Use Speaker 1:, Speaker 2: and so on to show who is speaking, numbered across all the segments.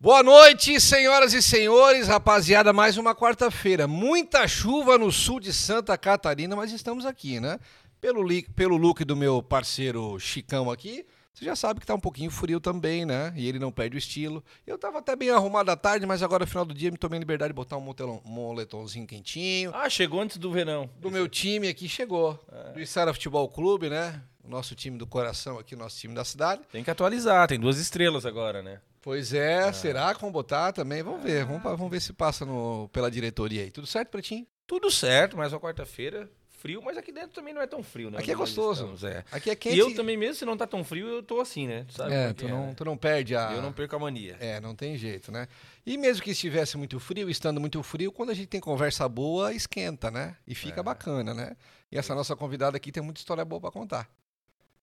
Speaker 1: Boa noite, senhoras e senhores, rapaziada. Mais uma quarta-feira. Muita chuva no sul de Santa Catarina, mas estamos aqui, né? Pelo, li- pelo look do meu parceiro Chicão aqui, você já sabe que tá um pouquinho frio também, né? E ele não perde o estilo. Eu tava até bem arrumado à tarde, mas agora no final do dia me tomei a liberdade de botar um motelão- um moletomzinho quentinho.
Speaker 2: Ah, chegou antes do verão.
Speaker 1: Do meu time aqui chegou. Do Isara Futebol Clube, né? O nosso time do coração aqui, o nosso time da cidade.
Speaker 2: Tem que atualizar, tem duas estrelas agora, né?
Speaker 1: Pois é, será que vão botar também? Vamos ver, vamos, pa- vamos ver se passa no- pela diretoria aí. Tudo certo, Pretinho?
Speaker 2: Tudo certo, mas uma quarta-feira, frio, mas aqui dentro também não é tão frio, né?
Speaker 1: Aqui é
Speaker 2: Onde nós
Speaker 1: gostoso.
Speaker 2: estamos, é.
Speaker 1: Aqui é
Speaker 2: E
Speaker 1: quente.
Speaker 2: eu também, mesmo se não tá tão frio, eu tô assim, né? Tu sabe como
Speaker 1: É,
Speaker 2: é que
Speaker 1: tu
Speaker 2: é,
Speaker 1: não, tá.
Speaker 2: né?
Speaker 1: tu não perde a.
Speaker 2: Eu não perco a mania.
Speaker 1: É, não tem jeito, né? E mesmo que estivesse muito frio, estando muito frio, quando a gente tem conversa boa, esquenta, né? E
Speaker 2: É.
Speaker 1: fica bacana, né? E essa nossa convidada aqui tem muita história boa pra contar.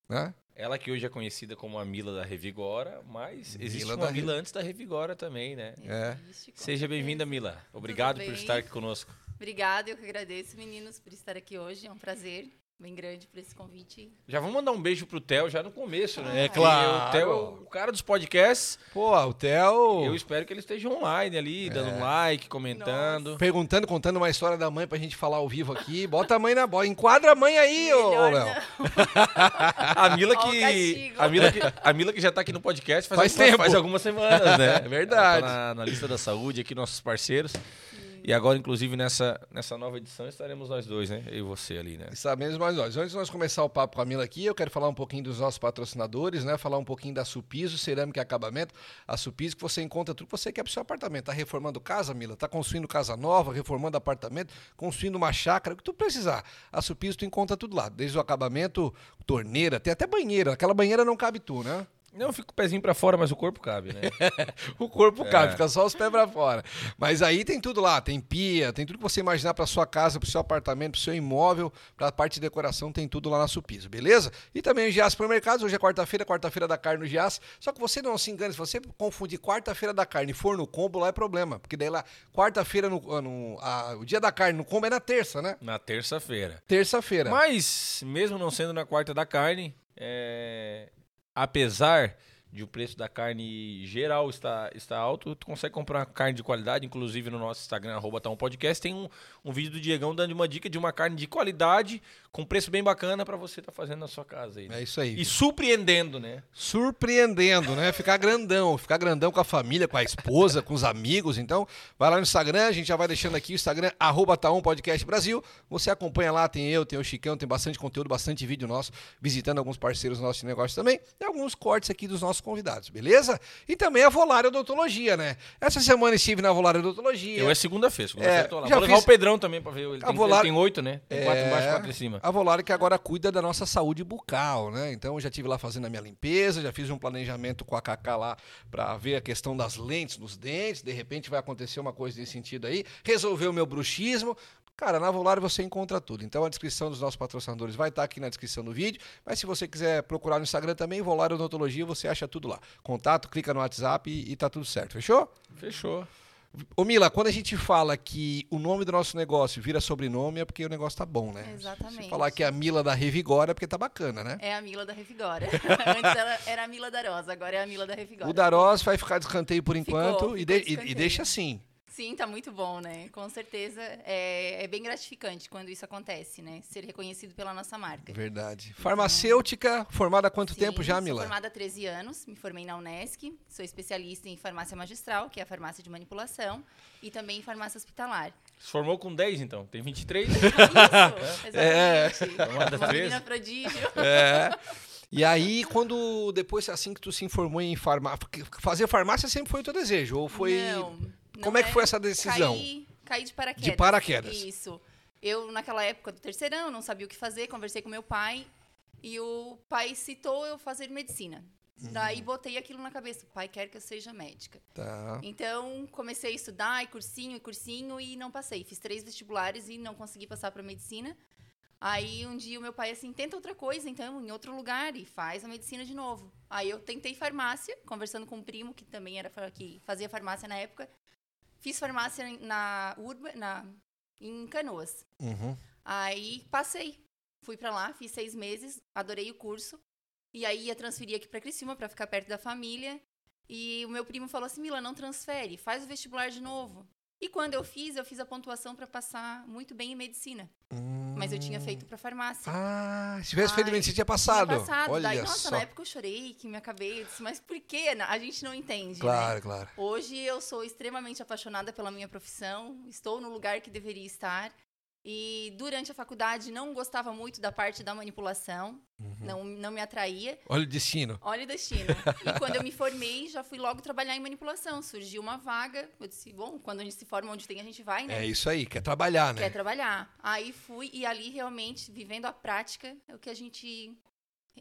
Speaker 1: Né?
Speaker 2: Ela que hoje é conhecida como a Mila da Revigora, mas existe
Speaker 1: Mila
Speaker 2: uma
Speaker 1: da Re-
Speaker 2: Mila antes da Revigora também, né?
Speaker 1: É.
Speaker 3: Isso, com
Speaker 2: Seja
Speaker 3: certeza.
Speaker 2: bem-vinda, Mila. Obrigado por
Speaker 3: bem?
Speaker 2: estar aqui conosco.
Speaker 3: Obrigada, eu que agradeço, meninos, por estar aqui hoje. É um prazer bem grande por esse convite.
Speaker 2: Já vamos mandar um beijo pro Theo já no começo, né?
Speaker 1: É
Speaker 2: Porque
Speaker 1: claro.
Speaker 2: O Theo é o cara dos podcasts.
Speaker 1: Pô, É. o Theo.
Speaker 2: Eu espero que ele esteja online ali, dando um like, comentando.
Speaker 1: Perguntando, contando uma história da mãe pra gente falar ao vivo aqui. Bota a mãe na bola. Enquadra a mãe aí, ô
Speaker 3: Melhor
Speaker 1: Léo.
Speaker 3: não.
Speaker 2: A Mila
Speaker 3: Ó, o
Speaker 2: que.
Speaker 3: castigo.
Speaker 2: A Mila que, a Mila que já tá aqui no podcast faz,
Speaker 1: Faz
Speaker 2: algumas-
Speaker 1: tempo.
Speaker 2: faz algumas semanas, né?
Speaker 1: É verdade.
Speaker 2: Ela Tá na, na lista da saúde aqui, nossos parceiros. E agora, inclusive, nessa, nessa nova edição, estaremos nós dois, né? Eu e você ali, né?
Speaker 1: Sabemos mais nós. Antes de nós começar o papo com a Mila aqui, eu quero falar um pouquinho dos nossos patrocinadores, né? Falar um pouquinho da Supiso, Cerâmica e Acabamento. A Supiso que você encontra tudo que você quer pro seu apartamento. Tá reformando casa, Mila? Tá construindo casa nova, reformando apartamento, construindo uma chácara, o que tu precisar. A Supiso tu encontra tudo lá, desde o acabamento, torneira, tem até banheira. Aquela banheira não cabe tu, né?
Speaker 2: Não, fica o pezinho pra fora, mas o corpo cabe, né?
Speaker 1: O corpo cabe, fica só os pés pra fora. Mas aí tem tudo lá, tem pia, tem tudo que você imaginar pra sua casa, pro seu apartamento, pro seu imóvel, pra parte de decoração, tem tudo lá na Supiso, beleza? E também o Gias Supermercados, hoje é quarta-feira, quarta-feira da carne no Gias. Só que você não se engane, se você confundir quarta-feira da carne e for no combo, lá é problema. Porque daí lá, quarta-feira, no, ah, no- a- o dia da carne no combo é na terça, né?
Speaker 2: Na terça-feira.
Speaker 1: Terça-feira.
Speaker 2: Mas, mesmo não sendo na quarta da carne, é, apesar de o preço da carne geral estar, estar alto, tu consegue comprar carne de qualidade, inclusive no nosso Instagram, arroba tá um podcast, tem um, um vídeo do Diegão dando uma dica de uma carne de qualidade, com preço bem bacana pra você estar fazendo na sua casa aí. né?
Speaker 1: É isso aí.
Speaker 2: E surpreendendo, né?
Speaker 1: surpreendendo, né? Ficar grandão, ficar grandão com a família, com a esposa, com os amigos. Então, vai lá no Instagram, a gente já vai deixando aqui o Instagram, arroba Taon Podcast Brasil. Você acompanha lá, tem eu, tem o Chicão, tem bastante conteúdo, bastante vídeo nosso, visitando alguns parceiros nossos de negócio também, e alguns cortes aqui dos nossos convidados, beleza? E também a Volária Odontologia, né? Essa semana estive na Volária Odontologia.
Speaker 2: Eu é segunda-feira, segunda-feira
Speaker 1: É,
Speaker 2: eu tô lá.
Speaker 1: já
Speaker 2: Vou levar
Speaker 1: fiz-
Speaker 2: o Pedrão também pra ver, ele
Speaker 1: Ah,
Speaker 2: tem,
Speaker 1: vou lá-
Speaker 2: ele tem oito, né? Tem quatro
Speaker 1: É,
Speaker 2: embaixo, quatro em cima.
Speaker 1: A Volare que agora cuida da nossa saúde bucal, né? Então eu já tive lá fazendo a minha limpeza, já fiz um planejamento com a Cacá lá para ver a questão das lentes nos dentes, de repente vai acontecer uma coisa nesse sentido aí, resolver o meu bruxismo. Cara, na Volare você encontra tudo. Então a descrição dos nossos patrocinadores vai estar aqui na descrição do vídeo, mas se você quiser procurar no Instagram também, Volare Odontologia, você acha tudo lá. Contato, clica no WhatsApp e, e tá tudo certo, fechou?
Speaker 2: Fechou.
Speaker 1: Ô Mila, quando a gente fala que o nome do nosso negócio vira sobrenome, é porque o negócio tá bom, né?
Speaker 3: Exatamente.
Speaker 1: Se falar que é a Mila da Revigora, é porque tá bacana, né?
Speaker 3: É a Mila da Revigora. Antes ela era a Mila da Rosa, agora é a Mila da Revigora.
Speaker 1: O Daros vai ficar de escanteio por
Speaker 3: Ficou,
Speaker 1: enquanto e, de-
Speaker 3: ficou de
Speaker 1: e- e
Speaker 3: escanteio.
Speaker 1: deixa assim.
Speaker 3: Sim, tá muito bom, né? Com certeza é, é bem gratificante quando isso acontece, né? Ser reconhecido pela nossa marca.
Speaker 1: Verdade. Farmacêutica, formada há quanto
Speaker 3: Sim,
Speaker 1: tempo já,
Speaker 3: sou
Speaker 1: Mila?
Speaker 3: formada há 13 anos, me formei na Unesc, sou especialista em farmácia magistral, que é a farmácia de manipulação, e também em farmácia hospitalar. Então,
Speaker 2: Se formou com 10, então. Tem 23.
Speaker 3: Isso,
Speaker 1: É.
Speaker 3: exatamente.
Speaker 2: Uma das
Speaker 3: Uma
Speaker 2: três.
Speaker 3: menina prodígio.
Speaker 1: É. E aí, quando depois assim que tu se informou em farmácia, fazer farmácia sempre foi o teu desejo ou foi
Speaker 3: Não, não
Speaker 1: Como é que
Speaker 3: é-
Speaker 1: foi essa decisão?
Speaker 3: Caí, caí de paraquedas.
Speaker 1: De paraquedas.
Speaker 3: Isso. Eu, naquela época do terceirão, não sabia o que fazer, conversei com meu pai e o pai citou eu fazer medicina. Daí
Speaker 1: Uhum.
Speaker 3: botei aquilo na cabeça. O pai quer que eu seja médica.
Speaker 1: Tá.
Speaker 3: Então comecei a estudar, e cursinho, e cursinho, e não passei. Fiz três vestibulares e não consegui passar para medicina. Aí um dia o meu pai assim, tenta outra coisa, então, em outro lugar, e faz a medicina de novo. Aí eu tentei farmácia, conversando com um primo que também era fa- que fazia farmácia na época. Fiz farmácia em- na Urba, na em Canoas.
Speaker 1: Uhum.
Speaker 3: Aí passei. Fui pra lá, fiz seis meses, adorei o curso. E aí ia transferir aqui pra Criciúma pra ficar perto da família. E o meu primo falou assim: Mila, não transfere, faz o vestibular de novo. E quando eu fiz, eu fiz a pontuação para passar muito bem em medicina. Mas eu tinha feito para farmácia.
Speaker 1: Hum. Ah, se tivesse feito
Speaker 3: Ai,
Speaker 1: medicina, tinha
Speaker 3: Tinha
Speaker 1: passado. Olha
Speaker 3: Daí, nossa,
Speaker 1: só.
Speaker 3: na época eu chorei, que me acabei. Eu disse, mas por quê? Na- A gente não entende. Né?
Speaker 1: Claro, claro.
Speaker 3: Hoje eu sou extremamente apaixonada pela minha profissão, estou no lugar que deveria estar. E durante a faculdade não gostava muito da parte da manipulação, não, não me atraía.
Speaker 1: Olha o destino.
Speaker 3: Olha o destino. e quando eu me formei, já fui logo trabalhar em manipulação. Surgiu uma vaga, eu disse, bom, quando a gente se forma onde tem, a gente vai, né?
Speaker 1: É isso aí, quer trabalhar, né?
Speaker 3: Quer trabalhar. Aí fui e ali realmente, vivendo a prática, é o que a gente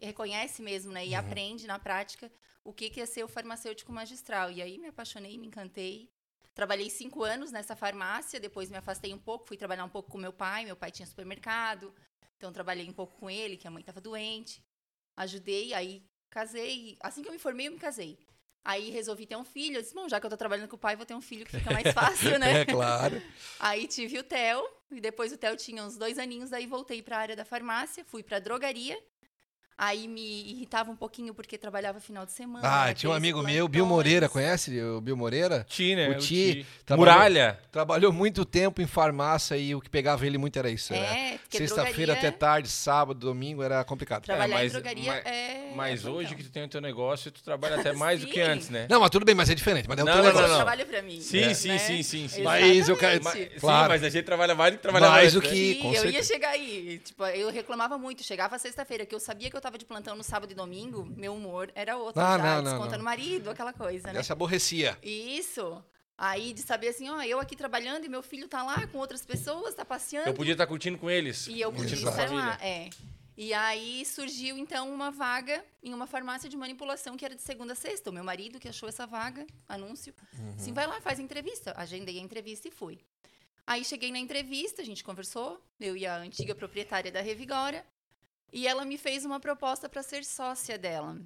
Speaker 3: reconhece mesmo, né? E
Speaker 1: Uhum.
Speaker 3: aprende na prática o que que é ser o farmacêutico magistral. E aí me apaixonei, me encantei. Trabalhei cinco anos nessa farmácia, depois me afastei um pouco, fui trabalhar um pouco com meu pai. Meu pai tinha supermercado, então trabalhei um pouco com ele, que a mãe estava doente. Ajudei, aí casei. Assim que eu me formei, eu me casei. Aí resolvi ter um filho. Eu disse, bom, já que eu tô trabalhando com o pai, vou ter um filho que fica mais fácil, né?
Speaker 1: É claro.
Speaker 3: Aí tive o Theo, e depois o Theo tinha uns dois aninhos, aí voltei para a área da farmácia, fui para drogaria. Aí me irritava um pouquinho porque trabalhava final de semana.
Speaker 1: Ah,
Speaker 3: né,
Speaker 1: tinha um
Speaker 3: aqueles
Speaker 1: amigo meu,
Speaker 3: plantões.
Speaker 1: Bill Moreira, conhece o Bill Moreira?
Speaker 2: Ti, né?
Speaker 1: O Ti trabalhou-
Speaker 2: Muralha.
Speaker 1: Trabalhou muito tempo em farmácia e o que pegava ele muito era isso, né?
Speaker 3: É, porque
Speaker 1: Sexta-feira até
Speaker 3: drogaria-
Speaker 1: tarde, sábado, domingo, era complicado.
Speaker 3: Trabalhar
Speaker 2: É, mas-
Speaker 3: em drogaria
Speaker 2: mas-
Speaker 3: é.
Speaker 2: Mas
Speaker 3: é
Speaker 2: hoje
Speaker 3: plantão.
Speaker 2: que tu tem o teu negócio, tu trabalha até mais do que
Speaker 3: Sim.
Speaker 2: antes, né?
Speaker 1: Não, mas tudo bem, mas é diferente, mas é um
Speaker 2: Não,
Speaker 1: teu
Speaker 2: não,
Speaker 1: negócio.
Speaker 2: não, não.
Speaker 3: trabalho para mim.
Speaker 2: Sim,
Speaker 3: né?
Speaker 2: sim, sim, sim, sim.
Speaker 1: Mas eu quero-
Speaker 2: Mas-
Speaker 3: Exatamente.
Speaker 1: Claro.
Speaker 2: Sim, mas a gente trabalha mais do que trabalha
Speaker 1: Mais
Speaker 2: mais.
Speaker 1: do
Speaker 2: né?
Speaker 1: que-
Speaker 3: Sim,
Speaker 1: com
Speaker 3: eu
Speaker 1: certeza.
Speaker 3: ia chegar aí. Tipo, eu reclamava muito. Chegava sexta-feira, que eu sabia que eu tava de plantão no sábado e domingo, meu humor era outro.
Speaker 1: Ah,
Speaker 3: já,
Speaker 1: não, não,
Speaker 3: desconta
Speaker 1: não.
Speaker 3: no marido, aquela coisa, né?
Speaker 1: Ela se aborrecia.
Speaker 3: Isso. Aí de saber assim, ó, eu aqui trabalhando e meu filho tá lá com outras pessoas, tá passeando.
Speaker 2: Eu podia estar curtindo com eles.
Speaker 3: E eu podia
Speaker 2: curtindo com a
Speaker 3: estar lá,
Speaker 2: família.
Speaker 3: é. E aí surgiu então uma vaga em uma farmácia de manipulação que era de segunda a sexta. O meu marido que achou essa vaga, anúncio,
Speaker 1: Uhum.
Speaker 3: assim, vai lá, faz a entrevista. Agendei a entrevista e fui. Aí cheguei na entrevista, a gente conversou, eu e a antiga proprietária da Revigora, e ela me fez uma proposta para ser sócia dela.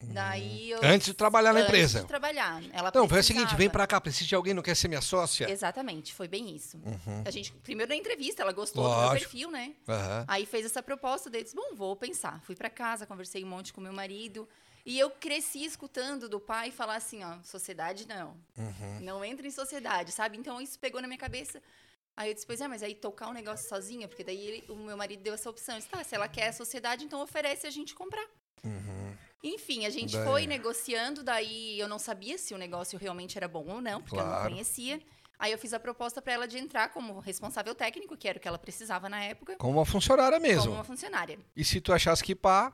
Speaker 3: Daí eu
Speaker 1: Uhum. Antes de trabalhar na
Speaker 3: Antes
Speaker 1: empresa.
Speaker 3: de trabalhar. Ela
Speaker 1: Não, foi o seguinte, vem
Speaker 3: precisava.
Speaker 1: pra cá, preciso de alguém, não quer ser minha sócia?
Speaker 3: Exatamente, foi bem isso. A gente, primeiro na entrevista, ela gostou do meu
Speaker 1: Lógico.
Speaker 3: perfil, né?
Speaker 1: Aham.
Speaker 3: Aí fez essa proposta, daí disse, bom, vou pensar. Fui pra casa, conversei um monte com meu marido. E eu cresci escutando do pai falar assim, ó, sociedade não.
Speaker 1: Uhum.
Speaker 3: Não entra em sociedade, sabe? Então isso pegou na minha cabeça. Aí eu disse, pois é, mas aí tocar um negócio sozinha, porque daí ele- o meu marido deu essa opção. Eu disse, tá, se ela quer a sociedade, então oferece a gente comprar. Enfim, a gente
Speaker 1: Uhum. Daí- é.
Speaker 3: foi negociando, daí eu não sabia se o negócio realmente era bom ou não, porque eu não
Speaker 1: Claro.
Speaker 3: conhecia. Aí eu fiz a proposta para ela de entrar como responsável técnico, que era o que ela precisava na época,
Speaker 1: Como uma funcionária mesmo.
Speaker 3: como uma funcionária.
Speaker 1: E se tu achasse que pá,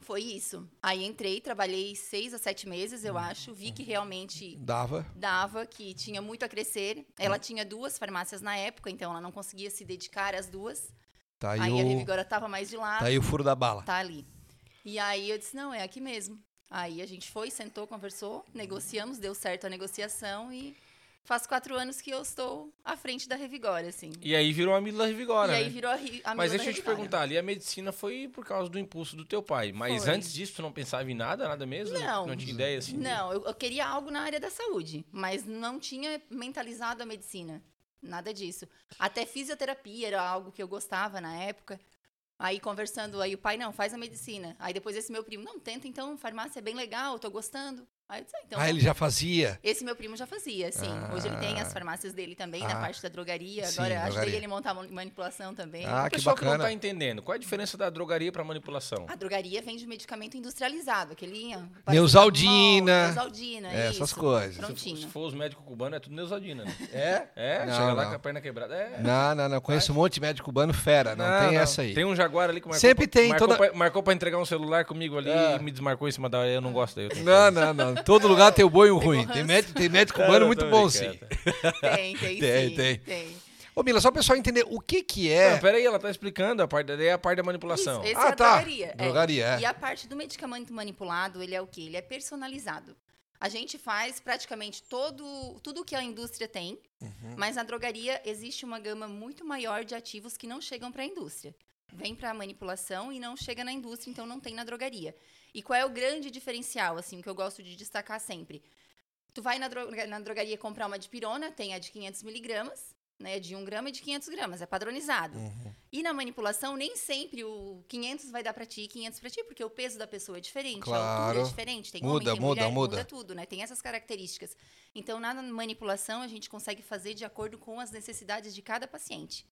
Speaker 3: Foi isso. Aí entrei, trabalhei seis a sete meses,
Speaker 2: Hum.
Speaker 3: eu acho. Vi que realmente
Speaker 1: dava.
Speaker 3: dava, que tinha muito a crescer. Ela
Speaker 2: Hum.
Speaker 3: tinha duas farmácias na época, então ela não conseguia se dedicar às duas.
Speaker 1: Tá aí,
Speaker 3: Aí, a
Speaker 1: o,
Speaker 3: Revigora estava mais de lado.
Speaker 1: tá aí o furo da bala.
Speaker 3: tá ali. E aí eu disse, não, é aqui mesmo. Aí a gente foi, sentou, conversou, negociamos, deu certo a negociação e faz quatro anos que eu estou à frente da Revigora, assim.
Speaker 2: E aí virou a Mila Revigora,
Speaker 3: e aí
Speaker 2: né?
Speaker 3: virou a, ri, a
Speaker 2: Mas
Speaker 3: Mila
Speaker 2: deixa eu te
Speaker 3: Revigora.
Speaker 2: perguntar, ali a medicina foi por causa do impulso do teu pai. Mas
Speaker 3: Foi.
Speaker 2: antes disso, tu não pensava em nada, nada mesmo?
Speaker 3: Não.
Speaker 2: Não tinha ideia, assim?
Speaker 3: Não, eu, eu queria algo na área da saúde, mas não tinha mentalizado a medicina. Nada disso. Até fisioterapia era algo que eu gostava na época. Aí conversando, aí o pai, não, faz a medicina. Aí depois esse meu primo, não, tenta então, farmácia é bem legal, eu tô gostando. Aí eu disse, ah, então
Speaker 1: ah, ele já fazia.
Speaker 3: Esse meu primo já fazia, sim. Hoje ele tem as farmácias dele também, na
Speaker 1: Ah.
Speaker 3: parte da drogaria.
Speaker 1: Sim,
Speaker 3: Agora ajudei
Speaker 1: drogaria.
Speaker 3: ele a montar mani- manipulação também.
Speaker 1: Ah,
Speaker 2: O
Speaker 1: que
Speaker 2: pessoal que não
Speaker 1: bacana.
Speaker 2: tá entendendo, qual é a diferença da drogaria pra manipulação?
Speaker 3: A drogaria vende medicamento industrializado, aquele. ó, parece
Speaker 1: Neusaldina.
Speaker 3: que tá mal, Neusaldina,
Speaker 1: É, essas
Speaker 3: isso. né?
Speaker 1: coisas.
Speaker 2: Se,
Speaker 3: Prontinho.
Speaker 2: for- se for os médicos cubanos, é tudo neusadina, né?
Speaker 1: É?
Speaker 2: É,
Speaker 1: Não,
Speaker 2: chega lá
Speaker 1: não.
Speaker 2: com a perna quebrada. É.
Speaker 1: Não, não, não. Conheço um monte de médico cubano fera. Não, tem essa aí.
Speaker 2: Tem um Jaguar ali que marcou.
Speaker 1: Sempre
Speaker 2: pra-
Speaker 1: tem,
Speaker 2: Marcou,
Speaker 1: toda-
Speaker 2: pra, marcou pra entregar um celular comigo ali
Speaker 1: É.
Speaker 2: e me desmarcou em cima da. Eu não gosto daí. eu tenho que-
Speaker 1: Não, não, não. Todo lugar tem o bom e o ruim.
Speaker 3: ranço.
Speaker 1: Tem médico, tem médico
Speaker 2: Não,
Speaker 1: cubano
Speaker 2: não,
Speaker 1: muito
Speaker 2: tô
Speaker 1: bom,
Speaker 2: brincando.
Speaker 1: sim.
Speaker 3: Tem, tem,
Speaker 1: Tem,
Speaker 3: sim,
Speaker 1: tem.
Speaker 3: tem.
Speaker 1: Ô, Mila, só o pessoal entender o que que
Speaker 2: Não,
Speaker 1: é.
Speaker 2: peraí, ela tá explicando a parte, daí é a parte da manipulação.
Speaker 3: Isso, esse
Speaker 1: Ah,
Speaker 3: é a
Speaker 1: tá.
Speaker 3: drogaria. é.
Speaker 1: Drogaria, é.
Speaker 3: E a parte do medicamento manipulado, ele é o quê? Ele é personalizado. A gente faz praticamente todo, tudo que a indústria tem, mas na drogaria existe uma gama muito maior de ativos que não chegam para a indústria. Vem para a manipulação e não chega na indústria, então não tem na drogaria. E qual é o grande diferencial, assim, que eu gosto de destacar sempre? Tu vai na, droga- na drogaria comprar uma dipirona, tem a de 500 miligramas, né, de 1 grama e de 500 gramas, é padronizado.
Speaker 1: Uhum.
Speaker 3: E na manipulação, nem sempre o 500 vai dar pra ti e 500 pra ti, porque o peso da pessoa é diferente, a altura é
Speaker 1: Claro.
Speaker 3: diferente, tem
Speaker 1: Muda,
Speaker 3: homem, tem
Speaker 1: muda,
Speaker 3: mulher,
Speaker 1: muda.
Speaker 3: tudo, né? Tem essas características. Então, na manipulação, a gente consegue fazer de acordo com as necessidades de cada paciente.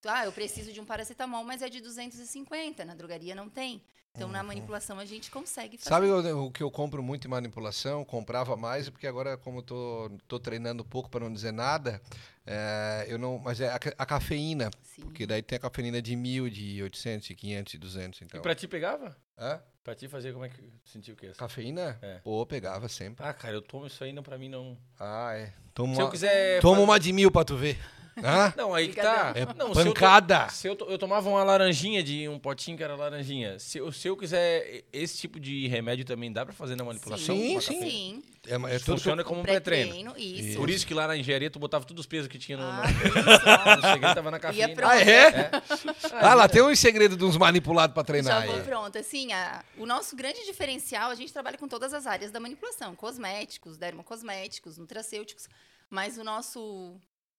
Speaker 3: Então, Ah, eu preciso de um paracetamol, mas é de 250, na drogaria não tem. Então, na manipulação, a gente consegue fazer.
Speaker 1: Sabe o, o que eu compro muito em manipulação? Comprava mais, porque agora, como eu tô, tô treinando pouco para não dizer nada, é, eu não. Mas é a, ca- a cafeína.
Speaker 3: Sim.
Speaker 1: Porque daí tem a cafeína de 1.000, de 800, de 500, de 200. Então.
Speaker 2: E pra ti pegava?
Speaker 1: Hã?
Speaker 2: Pra ti fazer como é que sentiu o que? é isso?
Speaker 1: Cafeína?
Speaker 2: É.
Speaker 1: Pô, pegava sempre.
Speaker 2: Ah, cara, eu tomo isso aí, não pra mim não.
Speaker 1: Ah, é. Toma
Speaker 2: Se eu
Speaker 1: uma,
Speaker 2: quiser.
Speaker 1: toma
Speaker 2: fazer-
Speaker 1: uma de mil pra tu ver. Hã?
Speaker 2: Não, aí que tá.
Speaker 1: É
Speaker 2: não, se eu to-
Speaker 1: pancada.
Speaker 2: Se eu, to- eu tomava uma laranjinha de um potinho que era laranjinha, se eu, se eu quiser e- esse tipo de remédio também dá pra fazer na manipulação?
Speaker 1: Sim,
Speaker 2: com a
Speaker 1: sim.
Speaker 2: cafeína?
Speaker 3: Sim.
Speaker 1: É, ma- é tudo que eu-
Speaker 2: Funciona como um pré-treino.
Speaker 3: Isso.
Speaker 2: Por isso que lá na engenharia tu botava todos os pesos que tinha no.
Speaker 3: Ah,
Speaker 2: no-
Speaker 3: olha
Speaker 2: Quando
Speaker 3: só.
Speaker 2: eu cheguei, tava na cafeína.
Speaker 3: pra-
Speaker 1: Ah, é?
Speaker 2: Ah,
Speaker 1: Ah, lá tem uns segredos de uns manipulados pra treinar.
Speaker 3: Já vou
Speaker 1: aí.
Speaker 3: pronto. Assim, a- o nosso grande diferencial, a gente trabalha com todas as áreas da manipulação: cosméticos, dermocosméticos, nutracêuticos. Mas o nosso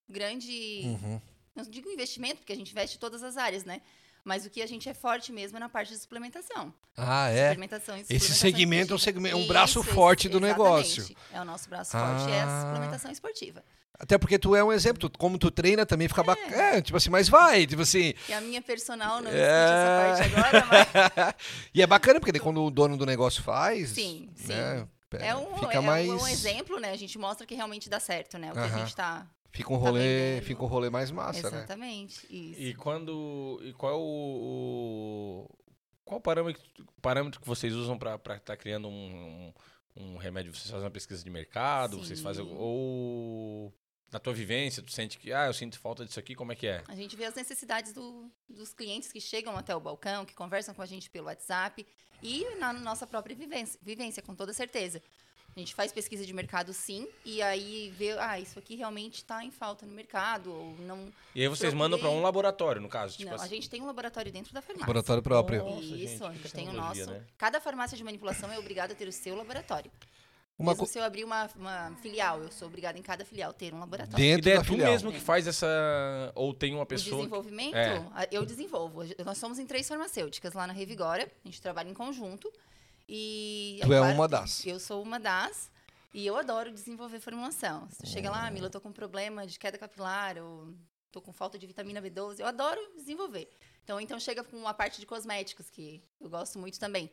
Speaker 3: grande.
Speaker 1: Uhum.
Speaker 3: Não digo investimento, porque a gente investe em todas as áreas, né? Mas o que a gente é forte mesmo é na parte de suplementação.
Speaker 1: Ah, é?
Speaker 3: Suplementação e
Speaker 1: Esse
Speaker 3: suplementação
Speaker 1: segmento é um
Speaker 3: esportiva.
Speaker 1: segme- um braço
Speaker 3: Isso,
Speaker 1: forte do
Speaker 3: exatamente.
Speaker 1: negócio.
Speaker 3: É o nosso braço
Speaker 1: Ah.
Speaker 3: forte, é a suplementação esportiva.
Speaker 1: Até porque tu é um exemplo. tu- Como tu treina também fica bacana. É, tipo assim, mas vai. Tipo assim.
Speaker 3: E a minha personal
Speaker 1: É.
Speaker 3: não escute essa parte agora, mas
Speaker 1: e é bacana, porque daí quando o dono do negócio faz.
Speaker 3: Sim, sim.
Speaker 1: né, pe-
Speaker 3: é um,
Speaker 1: fica
Speaker 3: é um-
Speaker 1: mais.
Speaker 3: um exemplo, né? A gente mostra que realmente dá certo, né? O que a
Speaker 1: Aham.
Speaker 3: gente tá.
Speaker 1: Fica um rolê,
Speaker 3: vendendo.
Speaker 1: fica um rolê mais massa, né?
Speaker 3: Exatamente. Isso.
Speaker 2: E quando. E qual é o. o- Qual parâmetro, parâmetro que vocês usam pra estar criando um, um, um remédio? Vocês fazem uma pesquisa de mercado? Vocês fazem.
Speaker 3: Sim.
Speaker 2: Ou. Na tua vivência, tu sente que. Ah, eu sinto falta disso aqui, como é que é?
Speaker 3: A gente vê as necessidades do- dos clientes que chegam até o balcão, que conversam com a gente pelo WhatsApp e na nossa própria vivência, vivência, com toda certeza. A gente faz pesquisa de mercado sim, e aí vê, ah, isso aqui realmente está em falta no mercado, ou não.
Speaker 2: E aí vocês mandam pra um laboratório, no caso. Tipo
Speaker 3: não, a
Speaker 2: assim.
Speaker 3: gente tem um laboratório dentro da farmácia.
Speaker 1: Laboratório próprio.
Speaker 2: Nossa, gente,
Speaker 3: Isso, a gente tem o
Speaker 2: tecnologia,
Speaker 3: nosso.
Speaker 2: né?
Speaker 3: Cada farmácia de manipulação é obrigada a ter o seu laboratório.
Speaker 1: Uma
Speaker 3: Mesmo
Speaker 1: co-
Speaker 3: se eu abrir uma, uma filial, eu sou obrigada em cada filial ter um laboratório.
Speaker 2: E daí
Speaker 1: Dentro
Speaker 2: é
Speaker 1: da
Speaker 2: tu
Speaker 1: filial.
Speaker 2: mesmo que faz essa. Ou tem uma
Speaker 3: O
Speaker 2: pessoa. que-
Speaker 3: desenvolvimento,
Speaker 2: É.
Speaker 3: a- eu desenvolvo. Nós somos em três farmacêuticas lá na Revigora, a gente trabalha em conjunto. E
Speaker 1: Tu é
Speaker 3: claro,
Speaker 1: uma das.
Speaker 3: Eu sou uma das. E eu adoro desenvolver formulação. Se tu chega lá, "Ah, Mila, eu tô com problema de queda capilar, ou tô com falta de vitamina B12, eu adoro desenvolver. Então, então chega com uma parte de cosméticos, que eu gosto muito também.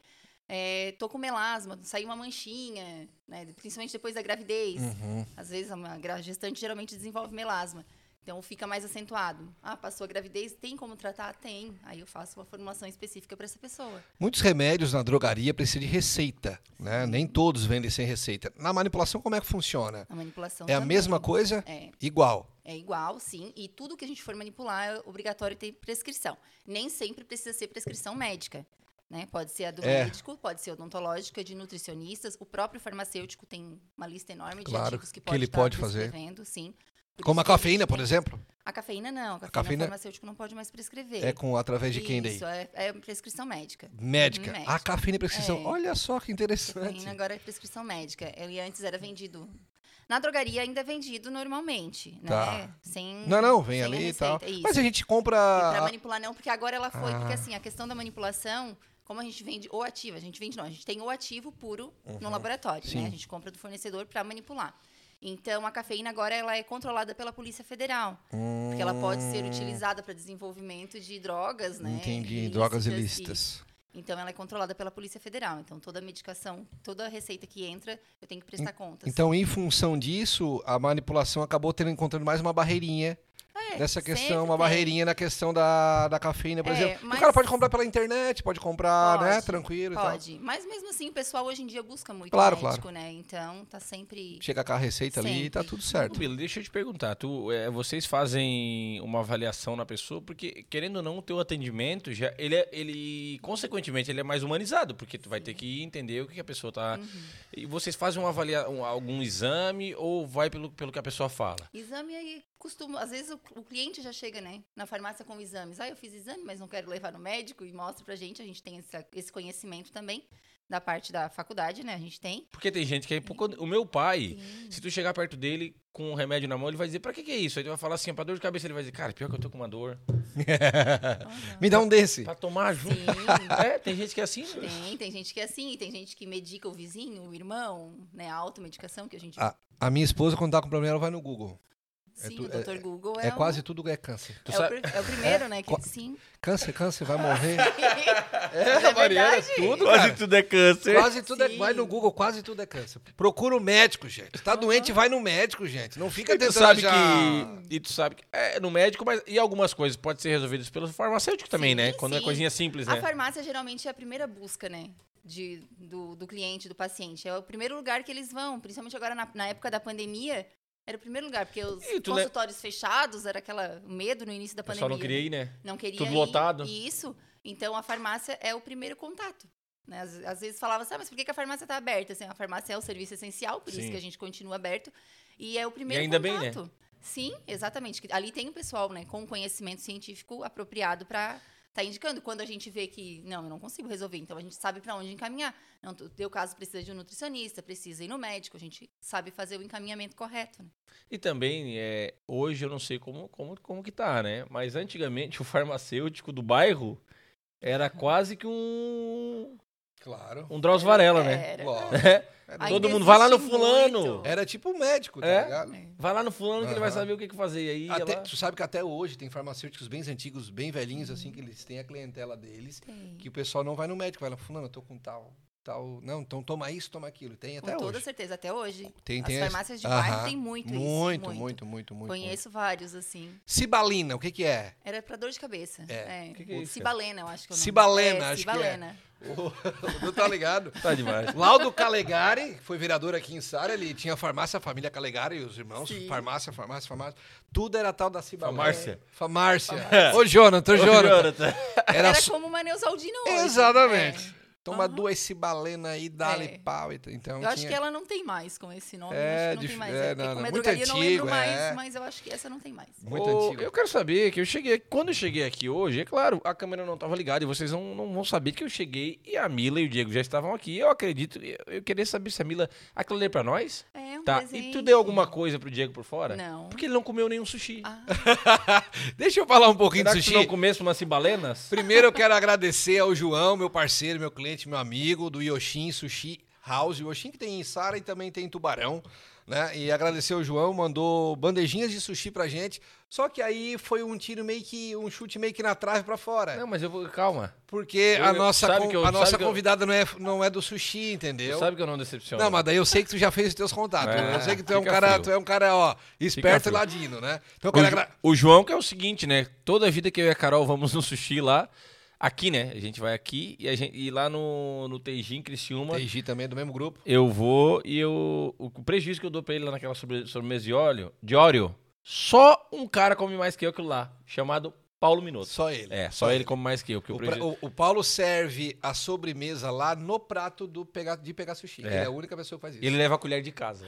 Speaker 3: É, tô com melasma, saiu uma manchinha, né, principalmente depois da gravidez.
Speaker 1: Uhum.
Speaker 3: Às vezes a ma- gra- gestante geralmente desenvolve melasma. Então fica mais acentuado. Ah, passou a gravidez, tem como tratar? Tem. Aí eu faço uma formulação específica para essa pessoa.
Speaker 1: Muitos remédios na drogaria precisam de receita, né? Nem todos vendem sem receita. Na manipulação, como é que funciona?
Speaker 3: A manipulação
Speaker 1: É a
Speaker 3: também.
Speaker 1: mesma coisa?
Speaker 3: Então, tá É,
Speaker 1: Igual.
Speaker 3: é igual, sim. E tudo que a gente for manipular é obrigatório ter prescrição. Nem sempre precisa ser prescrição médica. Né? Pode ser a do
Speaker 1: É.
Speaker 3: médico, pode ser odontológica, de nutricionistas. O próprio farmacêutico tem uma lista enorme de
Speaker 1: Claro,
Speaker 3: ativos que
Speaker 1: que
Speaker 3: pode
Speaker 1: ele
Speaker 3: estar
Speaker 1: pode fazer.
Speaker 3: prescrevendo, sim. Por
Speaker 1: Como a
Speaker 3: isso que gente
Speaker 1: cafeína, por
Speaker 3: tem-
Speaker 1: exemplo?
Speaker 3: A cafeína não, a cafeína,
Speaker 1: cafeína-
Speaker 3: o farmacêutico não pode mais prescrever.
Speaker 1: É com através de quem daí?
Speaker 3: Isso, é, é prescrição médica.
Speaker 1: Médica.
Speaker 3: Médica.
Speaker 1: A cafeína e prescrição.
Speaker 3: É.
Speaker 1: Olha só que interessante.
Speaker 3: Cafeína agora é prescrição médica. Ele antes era vendido. Na drogaria ainda é vendido normalmente,
Speaker 1: Tá.
Speaker 3: né? Sem,
Speaker 1: Não, não, vem
Speaker 3: sem a
Speaker 1: ali e
Speaker 3: receita,
Speaker 1: tal.
Speaker 3: Isso.
Speaker 1: Mas a gente
Speaker 3: E pra
Speaker 1: compra.
Speaker 3: manipular não, porque agora ela foi. Porque
Speaker 1: Ah.
Speaker 3: assim, a questão da manipulação, como a gente vende o ativo, a gente vende não, a gente tem o ativo puro no laboratório,
Speaker 1: Uhum. Sim.
Speaker 3: né? A gente compra do fornecedor para manipular. Então a cafeína agora ela é controlada pela Polícia Federal,
Speaker 1: um
Speaker 3: porque ela pode ser utilizada para desenvolvimento de drogas, né?
Speaker 1: Hum. Entendi, drogas
Speaker 3: ilícitas e-
Speaker 1: ilícitas.
Speaker 3: Então ela é controlada pela Polícia Federal. Então toda medicação, toda receita que entra, eu tenho que prestar contas.
Speaker 1: Então, em função disso, a manipulação acabou tendo encontrando mais uma barreirinha
Speaker 3: É,
Speaker 1: nessa
Speaker 3: sempre
Speaker 1: questão, uma
Speaker 3: tem.
Speaker 1: barreirinha na questão da, da cafeína, por
Speaker 3: É,
Speaker 1: exemplo. O
Speaker 3: mas-
Speaker 1: cara pode comprar pela internet, pode comprar, né,
Speaker 3: Pode,
Speaker 1: tranquilo e tal.
Speaker 3: Pode. Mas mesmo assim, o pessoal hoje em dia busca muito
Speaker 1: Claro,
Speaker 3: médico, né? Então tá sempre
Speaker 1: Chega com a receita ali e tá
Speaker 3: Sempre.
Speaker 1: tudo
Speaker 2: Ô,
Speaker 1: certo.
Speaker 2: Bilo, deixa eu te perguntar, tu, é, vocês fazem uma avaliação na pessoa, porque querendo ou não, o teu atendimento já ele, é- ele consequentemente ele é mais humanizado, porque tu vai ter que entender o que que a pessoa tá. E vocês fazem uma avalia, um- algum exame ou vai pelo, pelo que a pessoa fala?
Speaker 3: Exame aí costuma. Às vezes o, o cliente já chega, né? Na farmácia com exames. Ah, eu fiz exame, mas não quero levar no médico e mostra pra gente. A gente tem essa- esse conhecimento também. da parte da faculdade, né? A gente tem.
Speaker 2: Porque tem gente que é hipoco- O meu pai, se tu chegar perto dele com um remédio na mão, ele vai dizer, pra que que é isso? Aí tu vai falar assim, pra dor de cabeça, ele vai dizer, cara, pior que eu tô com uma dor.
Speaker 3: Ah, não.
Speaker 1: Me dá um desse.
Speaker 2: Pra tomar junto.
Speaker 3: Sim.
Speaker 2: É, tem gente que é assim, né?
Speaker 3: Tem, tem gente que é assim, tem gente que medica o vizinho, o irmão, né? A automedicação que a gente.
Speaker 1: Ah, A minha esposa, quando tá com problema, ela vai no Google. é
Speaker 3: sim,
Speaker 1: tu-
Speaker 3: o Dr. Google
Speaker 1: É
Speaker 3: é. o-
Speaker 1: quase tudo é câncer.
Speaker 2: Tu
Speaker 3: é, o,
Speaker 2: sabe-
Speaker 3: pri- é o primeiro, né? Que,
Speaker 1: Qua-
Speaker 3: sim.
Speaker 1: Câncer, câncer, vai morrer.
Speaker 3: Mas é verdade.
Speaker 1: tudo,
Speaker 2: Quase
Speaker 1: cara.
Speaker 2: tudo é câncer.
Speaker 1: Quase tudo é,
Speaker 3: Sim.
Speaker 1: vai no Google, quase tudo é câncer. Procura o médico, gente. Tá doente, vai no médico, gente. Não fica
Speaker 2: E tu
Speaker 1: tentando
Speaker 2: sabe
Speaker 1: já...
Speaker 2: que. E tu sabe que. É, no médico, mas. E algumas coisas podem ser resolvidas pelo farmacêutico também,
Speaker 3: Sim,
Speaker 2: né? Quando é
Speaker 3: sim.
Speaker 2: coisinha simples,
Speaker 3: A
Speaker 2: né?
Speaker 3: farmácia geralmente é a primeira busca, né? De, do, do cliente, do paciente. É o primeiro lugar que eles vão, principalmente agora na, na época da pandemia. Era o primeiro lugar, porque os
Speaker 2: E tu le-
Speaker 3: consultórios fechados, era aquela o medo no início da
Speaker 2: O
Speaker 3: pandemia.
Speaker 2: pessoal não queria ir, né?
Speaker 3: Não queria
Speaker 2: Tudo
Speaker 3: ir.
Speaker 2: lotado.
Speaker 3: Isso. Então a farmácia é o primeiro contato. né? Às, às vezes falava assim, ah, mas por que, que a farmácia está aberta? Assim, a farmácia é o serviço essencial, por
Speaker 2: Sim.
Speaker 3: isso que a gente continua aberto. E é o primeiro
Speaker 2: ainda bem,
Speaker 3: contato.
Speaker 2: né?
Speaker 3: Sim, exatamente. que Ali tem o pessoal, né, com conhecimento científico apropriado para tá indicando. Quando a gente vê que, não, eu não consigo resolver, então a gente sabe para onde encaminhar. Não, tu- teu caso precisa de um nutricionista, precisa ir no médico, a gente sabe fazer o encaminhamento correto. né?
Speaker 2: E também, é, hoje eu não sei como, como, como que tá, né? Mas antigamente o farmacêutico do bairro era quase que um.
Speaker 1: Claro.
Speaker 2: Um Drauzio Varela, né?
Speaker 3: Era.
Speaker 1: Lógico.
Speaker 3: Ai,
Speaker 2: Todo
Speaker 3: ainda
Speaker 2: mundo vai lá no
Speaker 3: existe
Speaker 2: fulano.
Speaker 3: muito.
Speaker 1: Era tipo um médico, tá
Speaker 2: É?
Speaker 1: ligado?
Speaker 3: É.
Speaker 2: Vai lá no fulano que ele vai
Speaker 1: Aham.
Speaker 2: saber o que, que fazer. E aí
Speaker 1: Até-
Speaker 2: ela-
Speaker 1: tu sabe que até hoje tem farmacêuticos bem antigos, bem velhinhos, assim, que eles têm a clientela deles,
Speaker 3: Tem.
Speaker 1: que o pessoal não vai no médico, vai lá, fulano, eu tô com tal, tal. Não, então toma isso, toma aquilo. Tem até
Speaker 3: Com toda
Speaker 1: hoje.
Speaker 3: certeza, até hoje.
Speaker 1: Tem,
Speaker 3: As
Speaker 1: tem esse-
Speaker 3: farmácias de bairro
Speaker 1: Aham.
Speaker 3: tem muito, isso.
Speaker 1: muito, muito, muito, muito, muito.
Speaker 3: Conheço vários, assim.
Speaker 1: Cibalina, o que que é?
Speaker 3: Era pra dor de cabeça.
Speaker 1: É.
Speaker 3: É.
Speaker 2: Que que é isso,
Speaker 3: Cibalena, eu acho que é o nome.
Speaker 1: Cibalena,
Speaker 3: é,
Speaker 1: acho que é.
Speaker 3: Cibalena.
Speaker 1: Não tá ligado?
Speaker 2: Tá demais.
Speaker 1: Laudo Calegari, que foi vereador aqui em Sara, ele tinha farmácia, a família Calegari e os irmãos,
Speaker 3: Sim.
Speaker 1: farmácia, farmácia, farmácia. Tudo era tal da Cibalena.
Speaker 2: Famárcia.
Speaker 1: Famárcia. Ô, Jonathan, ô, Jonathan.
Speaker 3: Era,
Speaker 1: Era su-
Speaker 3: como uma Neusaldina hoje. É.
Speaker 1: Exatamente. Toma
Speaker 3: Aham.
Speaker 1: duas Cibalena aí, dá-lhe
Speaker 3: É.
Speaker 1: pau. e t- Então
Speaker 3: É. Eu acho
Speaker 1: tinha-
Speaker 3: que ela não tem mais com esse nome.
Speaker 1: É,
Speaker 3: É, acho que não
Speaker 1: dif-
Speaker 3: tem mais.
Speaker 1: é,
Speaker 3: porque
Speaker 1: não,
Speaker 3: como
Speaker 1: não.
Speaker 3: é
Speaker 1: Muito
Speaker 3: drogaria, eu não lembro
Speaker 1: antigo, é.
Speaker 3: mais, mas eu acho que essa não tem mais.
Speaker 1: Muito
Speaker 2: Ô,
Speaker 1: antigo.
Speaker 2: Eu quero saber que eu cheguei. Quando eu cheguei aqui hoje, é claro, a câmera não estava ligada e vocês não, não vão saber que eu cheguei e a Mila e o Diego já estavam aqui. Eu acredito. Eu, eu queria saber se a Mila. Aquilo ali é pra nós?
Speaker 3: É um
Speaker 2: Tá.
Speaker 3: presente.
Speaker 2: E tu deu alguma coisa pro Diego por fora?
Speaker 3: Não.
Speaker 2: Porque ele não comeu nenhum sushi.
Speaker 3: Ah,
Speaker 1: Deixa eu falar um pouquinho
Speaker 2: Será
Speaker 1: de
Speaker 2: que tu não
Speaker 1: sushi.
Speaker 2: comesse umas cibalenas?
Speaker 1: Primeiro eu quero agradecer ao João, meu parceiro, meu cliente, meu amigo, do Yoshin Sushi House. O Yoshin que tem em Sara e também tem em Tubarão. Né? E agradecer ao João, mandou bandejinhas de sushi pra gente. Só que aí foi um tiro meio que. um chute meio que na trave pra fora.
Speaker 2: Não, mas eu vou. Calma.
Speaker 1: Porque
Speaker 2: Eu-
Speaker 1: a
Speaker 2: eu-
Speaker 1: nossa,
Speaker 2: sabe
Speaker 1: con-
Speaker 2: que eu-
Speaker 1: a nossa
Speaker 2: sabe que eu-
Speaker 1: convidada não, é, não é do sushi,
Speaker 2: Tu
Speaker 1: entendeu?
Speaker 2: sabe que eu não decepciono.
Speaker 1: Não, mas daí eu sei que tu já fez os teus contatos.
Speaker 2: Então. É,
Speaker 1: eu sei que tu é um
Speaker 2: fica
Speaker 1: cara,
Speaker 2: frio.
Speaker 1: tu é um cara, ó, esperto e
Speaker 2: frio.
Speaker 1: ladino, né? Então eu
Speaker 2: O,
Speaker 1: quero
Speaker 2: Ju-
Speaker 1: agra-
Speaker 2: o João que é o seguinte, né? Toda vida que eu e a Carol vamos no sushi lá, aqui, né? A gente vai aqui e, a gente, e lá no, no Teijin, Criciúma,
Speaker 1: Teiji também é do mesmo grupo.
Speaker 2: Eu vou e eu. O prejuízo que eu dou pra ele lá naquela sobre- sobremesa de óleo, de óleo, só um cara come mais que eu aquilo lá, chamado Paulo Minuto.
Speaker 1: Só ele.
Speaker 2: é, só ele come mais que eu, porque o,
Speaker 1: O, pra-
Speaker 2: prejuízo.
Speaker 1: o- o Paulo serve a sobremesa lá no prato do pegar, de pegar sushi.
Speaker 2: É.
Speaker 1: Ele é a única pessoa que faz isso.
Speaker 2: Ele é- leva a colher de casa.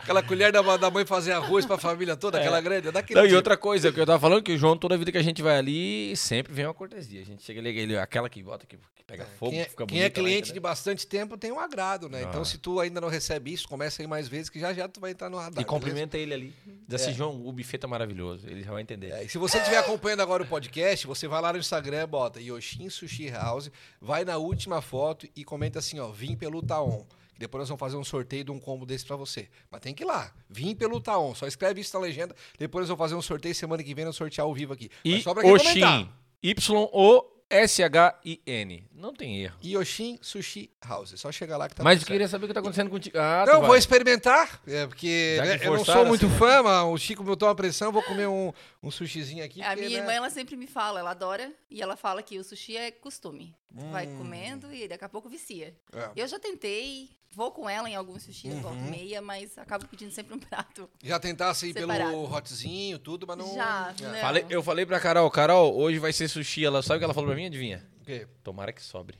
Speaker 1: Aquela colher da, da mãe fazer arroz pra família toda, aquela grande, é daquele
Speaker 2: Não, e
Speaker 1: tipo.
Speaker 2: outra coisa que eu tava falando, que o João, toda vida que a gente vai ali, sempre vem uma cortesia. A gente chega ali, ele, aquela que bota, que, que pega fogo,
Speaker 1: Quem é,
Speaker 2: que fica
Speaker 1: quem é
Speaker 2: bonita. lá,
Speaker 1: cliente de
Speaker 2: entendeu?
Speaker 1: bastante tempo tem um agrado, né? Então
Speaker 2: Ah.
Speaker 1: se tu ainda não recebe isso, começa aí mais vezes que já já tu vai entrar no radar. né?
Speaker 2: E cumprimenta ele ali. Diz assim, João, o buffet tá maravilhoso. Ele já vai entender.
Speaker 1: É, e se você estiver acompanhando agora o podcast, você vai lá no Instagram, bota Yoshin Sushi House, vai na última foto e comenta assim, ó, vim pelo Taon. Que Depois nós vamos fazer um sorteio de um combo desse pra você. Mas tem que ir lá. Vim pelo Taon. Só escreve isso na legenda. Depois nós vamos fazer um sorteio semana que vem, nós sortear ao vivo aqui.
Speaker 2: E
Speaker 1: Mas só pra quem
Speaker 2: Oxin.
Speaker 1: comentar.
Speaker 2: Y-O-S-H-I-N. Não tem erro.
Speaker 1: Yoshin Sushi House. É só chegar lá que tá
Speaker 2: Mas eu
Speaker 1: tudo
Speaker 2: queria saber o que tá acontecendo contigo. Ah,
Speaker 1: Não,
Speaker 2: tu
Speaker 1: vou
Speaker 2: vai.
Speaker 1: experimentar, é, porque
Speaker 2: Já que
Speaker 1: né, eu não sou
Speaker 2: forçaram
Speaker 1: muito
Speaker 2: assim.
Speaker 1: fã, mas o Chico botou uma pressão, eu vou comer um, um sushizinho aqui.
Speaker 3: É, a
Speaker 1: porque,
Speaker 3: minha
Speaker 1: né,
Speaker 3: irmã, ela sempre me fala, ela adora, e ela fala que o sushi é costume. Tu Vai
Speaker 1: Hum.
Speaker 3: comendo e daqui a pouco vicia.
Speaker 1: é.
Speaker 3: Eu já tentei, vou com ela em alguns sushis,
Speaker 1: Uhum.
Speaker 3: volta e meia, mas acabo pedindo sempre um prato.
Speaker 1: Já tentasse ir pelo
Speaker 3: Separado.
Speaker 1: hotzinho, tudo, mas não...
Speaker 3: Já,
Speaker 1: É.
Speaker 3: né?
Speaker 2: Falei- eu falei pra Carol, Carol, hoje vai ser sushi. Ela sabe o que ela falou pra mim? Adivinha?
Speaker 1: O quê?
Speaker 2: Tomara que sobre.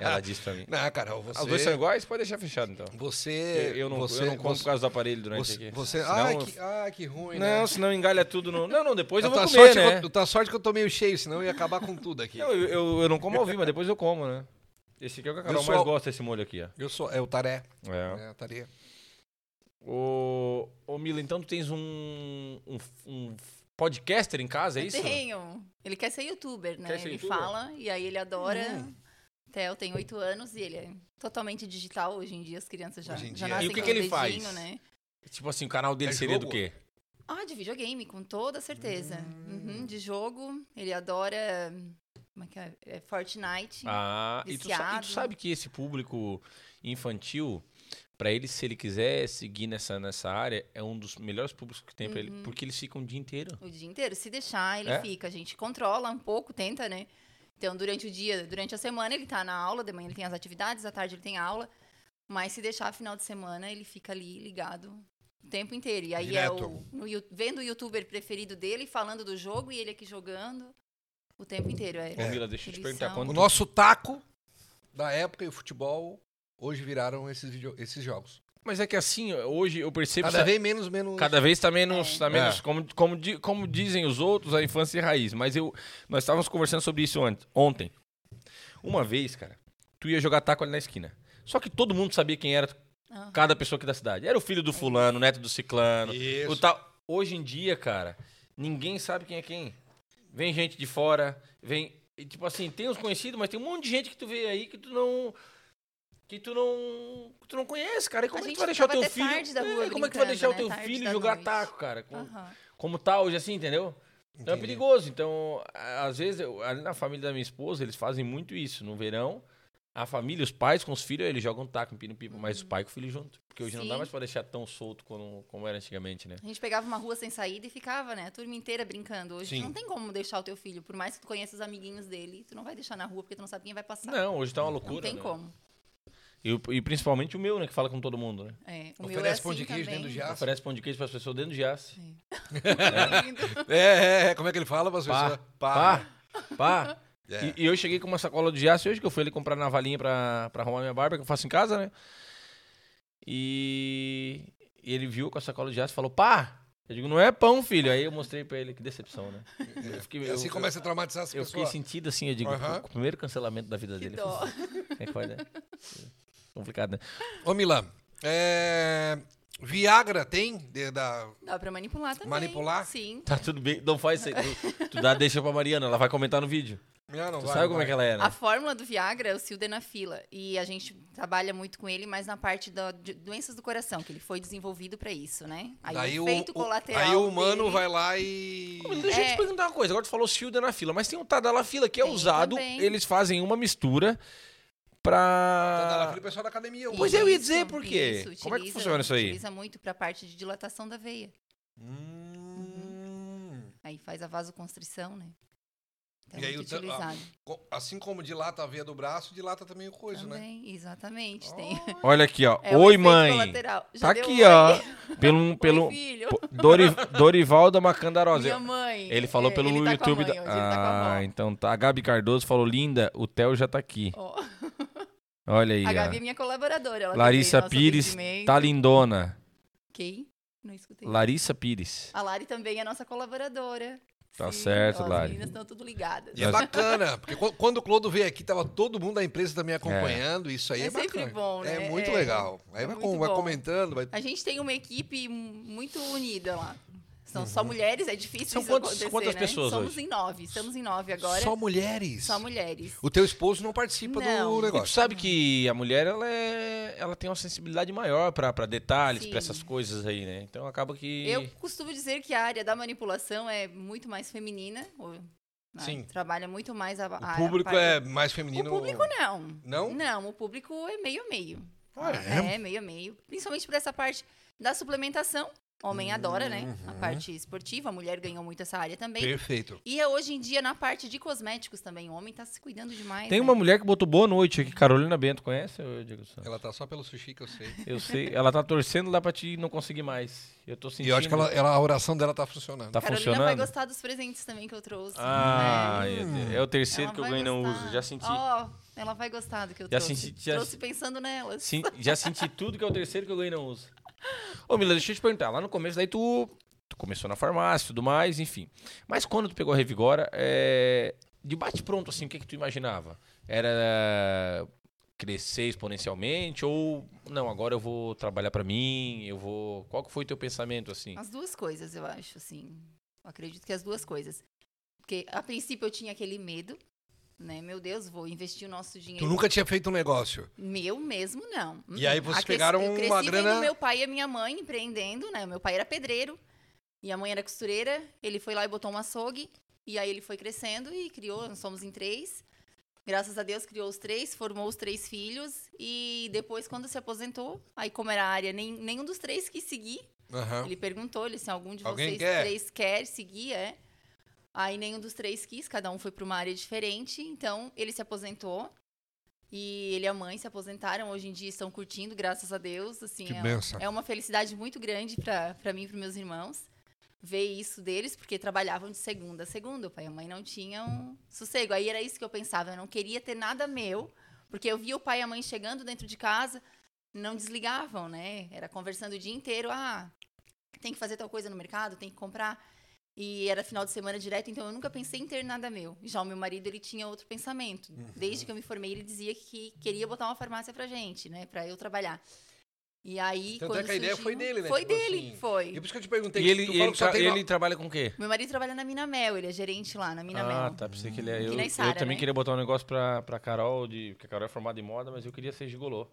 Speaker 2: Ela disse pra mim.
Speaker 1: Não, Carol,
Speaker 2: Os Ah, dois são
Speaker 1: né, você.
Speaker 2: iguais? Pode deixar fechado então.
Speaker 1: Você.
Speaker 2: Eu, eu não,
Speaker 1: você,
Speaker 2: eu não como por
Speaker 1: você,
Speaker 2: causa do aparelho durante
Speaker 1: você,
Speaker 2: aqui.
Speaker 1: você-
Speaker 2: Senão
Speaker 1: ah,
Speaker 2: eu-
Speaker 1: que, ah, que ruim,
Speaker 2: Não,
Speaker 1: né?
Speaker 2: senão engalha tudo no. Não, não, depois eu
Speaker 1: tá
Speaker 2: vou comer,
Speaker 1: sorte
Speaker 2: né?
Speaker 1: que eu, tá sorte que eu tô meio cheio, senão eu ia acabar com tudo aqui.
Speaker 2: Não, eu, eu, eu não como ao vivo, mas depois eu como, né? Esse aqui é o que a Carol
Speaker 1: Eu
Speaker 2: mais
Speaker 1: sou-
Speaker 2: gosta, esse molho aqui, ó.
Speaker 1: Eu sou, é o taré.
Speaker 2: É.
Speaker 1: É, taré.
Speaker 2: Ô, ô Mila, então tu tens um, um, um podcaster em casa, é
Speaker 3: eu
Speaker 2: isso?
Speaker 3: tenho. Ele quer ser youtuber, né?
Speaker 2: Quer ser
Speaker 3: ele
Speaker 2: youtuber?
Speaker 3: fala e aí ele adora.
Speaker 1: Uhum.
Speaker 3: Até eu tenho oito anos e ele é totalmente digital hoje em dia. As crianças já,
Speaker 1: Hoje em
Speaker 3: já
Speaker 1: dia.
Speaker 3: nascem
Speaker 1: E o que
Speaker 3: com
Speaker 2: que
Speaker 3: o
Speaker 2: ele faz?
Speaker 3: dedinho, né?
Speaker 2: Tipo assim, o canal dele
Speaker 1: É
Speaker 2: seria do
Speaker 1: jogo?
Speaker 2: quê?
Speaker 3: Ah, de videogame, com toda certeza.
Speaker 1: Hum.
Speaker 3: Uhum, de jogo. Ele adora. Como é que é? É Fortnite.
Speaker 2: Ah, e tu, sa- e
Speaker 3: Viciado.
Speaker 2: tu sabe que esse público infantil, pra ele, se ele quiser seguir nessa, nessa área, é um dos melhores públicos que tem pra
Speaker 3: Uhum.
Speaker 2: ele, porque eles ficam o dia inteiro.
Speaker 3: O dia inteiro. Se deixar, ele
Speaker 2: É?
Speaker 3: fica. A gente controla um pouco, tenta, né? Então, durante o dia, durante a semana, ele tá na aula, de manhã ele tem as atividades, à tarde ele tem aula. Mas se deixar final de semana, ele fica ali ligado o tempo inteiro. E aí é o.
Speaker 1: Direto.
Speaker 3: no you- vendo o youtuber preferido dele, falando do jogo e ele aqui jogando o tempo inteiro. É.
Speaker 2: Ô, Mila, deixa eu te
Speaker 3: Eles
Speaker 2: perguntar,
Speaker 3: são-
Speaker 2: quando
Speaker 1: O
Speaker 2: tu-
Speaker 1: nosso taco da época e o futebol hoje viraram esses, video- esses jogos.
Speaker 2: Mas é que assim, hoje eu percebo...
Speaker 1: Cada
Speaker 2: essa-
Speaker 1: vez menos, menos.
Speaker 2: Cada vez tá menos, tá
Speaker 1: É.
Speaker 2: menos como, como, di- como dizem os outros, a infância é raiz. Mas eu, nós estávamos conversando sobre isso ant- ontem. Uma vez, cara, tu ia jogar taco ali na esquina. Só que todo mundo sabia quem era
Speaker 3: Ah.
Speaker 2: cada pessoa aqui da cidade. Era o filho do fulano, o neto do ciclano.
Speaker 1: Isso.
Speaker 2: O tal. Hoje em dia, cara, ninguém sabe quem é quem. Vem gente de fora, vem. e, tipo assim, tem os conhecidos, mas tem um monte de gente que tu vê aí que tu não. Que tu não. Que tu não conhece, cara. E como é
Speaker 3: A
Speaker 2: que
Speaker 3: gente
Speaker 2: tu vai deixar o
Speaker 3: ficava
Speaker 2: teu
Speaker 3: até
Speaker 2: filho.
Speaker 3: tarde da
Speaker 2: É,
Speaker 3: rua
Speaker 2: como é que tu vai
Speaker 3: brincando,
Speaker 2: deixar o
Speaker 3: né?
Speaker 2: teu
Speaker 3: Tarde
Speaker 2: filho
Speaker 3: da
Speaker 2: jogar
Speaker 3: noite.
Speaker 2: taco, cara? Com-
Speaker 3: Aham.
Speaker 2: Como tá hoje, assim, entendeu? Então é
Speaker 1: Entendi.
Speaker 2: perigoso. Então, a- às vezes, eu- ali na família da minha esposa, eles fazem muito isso. No verão, a família, os pais com os filhos, eles jogam taco, empinam pipa, mas os pais com o filho junto. Porque hoje não dá
Speaker 3: Uhum. Sim.
Speaker 2: mais pra deixar tão solto como, como era antigamente, né?
Speaker 3: A gente pegava uma rua sem saída e ficava, né? A turma inteira brincando. Hoje
Speaker 1: Sim.
Speaker 3: não tem como deixar o teu filho, por mais que tu conheça os amiguinhos dele, tu não vai deixar na rua porque tu não sabe quem vai passar.
Speaker 2: Não, hoje tá uma
Speaker 3: Não
Speaker 2: loucura.
Speaker 3: tem
Speaker 2: né?
Speaker 3: como.
Speaker 2: E, o- e principalmente o meu, né? Que fala com todo mundo, né?
Speaker 3: É, o meu é
Speaker 1: Oferece
Speaker 3: assim
Speaker 1: pão de queijo
Speaker 3: também.
Speaker 1: dentro do jaço.
Speaker 2: Oferece pão de queijo pras pessoas dentro de aço.
Speaker 3: Lindo.
Speaker 1: É, é, é, como é que ele fala para as pessoas?
Speaker 2: Pá, pá.
Speaker 1: É.
Speaker 2: E, e eu cheguei com uma sacola de aço hoje, que eu fui ali comprar navalinha pra, pra arrumar minha barba, que eu faço em casa, né? E, e ele viu com a sacola de aço e falou, pá! Eu digo, não é pão, filho. Aí eu mostrei pra ele, que decepção, né? Eu fiquei,
Speaker 1: assim
Speaker 2: eu,
Speaker 1: começa a traumatizar as
Speaker 2: eu, eu fiquei
Speaker 1: pessoas.
Speaker 2: sentido assim, eu digo,
Speaker 1: Aham.
Speaker 2: o primeiro cancelamento da vida
Speaker 3: Que
Speaker 2: dele.
Speaker 3: dó.
Speaker 2: É que vai, né? Complicado, né?
Speaker 1: Ô, Milan, é, Viagra tem? de- da...
Speaker 3: Dá pra manipular também.
Speaker 1: Manipular?
Speaker 3: Sim.
Speaker 2: Tá tudo bem, não faz isso. aí. Tu, tu dá, deixa pra Mariana, ela vai comentar no vídeo.
Speaker 1: Não, não
Speaker 2: Tu
Speaker 1: vai,
Speaker 2: sabe
Speaker 1: não
Speaker 2: como
Speaker 1: vai.
Speaker 2: é que ela é, né?
Speaker 3: A fórmula do Viagra é o sildenafila. E a gente trabalha muito com ele, mas na parte da- de doenças do coração, que ele foi desenvolvido pra isso, né? Aí
Speaker 1: Daí
Speaker 3: o
Speaker 1: o,
Speaker 3: efeito
Speaker 1: o-
Speaker 3: colateral
Speaker 1: aí o humano
Speaker 3: dele-
Speaker 1: vai lá e.
Speaker 2: Ô, Menino, deixa eu
Speaker 3: É.
Speaker 2: te perguntar uma coisa. Agora tu falou Silda na fila, mas tem o Tadalafila que é
Speaker 3: Tem
Speaker 2: usado.
Speaker 3: também.
Speaker 2: Eles fazem uma mistura
Speaker 1: Tá
Speaker 2: pra.
Speaker 1: dando o pessoal da academia. hoje.
Speaker 2: Ah. Pois é, eu ia
Speaker 3: Isso,
Speaker 2: dizer por quê.
Speaker 3: isso,
Speaker 2: Como é que
Speaker 3: utiliza-
Speaker 2: funciona isso aí?
Speaker 3: Utiliza muito pra parte de dilatação da veia.
Speaker 1: Hum.
Speaker 3: Aí faz a vasoconstrição, né? Então,
Speaker 1: E
Speaker 3: é
Speaker 1: aí
Speaker 3: muito
Speaker 2: ah,
Speaker 1: o ta- a-
Speaker 3: utilizado.
Speaker 1: Co- Assim como dilata a veia do braço, dilata também o coiso, né?
Speaker 3: Também, exatamente. Tem.
Speaker 2: Olha aqui, ó.
Speaker 3: É o
Speaker 2: Oh. Oi,
Speaker 3: efeito
Speaker 2: mãe.
Speaker 3: colateral. Já
Speaker 2: Tá
Speaker 3: deu um
Speaker 2: aqui,
Speaker 3: oi?
Speaker 2: ó. Pelo. um, pelo
Speaker 3: Oi, filho.
Speaker 2: pô, Dori, Dorivalda Macandarosa.
Speaker 3: Minha mãe.
Speaker 2: Ele falou
Speaker 3: É,
Speaker 2: pelo
Speaker 3: ele tá com a
Speaker 2: YouTube.
Speaker 3: mãe
Speaker 2: da-
Speaker 3: hoje, ele tá com a
Speaker 2: ah,
Speaker 3: avó.
Speaker 2: então tá. A Gabi Cardoso falou: linda, o Theo já tá aqui.
Speaker 3: Ó,
Speaker 2: Olha aí.
Speaker 3: a Gabi é
Speaker 2: ó.
Speaker 3: minha colaboradora. Ela
Speaker 2: Larissa
Speaker 3: também é nosso
Speaker 2: Pires
Speaker 3: atendimento.
Speaker 2: tá lindona.
Speaker 3: Quem? Não escutei.
Speaker 2: Larissa Pires.
Speaker 3: A Lari também é nossa colaboradora.
Speaker 2: Tá certo,
Speaker 3: ó, As
Speaker 2: Lari.
Speaker 3: meninas estão tudo ligadas.
Speaker 1: E é bacana, porque qu- quando o Clodo veio aqui, tava todo mundo da empresa
Speaker 2: É.
Speaker 1: também acompanhando, isso aí é,
Speaker 3: É
Speaker 1: bacana.
Speaker 3: sempre bom, né?
Speaker 1: É muito
Speaker 3: É.
Speaker 1: legal. Aí
Speaker 3: É
Speaker 1: vai, com-
Speaker 3: muito
Speaker 1: vai
Speaker 3: bom.
Speaker 1: comentando, vai...
Speaker 3: A gente tem uma equipe muito unida lá. São só mulheres, é difícil
Speaker 2: Uhum. São
Speaker 3: isso
Speaker 2: quantos-
Speaker 3: acontecer,
Speaker 2: quantas
Speaker 3: né?
Speaker 2: pessoas
Speaker 3: Somos
Speaker 2: hoje?
Speaker 3: em nove. Estamos em nove agora.
Speaker 1: Só mulheres.
Speaker 3: Só mulheres.
Speaker 1: O teu esposo não participa
Speaker 3: Não.
Speaker 1: do
Speaker 2: E tu
Speaker 1: negócio.
Speaker 2: sabe que a mulher, ela, é, ela tem uma sensibilidade maior pra, pra detalhes,
Speaker 3: Sim.
Speaker 2: pra essas coisas aí, né? Então acaba que...
Speaker 3: Eu costumo dizer que a área da manipulação é muito mais feminina. ou- né,
Speaker 1: Sim.
Speaker 3: Trabalha muito mais a,
Speaker 1: O
Speaker 3: a-
Speaker 1: público
Speaker 3: a parte-
Speaker 1: é mais feminino.
Speaker 3: Ah, O público não.
Speaker 1: Não?
Speaker 3: Não, o público é meio a meio.
Speaker 1: Ah, é?
Speaker 3: É, meio a meio. Principalmente por essa parte da suplementação. Homem adora, né?
Speaker 2: Uhum.
Speaker 3: A parte esportiva. A mulher ganhou muito essa área também.
Speaker 1: Perfeito.
Speaker 3: E é hoje em dia, na parte de cosméticos também, o homem tá se cuidando demais.
Speaker 2: Tem
Speaker 3: né?
Speaker 2: uma mulher que botou boa noite aqui, Carolina Bento, conhece? Eu, digo só.
Speaker 1: Ela tá só pelo sushi que eu sei.
Speaker 2: eu sei, ela tá torcendo lá pra te não conseguir mais. Eu tô
Speaker 1: E
Speaker 2: sentindo...
Speaker 1: eu acho que ela- ela- a oração dela tá funcionando.
Speaker 2: Tá
Speaker 3: Carolina vai
Speaker 2: funcionando?
Speaker 3: gostar dos presentes também que eu trouxe.
Speaker 2: Ah,
Speaker 3: né?
Speaker 2: meu
Speaker 1: Hum.
Speaker 2: Deus. é o terceiro
Speaker 3: Ela
Speaker 2: que eu
Speaker 3: vai
Speaker 2: ganho e não
Speaker 3: gostar.
Speaker 2: uso, já senti.
Speaker 3: Ó, ela vai gostar do que eu
Speaker 2: Já
Speaker 3: trouxe.
Speaker 2: senti- já-
Speaker 3: Trouxe pensando nela.
Speaker 2: Sim, já senti tudo que é o terceiro que eu ganho e não uso. Ô, Mila, deixa eu te perguntar. Lá no começo, daí tu, tu começou na farmácia e tudo mais, enfim. Mas quando tu pegou a é Revigora, é, de bate pronto, assim, o que, que tu imaginava? Era crescer exponencialmente ou não, agora eu vou trabalhar pra mim, eu vou... Qual que foi o teu pensamento, assim?
Speaker 1: Ah,
Speaker 3: As duas coisas, eu acho, assim. Eu acredito que as duas coisas. Porque a princípio eu tinha aquele medo, né? Meu Deus, vou investir o nosso dinheiro.
Speaker 1: Tu nunca tinha feito um negócio.
Speaker 3: Meu mesmo não.
Speaker 1: E aí vocês
Speaker 3: A cres-
Speaker 1: pegaram
Speaker 3: eu cresci
Speaker 1: uma
Speaker 3: vendo
Speaker 1: grana-
Speaker 3: meu pai e a minha mãe empreendendo, né? Meu pai era pedreiro, minha mãe era costureira. Ele foi lá e botou um açougue. E aí ele foi crescendo e criou, nós somos em três. Graças a Deus criou os três, formou os três filhos. E depois, quando se aposentou, aí como era a área, nem, nenhum dos três quis seguir.
Speaker 1: Aham.
Speaker 3: Ele perguntou ele se algum de
Speaker 1: Alguém
Speaker 3: vocês
Speaker 1: quer?
Speaker 3: três quer seguir, é. Aí nenhum dos três quis, cada um foi para uma área diferente, então ele se aposentou. E ele e a mãe se aposentaram, hoje em dia estão curtindo, graças a Deus, assim,
Speaker 1: Que
Speaker 3: é,
Speaker 1: benção.
Speaker 3: é uma felicidade muito grande para para mim e para meus irmãos ver isso deles, porque trabalhavam de segunda a segunda, o pai e a mãe não tinham sossego. Aí era isso que eu pensava, eu não queria ter nada meu, porque eu via o pai e a mãe chegando dentro de casa, não desligavam, né? Era conversando o dia inteiro, ah, tem que fazer tal coisa no mercado, tem que comprar. E era final de semana direto, então eu nunca pensei em ter nada meu. Já o meu marido, ele tinha outro pensamento.
Speaker 1: Uhum.
Speaker 3: Desde que eu me formei, ele dizia que queria botar uma farmácia pra gente, né? Pra eu trabalhar. E aí,
Speaker 1: Tanto é
Speaker 3: quando
Speaker 1: que a ideia
Speaker 3: surgiu-
Speaker 1: foi dele, né?
Speaker 3: Foi
Speaker 1: Tipo
Speaker 3: dele,
Speaker 1: assim,
Speaker 3: foi.
Speaker 1: E por isso que eu te perguntei.
Speaker 2: E ele,
Speaker 1: tu
Speaker 2: ele,
Speaker 1: falou que só
Speaker 2: tra-
Speaker 1: tem
Speaker 2: ele trabalha com o quê?
Speaker 3: Meu marido trabalha na Mina Mel, ele é gerente lá na Mina
Speaker 2: Ah,
Speaker 3: Mel.
Speaker 2: tá. Pensei que ele é. Eu,
Speaker 3: nem
Speaker 2: eu
Speaker 3: Sara,
Speaker 2: também
Speaker 3: né?
Speaker 2: queria botar um negócio pra, pra Carol, de, porque a Carol é formada em moda, mas eu queria ser gigolô.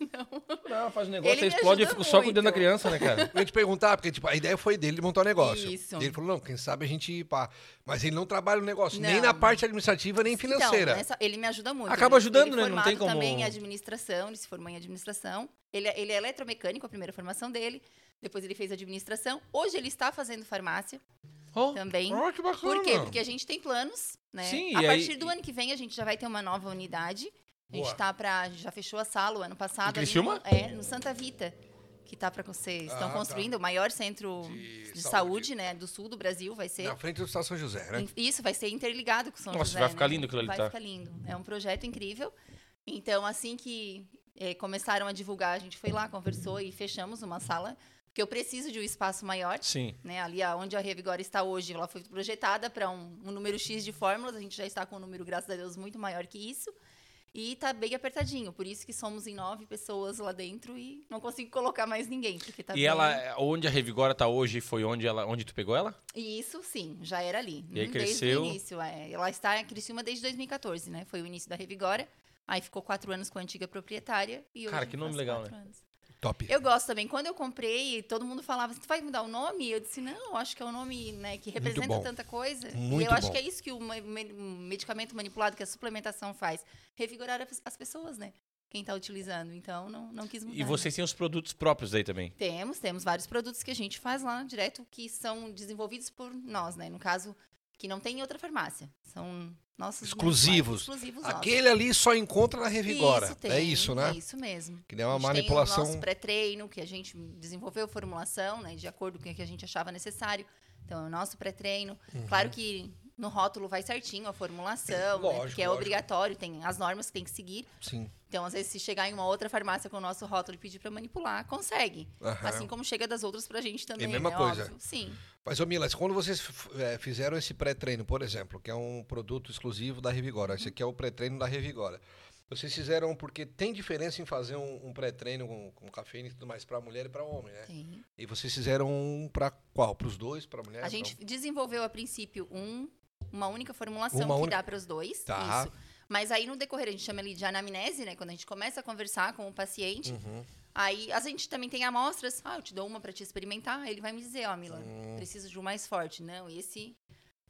Speaker 3: Então,
Speaker 2: não. faz um negócio,
Speaker 3: Ele
Speaker 2: aí
Speaker 3: me
Speaker 2: explode e eu fico
Speaker 3: ajuda
Speaker 2: só cuidando
Speaker 3: muito.
Speaker 2: da criança, né, cara?
Speaker 1: Eu ia te perguntar, porque tipo, a ideia foi dele de montar o negócio.
Speaker 3: Isso.
Speaker 1: E ele falou, não, quem sabe a gente ir pá. Mas ele não trabalha no negócio, nem
Speaker 3: Não.
Speaker 1: na parte administrativa, nem
Speaker 3: Então,
Speaker 1: financeira.
Speaker 3: nessa- ele me ajuda muito.
Speaker 2: Acaba
Speaker 3: Ele-
Speaker 2: ajudando,
Speaker 3: ele
Speaker 2: né? Não
Speaker 3: formado
Speaker 2: tem como-
Speaker 3: também em administração, ele se formou em administração. Ele, é- ele é eletromecânico, a primeira formação dele. Depois ele fez administração. Hoje ele está fazendo farmácia
Speaker 2: Oh,
Speaker 3: também.
Speaker 1: Ah, que bacana.
Speaker 3: Por quê? Porque a gente tem planos, né?
Speaker 2: Sim,
Speaker 3: a
Speaker 2: e aí-
Speaker 3: partir do ano que vem a gente já vai ter uma nova unidade. A gente
Speaker 1: Boa.
Speaker 3: tá pra. a gente já fechou a sala o ano passado.
Speaker 2: Em
Speaker 3: ali
Speaker 2: Criciúma?
Speaker 3: no, é, no Santa Vita. Que tá para vocês. Estão
Speaker 1: Ah, tá.
Speaker 3: construindo o maior centro
Speaker 1: De
Speaker 3: de,
Speaker 1: saúde.
Speaker 3: saúde. né? Do sul do Brasil, vai ser.
Speaker 1: Na frente do Estado São José, né?
Speaker 3: In- Isso, vai ser interligado com São
Speaker 2: Nossa,
Speaker 3: José.
Speaker 2: vai ficar
Speaker 3: né?
Speaker 2: lindo aquilo ali,
Speaker 3: Vai
Speaker 2: tá?
Speaker 3: ficar lindo. É um projeto incrível. Então, assim que eh, começaram a divulgar, a gente foi lá, conversou e fechamos uma sala, porque eu preciso de um espaço maior.
Speaker 2: sim.
Speaker 3: Né, ali onde a Revigora está hoje, ela foi projetada para um, um número X de fórmulas, a gente já está com um número, graças a Deus, muito maior que isso. E está bem apertadinho, por isso que somos em nove pessoas lá dentro e não consigo colocar mais ninguém, porque tá
Speaker 2: e
Speaker 3: bem-
Speaker 2: ela, é- onde a Revigora tá hoje, foi onde, ela, onde tu pegou ela?
Speaker 3: e isso, sim, já era ali.
Speaker 2: E aí
Speaker 3: Hum,
Speaker 2: cresceu.
Speaker 3: Desde o início, é. Ela está em Criciúma desde 2014, né? Foi o início da Revigora. Aí ficou quatro anos com a antiga proprietária. E hoje
Speaker 2: Cara, que nome
Speaker 3: faz
Speaker 2: legal, né?
Speaker 3: quatro anos.
Speaker 1: Top.
Speaker 3: Eu gosto também. Quando eu comprei, todo mundo falava, assim, tu vai mudar o nome? Eu disse, não, acho que é um nome né, que representa
Speaker 1: bom.
Speaker 3: tanta coisa.
Speaker 1: Muito
Speaker 3: e eu acho
Speaker 1: bom.
Speaker 3: que é isso que o me- me- um medicamento manipulado, que a suplementação faz. Revigorar as- as pessoas, né? Quem está utilizando. Então, não, não quis mudar.
Speaker 2: E vocês têm os produtos próprios aí também.
Speaker 3: Temos, temos vários produtos que a gente faz lá direto que são desenvolvidos por nós, né? No caso, que não tem em outra farmácia. São nossos
Speaker 1: Exclusivos.
Speaker 3: medicamentos exclusivos nossos.
Speaker 1: Aquele ali só encontra na Revigora.
Speaker 3: Isso tem,
Speaker 1: é isso, né?
Speaker 3: É isso mesmo.
Speaker 1: Que nem uma
Speaker 3: a gente
Speaker 1: manipulação.
Speaker 3: Tem o nosso pré-treino, que a gente desenvolveu formulação, né? De acordo com o que a gente achava necessário. Então, é o nosso pré-treino.
Speaker 1: Uhum.
Speaker 3: Claro que no rótulo vai certinho a formulação, né?
Speaker 1: Lógico,
Speaker 3: Porque é
Speaker 1: lógico.
Speaker 3: obrigatório, tem as normas que tem que seguir.
Speaker 1: Sim.
Speaker 3: Então, às vezes, se chegar em uma outra farmácia com o nosso rótulo e pedir para manipular, consegue.
Speaker 1: Aham.
Speaker 3: Assim como chega das outras pra gente também.
Speaker 1: É a É. mesma
Speaker 3: né?
Speaker 1: coisa.
Speaker 3: Óbvio. Sim.
Speaker 1: Mas, ô Milas, quando vocês f- eh, fizeram esse pré-treino, por exemplo, que é um produto exclusivo da Revigora, esse aqui é o pré-treino da Revigora. Vocês fizeram porque tem diferença em fazer um, um pré-treino com, com cafeína e tudo mais para mulher e para homem, né?
Speaker 3: Tem.
Speaker 1: E vocês fizeram um para qual? Para os dois, para mulher?
Speaker 3: a
Speaker 1: pra-
Speaker 3: gente desenvolveu a princípio um, uma única formulação
Speaker 1: Uma
Speaker 3: que
Speaker 1: única-
Speaker 3: dá para os dois.
Speaker 1: Tá.
Speaker 3: Isso. Mas aí no decorrer a gente chama ele de anamnese, né? Quando a gente começa a conversar com o paciente,
Speaker 1: Uhum.
Speaker 3: aí a gente também tem amostras. Ah, eu te dou uma para te experimentar. Aí Ele vai me dizer, ó, Mila,
Speaker 1: Hum.
Speaker 3: preciso de um mais forte. Não, esse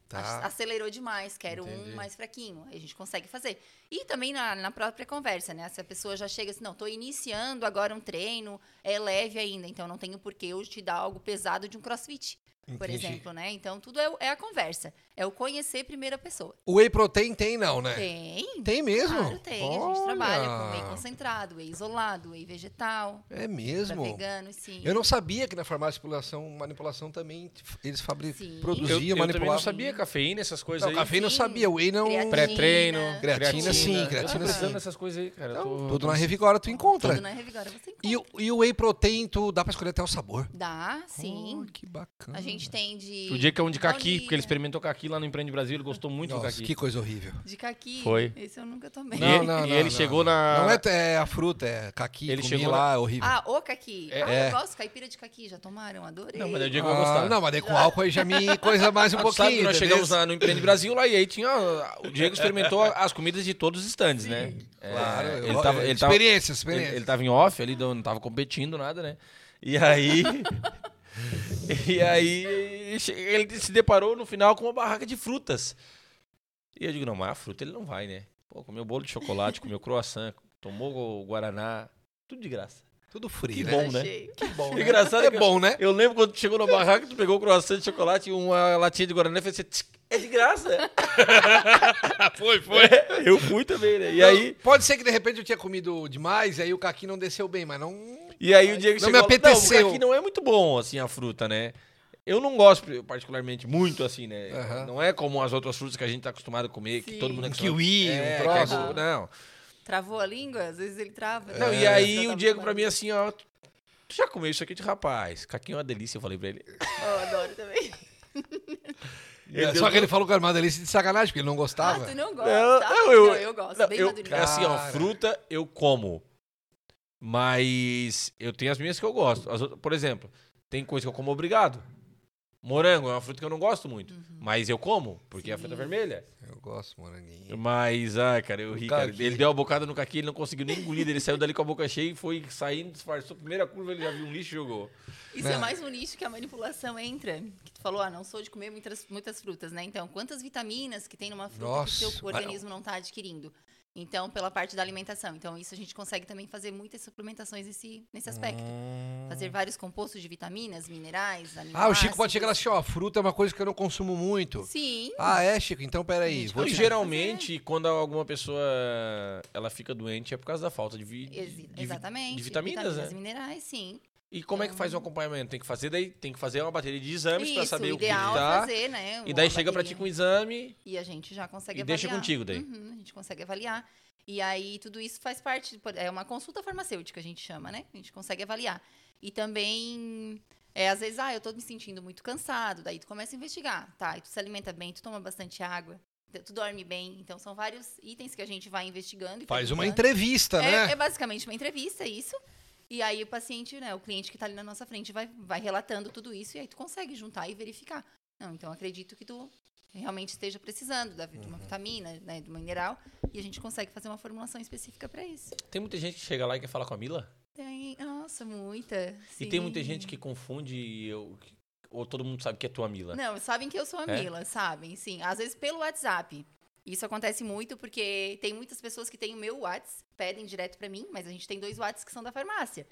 Speaker 1: Tá.
Speaker 3: ac- acelerou demais, quero
Speaker 1: Entendi.
Speaker 3: um mais fraquinho. Aí A gente consegue fazer. E também na, na própria conversa, né? Se a pessoa já chega assim, não, tô iniciando agora um treino, é leve ainda, então não tenho por que eu te dar algo pesado de um crossfit por
Speaker 1: Entendi.
Speaker 3: exemplo, né? Então tudo é, o- é a conversa. É o conhecer primeira pessoa.
Speaker 1: O whey protein tem não, né?
Speaker 3: Tem.
Speaker 1: Tem mesmo?
Speaker 3: Claro, tem. A gente trabalha com whey
Speaker 1: Olha!
Speaker 3: concentrado, whey isolado, whey vegetal,
Speaker 1: É
Speaker 3: pra
Speaker 1: mesmo?
Speaker 3: vegano, sim.
Speaker 1: Eu não sabia que na farmácia de manipulação, manipulação também f- eles fabri-
Speaker 3: Sim.
Speaker 2: Eu,
Speaker 1: produziam,
Speaker 2: eu também não
Speaker 1: manipulavam.
Speaker 2: sabia cafeína, essas coisas
Speaker 1: Não,
Speaker 2: aí.
Speaker 1: cafeína eu
Speaker 3: Sim.
Speaker 1: sabia, whey não...
Speaker 3: Creatina.
Speaker 2: Pré-treino.
Speaker 1: Creatina, sim,
Speaker 2: eu
Speaker 1: creatina,
Speaker 2: tô precisando
Speaker 1: sim.
Speaker 2: dessas coisas aí, cara. eu
Speaker 1: Então,
Speaker 2: tô- assim.
Speaker 1: tudo na Revigora tu encontra.
Speaker 3: Tudo na Revigora você encontra.
Speaker 1: E, o- e o whey protein, tu dá pra escolher até o sabor.
Speaker 3: Dá, sim.
Speaker 1: Oh, que bacana.
Speaker 3: a gente gente tem de.
Speaker 2: O dia que é um de caqui,
Speaker 3: baunilha,
Speaker 2: porque ele experimentou caqui lá no Empreende Brasil, ele gostou muito do
Speaker 1: Nossa,
Speaker 2: caqui.
Speaker 1: que coisa horrível.
Speaker 3: De caqui.
Speaker 2: Foi.
Speaker 3: Esse eu nunca tomei.
Speaker 2: E é- ele- e ele chegou na-
Speaker 1: Não é, é a fruta, é caqui.
Speaker 2: Ele
Speaker 1: Ele
Speaker 2: chegou
Speaker 1: chegou lá, é horrível.
Speaker 3: Ah, o caqui.
Speaker 2: É.
Speaker 3: ah, eu gosto. Caipira de caqui. Já tomaram? Adorei.
Speaker 2: Não, mas é eu digo que eu vou
Speaker 1: Ah,
Speaker 2: gostar.
Speaker 1: não, mas daí com álcool aí já me coisa mais um
Speaker 2: Ah, tu
Speaker 1: pouquinho.
Speaker 2: sabe que nós
Speaker 1: entendeu?
Speaker 2: chegamos lá no Empreende Brasil lá e aí tinha. O Diego experimentou as comidas de todos os stands, né? É,
Speaker 1: Claro, eu-
Speaker 2: ele tava, ele tava,
Speaker 1: experiência,
Speaker 2: ele,
Speaker 1: experiência.
Speaker 2: ele tava em off ali, não tava competindo, nada, né? E aí. e aí che- ele se deparou no final com uma barraca de frutas. E eu digo, não, mas a fruta ele não vai, né? Pô, comeu bolo de chocolate, comeu croissant, tomou o Guaraná, tudo de graça.
Speaker 1: Tudo frio,
Speaker 2: Que
Speaker 1: né?
Speaker 2: bom, né?
Speaker 3: Achei.
Speaker 1: bom,
Speaker 2: né? Engraçado é que
Speaker 1: é bom, né?
Speaker 2: Eu lembro quando tu chegou na barraca, tu pegou o croissant de chocolate e uma latinha de Guaraná e fez assim, "Tsk, é de graça. foi, foi. eu fui também, né? E aí,
Speaker 1: Pode ser que de repente eu tinha comido demais e aí o caqui não desceu bem, mas não.
Speaker 2: e aí o dia que
Speaker 1: Não
Speaker 2: chegou...
Speaker 1: me apeteceu.
Speaker 2: Não, aqui não é muito bom, assim, a fruta, né? Eu não gosto particularmente muito, assim, né?
Speaker 1: Aham.
Speaker 2: Não é como as outras frutas que a gente tá acostumado a comer, que
Speaker 3: Sim.
Speaker 2: todo mundo é
Speaker 1: Um
Speaker 2: acostumado.
Speaker 1: kiwi, um
Speaker 2: é, que
Speaker 1: troço. É.
Speaker 2: é bom, Não,
Speaker 3: Travou a língua? Às vezes ele trava.
Speaker 2: não e
Speaker 3: Já
Speaker 2: aí
Speaker 3: tava
Speaker 2: o Diego pra
Speaker 3: acostumado.
Speaker 2: mim, assim, ó... Tu tu já comeu isso aqui de rapaz? Caquinho é uma delícia, eu falei pra ele.
Speaker 3: Eu Oh, adoro também.
Speaker 2: Ele
Speaker 1: É,
Speaker 2: deu um
Speaker 1: só que ele falou que era uma delícia de sacanagem, porque ele não
Speaker 3: Ah,
Speaker 1: gostava.
Speaker 3: tu não gosta?
Speaker 2: Não,
Speaker 3: Ah,
Speaker 2: não, eu-
Speaker 3: gosto.
Speaker 2: Não,
Speaker 3: bem
Speaker 2: eu-
Speaker 3: madurinho.
Speaker 2: é assim, ó,
Speaker 1: Cara.
Speaker 2: fruta eu como. Mas eu tenho as minhas que eu gosto. As outras- por exemplo, tem coisa que eu como obrigado. Morango é uma fruta que eu não gosto muito.
Speaker 1: Uhum.
Speaker 2: Mas eu como, porque é a fruta
Speaker 3: Sim.
Speaker 2: vermelha.
Speaker 1: Eu gosto, moranguinho.
Speaker 2: Mas, ah, cara, eu ri,
Speaker 1: O
Speaker 2: cara.
Speaker 1: caqui.
Speaker 2: Ele deu a bocada no caqui, ele não conseguiu nem engolir. Ele saiu dali com a boca cheia e foi saindo, disfarçou. Primeira curva, ele já viu um lixo e jogou.
Speaker 3: Isso é
Speaker 1: Não.
Speaker 3: mais um nicho que a manipulação entra. Que tu falou, ah, não sou de comer muitas, muitas frutas, né? Então, quantas vitaminas que tem numa fruta que o
Speaker 1: Nossa,
Speaker 3: teu organismo não está adquirindo? Então, pela parte da alimentação. Então, isso a gente consegue também fazer muitas suplementações nesse, nesse aspecto. Fazer vários compostos de vitaminas, minerais, aminoácidos.
Speaker 1: Ah. Ah, o Chico pode chegar lá assim, ó, fruta é uma coisa que eu não consumo muito.
Speaker 3: Sim.
Speaker 1: Ah, é, Chico? Então peraí.
Speaker 3: Gente,
Speaker 1: Vou
Speaker 2: E
Speaker 1: te...
Speaker 2: geralmente, quando alguma pessoa ela fica doente, é por causa da falta de, vi de,
Speaker 3: Exi-
Speaker 2: de vi-
Speaker 3: exatamente.
Speaker 2: de vitaminas, né?
Speaker 3: e minerais, sim.
Speaker 2: E como é que faz o acompanhamento? Tem que fazer daí, tem que fazer uma bateria de exames pra
Speaker 3: Isso,
Speaker 2: saber o que, que
Speaker 3: ideal é
Speaker 2: tá.
Speaker 3: fazer, né?
Speaker 2: e daí
Speaker 3: uma
Speaker 2: chega pra ti
Speaker 3: bateria.
Speaker 2: com o exame.
Speaker 3: E a gente já consegue
Speaker 2: E
Speaker 3: avaliar.
Speaker 2: deixa contigo daí.
Speaker 3: Uhum, a gente consegue avaliar. E aí tudo isso faz parte, por- é uma consulta farmacêutica, a gente chama, né? A gente consegue avaliar. E também, é, às vezes, ah, eu tô me sentindo muito cansado, daí tu começa a investigar, tá? E tu se alimenta bem, tu toma bastante água, tu- tu dorme bem. Então são vários itens que a gente vai investigando. e
Speaker 1: Faz uma
Speaker 3: perguntando.
Speaker 1: entrevista,
Speaker 3: É-
Speaker 1: né?
Speaker 3: É, basicamente uma entrevista, é isso. E aí o paciente, né, o cliente que está ali na nossa frente vai, vai relatando tudo isso e aí tu consegue juntar e verificar. Não, então acredito que tu realmente esteja precisando da, vi- de uma
Speaker 2: Uhum.
Speaker 3: vitamina, né, de um mineral, e a gente consegue fazer uma formulação específica para isso.
Speaker 2: Tem muita gente que chega lá e quer falar com a Mila.
Speaker 3: Tem, nossa, muita.
Speaker 2: E tem
Speaker 3: sim.
Speaker 2: muita gente que confunde e eu- ou todo mundo sabe que é tua Mila.
Speaker 3: Não, sabem que eu sou a
Speaker 2: É?
Speaker 3: Mila, sabem, sim. Às vezes pelo WhatsApp. Isso acontece muito porque tem muitas pessoas que têm o meu WhatsApp, pedem direto pra mim, mas a gente tem dois WhatsApps que são da farmácia.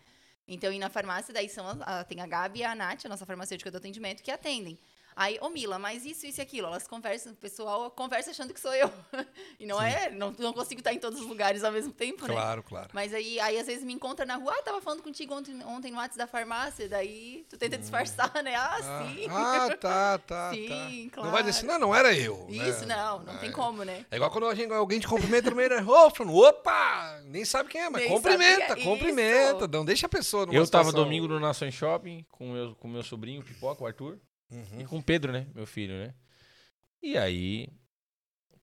Speaker 3: Então, e na farmácia, daí são as- a- tem a Gabi e a Nath, a nossa farmacêutica do atendimento, que atendem. Aí, ô Mila, mas isso, isso e aquilo. Elas conversam, o pessoal conversa achando que sou eu. E não é, não, não consigo estar em todos os lugares ao mesmo tempo, né?
Speaker 1: Claro, claro.
Speaker 3: Mas aí, aí às vezes me encontra na rua, ah, tava falando contigo ontem, ontem no WhatsApp da farmácia, daí tu tenta disfarçar, né? Ah, sim.
Speaker 1: Ah, ah, tá, tá, tá.
Speaker 3: Sim, claro.
Speaker 1: Não vai dizer assim, não, não era eu. né?
Speaker 3: Isso, não, não tem como, né?
Speaker 1: É igual quando a gente- alguém te cumprimenta no meio da rua, falando, opa, nem sabe quem é, mas
Speaker 3: Nem
Speaker 1: cumprimenta,
Speaker 3: sabe quem é.
Speaker 1: cumprimenta,
Speaker 3: Isso.
Speaker 1: não deixa a pessoa numa
Speaker 2: Eu tava
Speaker 1: situação-
Speaker 2: domingo no Nações Shopping com meu, com meu sobrinho, o Pipoca, o Arthur. E
Speaker 1: Uhum.
Speaker 2: com o Pedro, né? Meu filho, né? E aí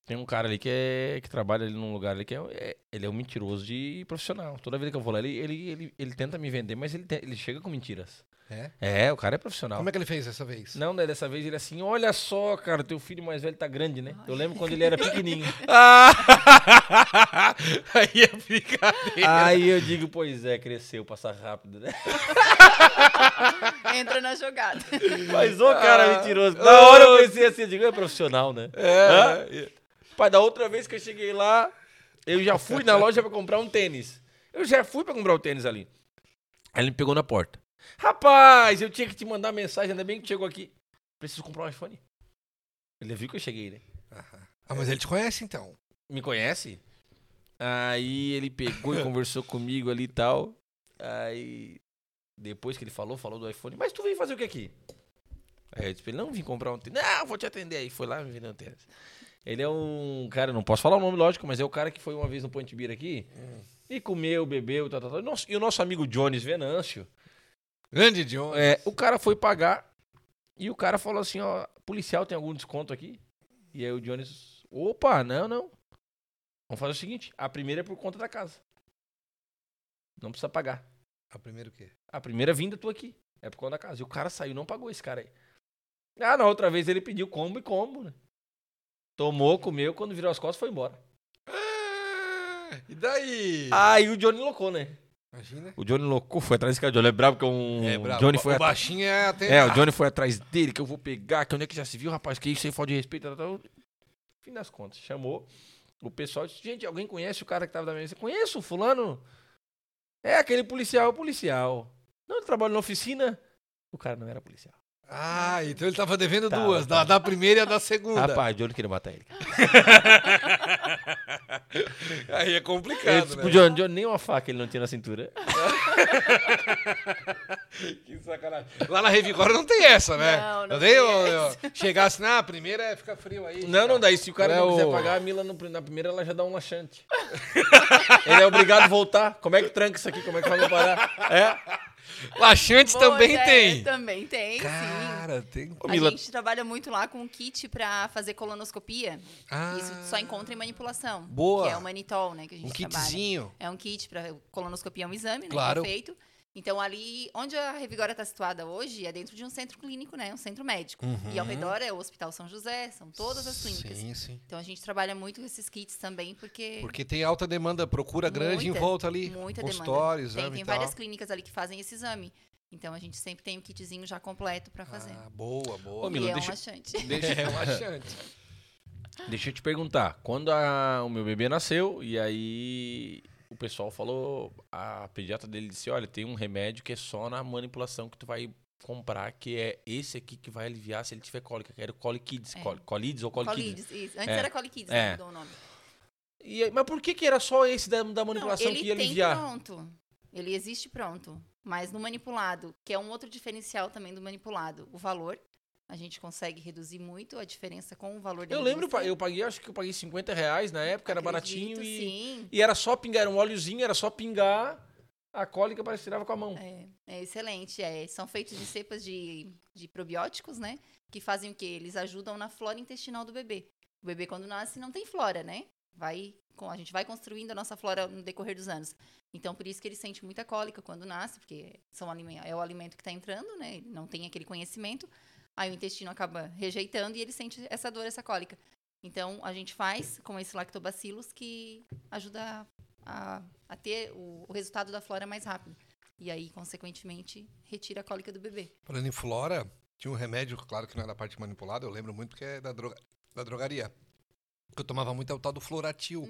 Speaker 2: tem um cara ali que, é, que trabalha ali num lugar ali que é, é- ele é um mentiroso de profissional. Toda vez que eu vou lá, ele, ele, ele, ele tenta me vender, mas ele, te- ele chega com mentiras.
Speaker 1: É?
Speaker 2: É, o cara é profissional.
Speaker 1: Como é que ele fez dessa vez?
Speaker 2: Não, daí dessa vez ele assim, olha só, cara, teu filho mais velho tá grande, né? Eu lembro quando ele era pequenininho.
Speaker 1: Ah! Aí é brincadeira.
Speaker 2: Aí eu digo, pois é, cresceu, passa rápido, né?
Speaker 3: Entra na jogada.
Speaker 2: Mas ô cara
Speaker 1: Ah.
Speaker 2: mentiroso. Na hora eu pensei assim, eu digo, é profissional, né? Hã?
Speaker 1: É.
Speaker 2: Pai, da outra vez que eu cheguei lá, eu já fui na loja pra comprar um tênis. Eu já fui pra comprar o tênis ali. Aí ele me pegou na porta. Rapaz, eu tinha que te mandar mensagem, ainda bem que tu chegou aqui. Preciso comprar um iPhone. Ele viu que eu cheguei, né?
Speaker 1: Ah, mas ele te conhece então.
Speaker 2: Me conhece? Aí ele pegou e conversou comigo ali e tal. Aí depois que ele falou, falou do iPhone. Mas tu veio fazer o que aqui? Aí eu disse pra ele, não, vim comprar um tênis. Não, vou te atender. Aí foi lá me vendeu um tênis. Ele é um cara, não posso falar o nome, lógico, mas é o cara que foi uma vez no Point Beer aqui e comeu, bebeu, tal, tal, tal. E nosso- E É, o nosso amigo Jones Venâncio,
Speaker 1: Grande John.
Speaker 2: é, o cara foi pagar E o cara falou assim, ó, policial tem algum desconto aqui? E aí o Jones, opa, não, não. Vamos fazer o seguinte, a primeira é por conta da casa. Não precisa pagar.
Speaker 1: A primeiro o quê?
Speaker 2: A primeira vinda tua aqui é por conta da casa. E o cara saiu, não pagou esse cara aí. Ah, na outra vez ele pediu combo e combo, né? Tomou, comeu, quando virou as costas foi embora.
Speaker 1: Ah, e daí?
Speaker 2: Aí o Johnny loucou, né?
Speaker 1: Imagina.
Speaker 2: O Johnny loucou, foi atrás desse cara. O Johnny é brabo, que é um...
Speaker 1: É,
Speaker 2: o
Speaker 1: bravo.
Speaker 2: Johnny
Speaker 1: O
Speaker 2: foi atrás...
Speaker 1: baixinho é até.
Speaker 2: É, o Johnny foi atrás dele, que eu vou pegar, que onde é que já se viu, rapaz, que isso aí falta de respeito. tal, tal. Fim das contas, chamou o pessoal disse, gente, alguém conhece o cara que tava da mesa? Conheço o fulano? É, aquele policial, é o policial. Não, ele trabalha na oficina. O cara não era policial.
Speaker 1: Ah, então ele tava devendo
Speaker 2: Tava,
Speaker 1: duas, da, da primeira e a da segunda.
Speaker 2: Tá. Rapaz, o Johnny queria matar ele.
Speaker 1: Aí é
Speaker 2: Ele
Speaker 1: complicado,
Speaker 2: disse
Speaker 1: né?
Speaker 2: pro Tipo, Johnny, Johnny, nem uma faca ele não tinha na cintura.
Speaker 1: Que sacanagem. Lá na Revigora não tem essa, né?
Speaker 3: Não, não
Speaker 1: tem.
Speaker 3: tem
Speaker 1: ó, ó, Chegar assim, ah, a primeira é fica frio aí.
Speaker 2: Não, não, daí se o cara
Speaker 1: É
Speaker 2: não quiser
Speaker 1: o-
Speaker 2: pagar a mila no- na primeira, ela já dá um laxante. ele é obrigado a voltar. Como é que tranca isso aqui? Como é que vai parar? É.
Speaker 1: Laxante
Speaker 3: Pois
Speaker 1: também
Speaker 3: é,
Speaker 1: tem.
Speaker 3: Também tem, sim.
Speaker 1: Cara, tem.
Speaker 2: Ô,
Speaker 3: A
Speaker 2: Mila,
Speaker 3: gente trabalha muito lá com um kit pra fazer colonoscopia.
Speaker 1: Ah,
Speaker 3: Isso só encontra em manipulação.
Speaker 1: Boa.
Speaker 3: Que é o manitol, né? Que a gente
Speaker 1: um
Speaker 3: trabalha.
Speaker 1: kitzinho.
Speaker 3: É um kit para colonoscopia, é um exame, né?
Speaker 1: Claro.
Speaker 3: Que é feito. Então, ali onde a Revigora está situada hoje é dentro de um centro clínico, né? Um centro médico. E ao
Speaker 1: Uhum.
Speaker 3: redor é o Hospital São José, são todas as clínicas.
Speaker 1: Sim, sim.
Speaker 3: Então, a gente trabalha muito com esses kits também, porque,
Speaker 1: Porque tem alta demanda, procura grande em
Speaker 3: Muita,
Speaker 1: volta ali.
Speaker 3: muita demanda.
Speaker 1: consultórios,
Speaker 3: Tem,
Speaker 1: exame
Speaker 3: tem
Speaker 1: e tal.
Speaker 3: várias clínicas ali que fazem esse exame. Então, a gente sempre tem o kitzinho já completo para fazer.
Speaker 1: Ah, boa, boa.
Speaker 2: Ô, Mila,
Speaker 3: e é
Speaker 2: deixa-
Speaker 3: um laxante.
Speaker 1: É relaxante.
Speaker 2: Deixa eu te perguntar, quando a- o meu bebê nasceu, e aí o pessoal falou, a pediatra dele disse, olha, tem um remédio que é só na manipulação que tu vai comprar, que é esse aqui que vai aliviar se ele tiver cólica, que era o Colikids,
Speaker 3: É.
Speaker 2: col- Colides ou Colikids.
Speaker 3: Colides, isso. Antes
Speaker 2: É.
Speaker 3: era Colikids,
Speaker 2: É.
Speaker 3: né? Mudou o nome.
Speaker 2: E aí, mas por que que era só esse da, da
Speaker 3: Não,
Speaker 2: manipulação
Speaker 3: ele
Speaker 2: que ia
Speaker 3: tem
Speaker 2: aliviar?
Speaker 3: pronto. Ele existe pronto. Mas no manipulado, que é um outro diferencial também do manipulado, o valor. A gente consegue reduzir muito a diferença com o valor da
Speaker 2: Eu lembro,
Speaker 3: indústria.
Speaker 2: eu paguei, acho que eu paguei 50 reais na época, era
Speaker 3: Acredito,
Speaker 2: baratinho e,
Speaker 3: Sim.
Speaker 2: e era só pingar, era um óleozinho, era só pingar, a cólica parece que tirava com a mão.
Speaker 3: É, é excelente. é. São feitos de cepas de, de probióticos, né? Que fazem o quê? Eles ajudam na flora intestinal do bebê. O bebê, quando nasce, não tem flora, né? Vai, com- a gente vai construindo a nossa flora no decorrer dos anos. Então, por isso que ele sente muita cólica quando nasce, porque são, alime- é o alimento que está entrando, né? Ele não tem aquele conhecimento. Aí o intestino acaba rejeitando e ele sente essa dor, essa cólica. Então, a gente faz com esse lactobacillus que ajuda a, a ter o- o resultado da flora mais rápido. E aí, consequentemente, retira a cólica do bebê.
Speaker 1: Falando em flora, tinha um remédio, claro que não é da parte manipulada, eu lembro muito porque é da, droga, da drogaria. Que eu tomava muito é o tal do floratil.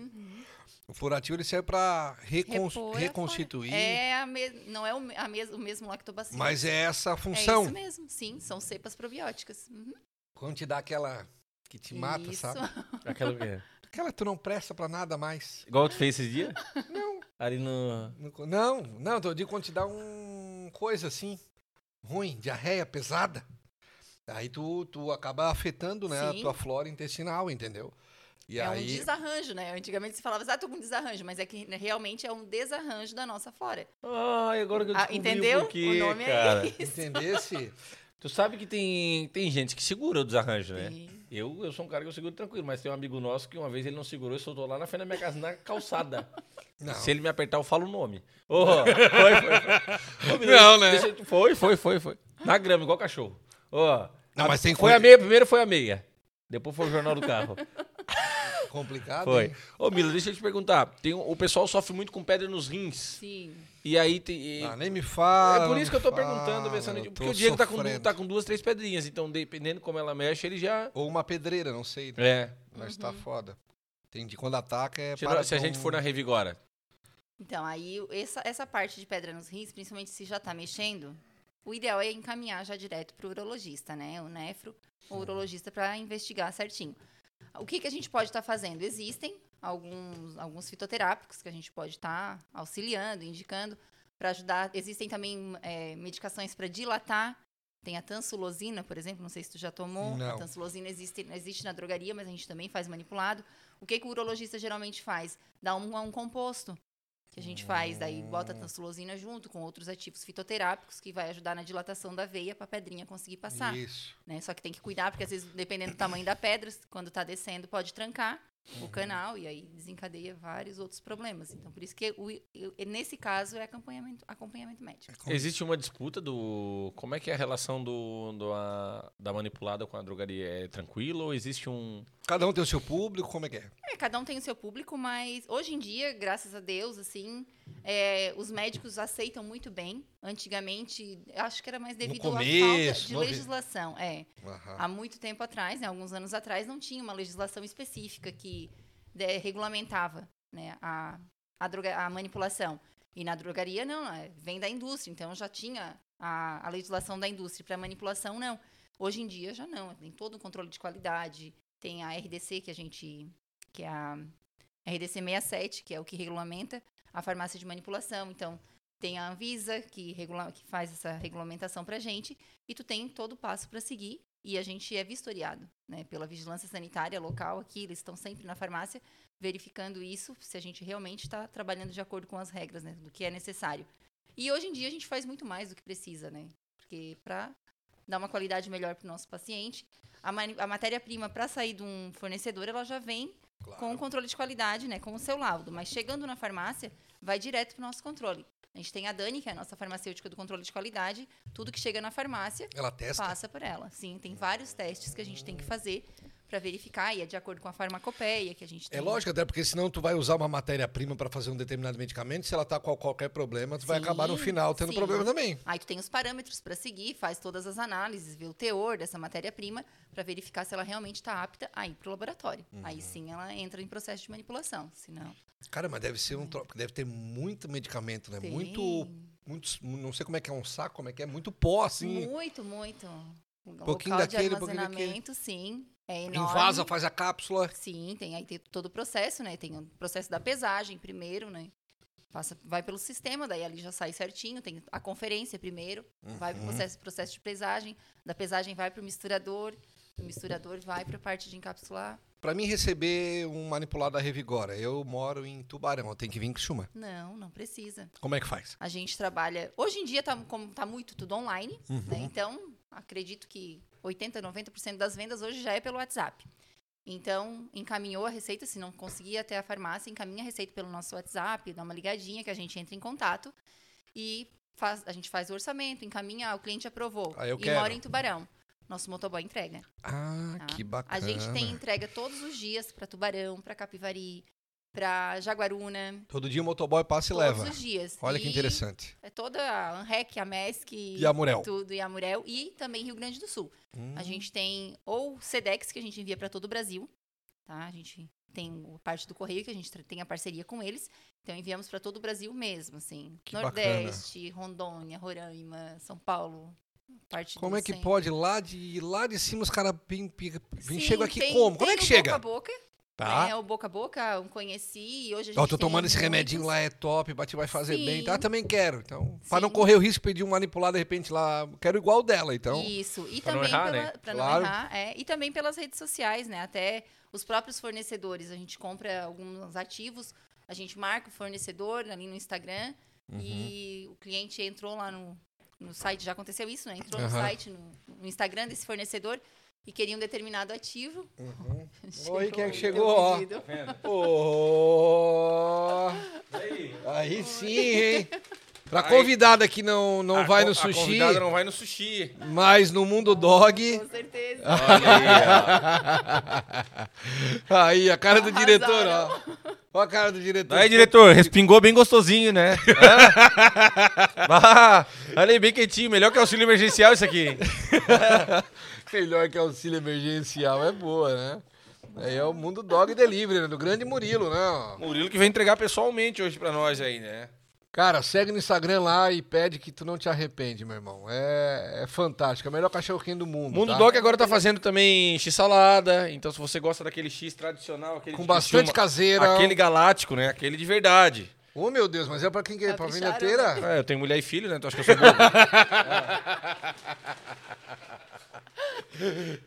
Speaker 1: O floratil ele serve pra recon-
Speaker 3: Uhum. Repor a
Speaker 1: reconstituir,
Speaker 3: flora. É a me... Não é o, me- a mes... o mesmo lactobacilo.
Speaker 1: mas é essa a
Speaker 3: é
Speaker 1: função.
Speaker 3: isso mesmo, sim. São cepas probióticas. Uhum.
Speaker 1: Quando te dá aquela que te mata,
Speaker 3: Isso.
Speaker 1: sabe?
Speaker 2: Aquela que é.
Speaker 1: Aquela que tu não presta pra nada mais.
Speaker 2: Igual tu fez esses dias? Não. Ali no...
Speaker 1: Não, co- não, não, eu digo quando te dá um coisa assim, ruim, diarreia pesada. Aí tu, tu acaba afetando né, a
Speaker 3: Sim.
Speaker 1: tua flora intestinal, entendeu? E
Speaker 3: é um
Speaker 1: aí.
Speaker 3: desarranjo, né? Antigamente se falava, ah, tô com desarranjo, mas é que né, realmente é um desarranjo da nossa flora.
Speaker 2: Ai, agora que eu
Speaker 3: Ah,
Speaker 2: descobri
Speaker 3: entendeu?
Speaker 2: o porquê,
Speaker 3: O nome é
Speaker 2: cara.
Speaker 1: Entendesse?
Speaker 2: Tu sabe que tem, tem gente que segura o desarranjo,
Speaker 1: É.
Speaker 2: né?
Speaker 3: E-
Speaker 2: Eu, eu sou um cara que eu seguro tranquilo, mas tem um amigo nosso que uma vez ele não segurou e soltou lá na frente da minha casa, na calçada.
Speaker 1: Não.
Speaker 2: Se ele me apertar, eu falo o nome. Ô, foi, foi, foi. Ô, menino,
Speaker 1: Não, né?
Speaker 2: deixa eu- foi, foi, foi, foi. Na grama, igual cachorro. Ó,
Speaker 1: Não, mas tem
Speaker 2: foi
Speaker 1: coisa
Speaker 2: a meia, primeiro foi a meia. Depois foi o jornal do carro.
Speaker 1: complicada.
Speaker 2: Foi.
Speaker 1: hein?
Speaker 2: Ô, Mila, deixa eu te perguntar. Tem, um- o pessoal sofre muito com pedra nos rins.
Speaker 3: Sim.
Speaker 2: E aí tem. e-
Speaker 1: Ah, nem me fala.
Speaker 2: é por isso que eu
Speaker 1: não
Speaker 2: tô
Speaker 1: me
Speaker 2: perguntando,
Speaker 1: fala,
Speaker 2: pensando.
Speaker 1: eu
Speaker 2: em-
Speaker 1: tô
Speaker 2: Porque o Diego tá com, du-
Speaker 1: sofrendo.
Speaker 2: tá com duas, três pedrinhas. Então, dependendo como ela mexe, ele já.
Speaker 1: Ou uma pedreira, não sei. né,
Speaker 2: É.
Speaker 1: Mas tá foda. Tem de quando ataca é.
Speaker 2: Se,
Speaker 1: para
Speaker 2: nós- se a
Speaker 1: pra
Speaker 2: gente
Speaker 1: um-
Speaker 2: for na Revigora.
Speaker 3: Então, aí essa, essa parte de pedra nos rins, principalmente se já tá mexendo, o ideal é encaminhar já direto pro urologista, né? O nefro, o urologista, para investigar certinho. O que, que a gente pode estar fazendo? Existem alguns, alguns fitoterápicos que a gente pode estar auxiliando, indicando, para ajudar. Existem também eh, medicações para dilatar. Tem a tansulosina, por exemplo, não sei se tu já tomou.
Speaker 1: Não.
Speaker 3: A tansulosina existe, existe na drogaria, mas a gente também faz manipulado. O que, que o urologista geralmente faz? Dá um, um composto que a gente faz. Daí bota
Speaker 1: É.
Speaker 3: a tansulosina junto com outros ativos fitoterápicos que vai ajudar na dilatação da veia para a pedrinha conseguir passar.
Speaker 1: Isso.
Speaker 3: né? Só que tem que cuidar, porque às vezes, dependendo do tamanho da pedra, s- quando tá descendo, pode trancar
Speaker 1: Uhum.
Speaker 3: o canal e aí desencadeia vários outros problemas. Então, por isso que o, eu- nesse caso é acompanhamento, acompanhamento médico.
Speaker 2: Existe uma disputa do. Como é que é a relação do, do- a- da manipulada com a drogaria? É tranquilo ou existe um.
Speaker 1: Cada um tem o seu público, como é que é?
Speaker 3: É, cada um tem o seu público, mas hoje em dia, graças a Deus, assim, é, os médicos aceitam muito bem. Antigamente, acho que era mais devido à falta
Speaker 1: começo,
Speaker 3: de
Speaker 1: não vi-
Speaker 3: legislação. É.
Speaker 1: Aham.
Speaker 3: Há muito tempo atrás, né, alguns anos atrás, não tinha uma legislação específica que né, regulamentava né, a, a, droga- a manipulação. E na drogaria, não, é- vem da indústria, então já tinha a, a legislação da indústria. Para manipulação, não. Hoje em dia, já não. Tem todo o controle de qualidade, tem a RDC, que a gente. que é a RDC 67, que é o que regulamenta a farmácia de manipulação. Então, tem a Anvisa, que, regula- que faz essa regulamentação para gente, e tu tem todo o passo para seguir. E a gente é vistoriado né, pela vigilância sanitária local aqui, eles estão sempre na farmácia verificando isso, se a gente realmente está trabalhando de acordo com as regras, né, do que é necessário. E hoje em dia a gente faz muito mais do que precisa, né? Porque para dar uma qualidade melhor para o nosso paciente, a, mani- a matéria-prima para sair de um fornecedor, ela já vem
Speaker 1: Claro.
Speaker 3: com o um controle de qualidade, né? Com o seu laudo. Mas chegando na farmácia, vai direto pro nosso controle. A gente tem a Dani, que é a nossa farmacêutica do controle de qualidade. Tudo que chega na farmácia
Speaker 1: Ela testa.
Speaker 3: passa por ela. Sim, tem vários testes que a gente tem que fazer para verificar e é de acordo com a farmacopeia que a gente tem.
Speaker 1: É lógico, até porque senão tu vai usar uma matéria-prima para fazer um determinado medicamento, se ela tá com qualquer problema, tu vai
Speaker 3: Sim,
Speaker 1: acabar no final tendo
Speaker 3: sim.
Speaker 1: problema também.
Speaker 3: Aí tu tem os parâmetros para seguir, faz todas as análises, vê o teor dessa matéria-prima para verificar se ela realmente está apta a ir pro laboratório.
Speaker 1: Uhum.
Speaker 3: Aí sim ela entra em processo de manipulação, senão
Speaker 1: Cara, mas deve ser um trópico, deve ter muito medicamento, né?
Speaker 3: Tem.
Speaker 1: Muito, muitos, não sei como é que é um saco, como é que é, muito pó assim.
Speaker 3: Muito, muito. O
Speaker 1: Pouquinho
Speaker 3: local
Speaker 1: daquele,
Speaker 3: de
Speaker 1: pouquinho daquele.
Speaker 3: armazenamento, sim. É enorme.
Speaker 1: Invasa, faz a cápsula.
Speaker 3: Sim, tem aí tem todo o processo, né? Tem o processo da pesagem primeiro, né? Passa, vai pelo sistema, daí ali já sai certinho, tem a conferência primeiro, vai
Speaker 1: Uhum.
Speaker 3: pro processo, processo de pesagem, da pesagem vai pro misturador, do misturador vai para a parte de encapsular.
Speaker 1: Pra mim receber um manipulado da Revigora, eu moro em Tubarão, eu tenho que vir em Criciúma.
Speaker 3: Não, não precisa.
Speaker 1: Como é que faz?
Speaker 3: A gente trabalha. Hoje em dia, tá, como tá muito tudo online, né?
Speaker 1: Uhum.
Speaker 3: Então, acredito que 80%, 90% das vendas hoje já é pelo WhatsApp. Então, encaminhou a receita, se não conseguir ir até a farmácia, encaminha a receita pelo nosso WhatsApp, dá uma ligadinha que a gente entra em contato e faz- a gente faz o orçamento, encaminha, ah, o cliente aprovou
Speaker 1: Ah, eu
Speaker 3: e
Speaker 1: quero.
Speaker 3: mora em Tubarão. Nosso motoboy entrega.
Speaker 1: Ah,
Speaker 3: Tá?
Speaker 1: que bacana.
Speaker 3: A gente tem entrega todos os dias para Tubarão, para Capivari, para Jaguaruna,
Speaker 1: Todo dia o motoboy passa e
Speaker 3: todos
Speaker 1: leva.
Speaker 3: os dias.
Speaker 1: Olha que
Speaker 3: E
Speaker 1: interessante.
Speaker 3: é toda a ANREC, a MESC,
Speaker 1: E a Murel? Uhum.
Speaker 3: tudo, e a Murel, e também Rio Grande do Sul. A gente tem ou SEDEX, que a gente envia para todo o Brasil, tá? A gente tem o- parte do correio, que a gente tra- tem a parceria com eles, então enviamos para todo o Brasil mesmo, assim.
Speaker 1: Que
Speaker 3: Nordeste, Rondônia, Roraima, São Paulo, parte
Speaker 1: Como
Speaker 3: do
Speaker 1: é que
Speaker 3: centro.
Speaker 1: pode lá de lá de cima os caras vêm
Speaker 3: Sim,
Speaker 1: chegam aqui
Speaker 3: tem-
Speaker 1: como? Como
Speaker 3: tem
Speaker 1: é que
Speaker 3: o
Speaker 1: chega?
Speaker 3: Boca a boca,
Speaker 1: Tá.
Speaker 3: né? O boca a boca, um conheci, e hoje a gente
Speaker 1: Ó, tô
Speaker 3: tem
Speaker 1: tomando esse
Speaker 3: muitos-
Speaker 1: remedinho lá, é top, bate, vai fazer bem. Tá,
Speaker 3: Sim.
Speaker 1: também quero. Então, pra não
Speaker 3: Sim.
Speaker 1: correr o risco de pedir um manipulado de repente lá, quero igual dela, então.
Speaker 3: Isso, e
Speaker 2: Pra não
Speaker 3: também
Speaker 2: errar,
Speaker 3: pela-
Speaker 2: né?
Speaker 3: pra
Speaker 1: Claro.
Speaker 3: não errar, é, e também pelas redes sociais, né? Até os próprios fornecedores, a gente compra alguns ativos, a gente marca o fornecedor ali no Instagram
Speaker 1: Uhum.
Speaker 3: e o cliente entrou lá no, no site, já aconteceu isso, né? Entrou no
Speaker 1: Aham.
Speaker 3: site, no, no Instagram desse fornecedor e queria um determinado ativo.
Speaker 1: Oi, quem é que
Speaker 3: Chegou
Speaker 1: chegou, ó.
Speaker 3: o pedido.
Speaker 1: Ô, Aí sim, hein? Pra convidada que não, não
Speaker 2: A
Speaker 1: vai
Speaker 2: co-
Speaker 1: no
Speaker 2: A
Speaker 1: sushi,
Speaker 2: convidada não vai no sushi.
Speaker 1: mas no mundo dog.
Speaker 3: Com certeza.
Speaker 2: Olha aí, ó.
Speaker 1: Aí, a cara do
Speaker 3: Arrasaram.
Speaker 1: diretor, ó. Ó a cara do diretor.
Speaker 2: Daí, diretor, respingou bem gostosinho, né? ah, olha aí, bem quietinho. Melhor que auxílio emergencial isso aqui.
Speaker 1: Melhor que auxílio emergencial, é boa, né? Aí é o mundo dog delivery, né? Do grande Murilo, né? ó.
Speaker 2: Murilo que vem entregar pessoalmente hoje pra nós aí, né?
Speaker 1: Cara, segue no Instagram lá e pede que tu não te arrepende, meu irmão. É, é fantástico. É o melhor cachorro quente do mundo.
Speaker 2: Mundo
Speaker 1: tá?
Speaker 2: Dog agora tá fazendo também x-salada. Então, se você gosta daquele x tradicional, aquele
Speaker 1: Com
Speaker 2: de
Speaker 1: bastante
Speaker 2: Criciúma,
Speaker 1: caseira.
Speaker 2: Aquele galáctico, né? Aquele de verdade.
Speaker 1: Ô, meu Deus, mas é pra quem que é?
Speaker 3: Tá
Speaker 1: Pra
Speaker 3: picharam,
Speaker 1: vinheteira?
Speaker 2: Ah, eu tenho mulher e filho, né? Tu acha que eu sou bobo?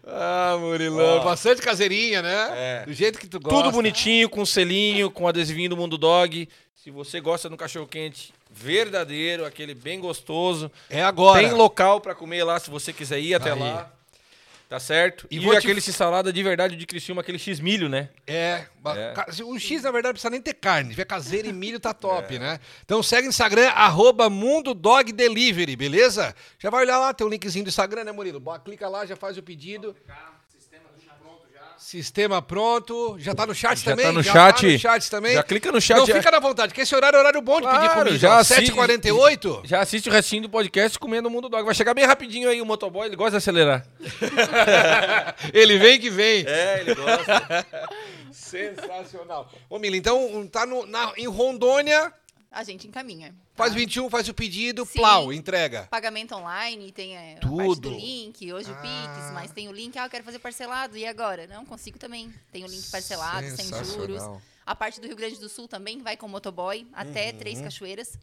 Speaker 1: Ah, Murilão.
Speaker 2: Ó.
Speaker 1: Bastante caseirinha, né?
Speaker 2: É.
Speaker 1: Do jeito que tu gosta.
Speaker 2: Tudo bonitinho, com selinho, com adesivinho do Mundo Dog. Se Se você gosta de um cachorro quente verdadeiro, aquele bem gostoso,
Speaker 1: É agora.
Speaker 2: tem local pra comer lá se você quiser ir até
Speaker 1: Aí.
Speaker 2: lá. Tá certo?
Speaker 1: E
Speaker 2: E,
Speaker 1: vou te-
Speaker 2: aquele salada de verdade de Criciúma, aquele x-milho, né?
Speaker 1: É, ba-
Speaker 2: É.
Speaker 1: ca- o X na verdade não precisa nem ter carne, tiver caseiro e milho tá top,
Speaker 2: É.
Speaker 1: né? Então segue no Instagram, arroba Mundo Dog Delivery, beleza? Já vai olhar lá, tem um linkzinho do Instagram, né Murilo? Boa, clica lá, já faz o pedido. Sistema pronto, já tá no chat
Speaker 2: Já
Speaker 1: também?
Speaker 2: tá no
Speaker 1: Já
Speaker 2: chat.
Speaker 1: tá no chat também?
Speaker 2: Já clica no chat,
Speaker 1: Não,
Speaker 2: já-
Speaker 1: fica na vontade, que esse horário é horário bom de pedir
Speaker 2: Claro,
Speaker 1: comida.
Speaker 2: já
Speaker 1: ó,
Speaker 2: assiste-
Speaker 1: 7h48?
Speaker 2: Já assiste o restinho do podcast comendo o Mundo Dog. Vai chegar bem rapidinho aí o motoboy, ele gosta de acelerar.
Speaker 1: Ele vem que vem.
Speaker 2: É, ele gosta.
Speaker 1: Sensacional. Ô Mila, então tá no- na- em Rondônia,
Speaker 3: A gente encaminha. tá?
Speaker 1: faz 21, faz o pedido,
Speaker 3: Sim.
Speaker 1: plau, entrega.
Speaker 3: Pagamento online, tem é, a parte do
Speaker 1: Tudo.
Speaker 3: link, hoje o
Speaker 1: Ah.
Speaker 3: Pix, mas tem o link, ah, eu quero fazer parcelado, e agora? Não, consigo também. Tem o link parcelado, sem juros.
Speaker 1: Sensacional.
Speaker 3: A parte do Rio Grande do Sul também vai com motoboy, até
Speaker 2: Uhum.
Speaker 3: Três Cachoeiras.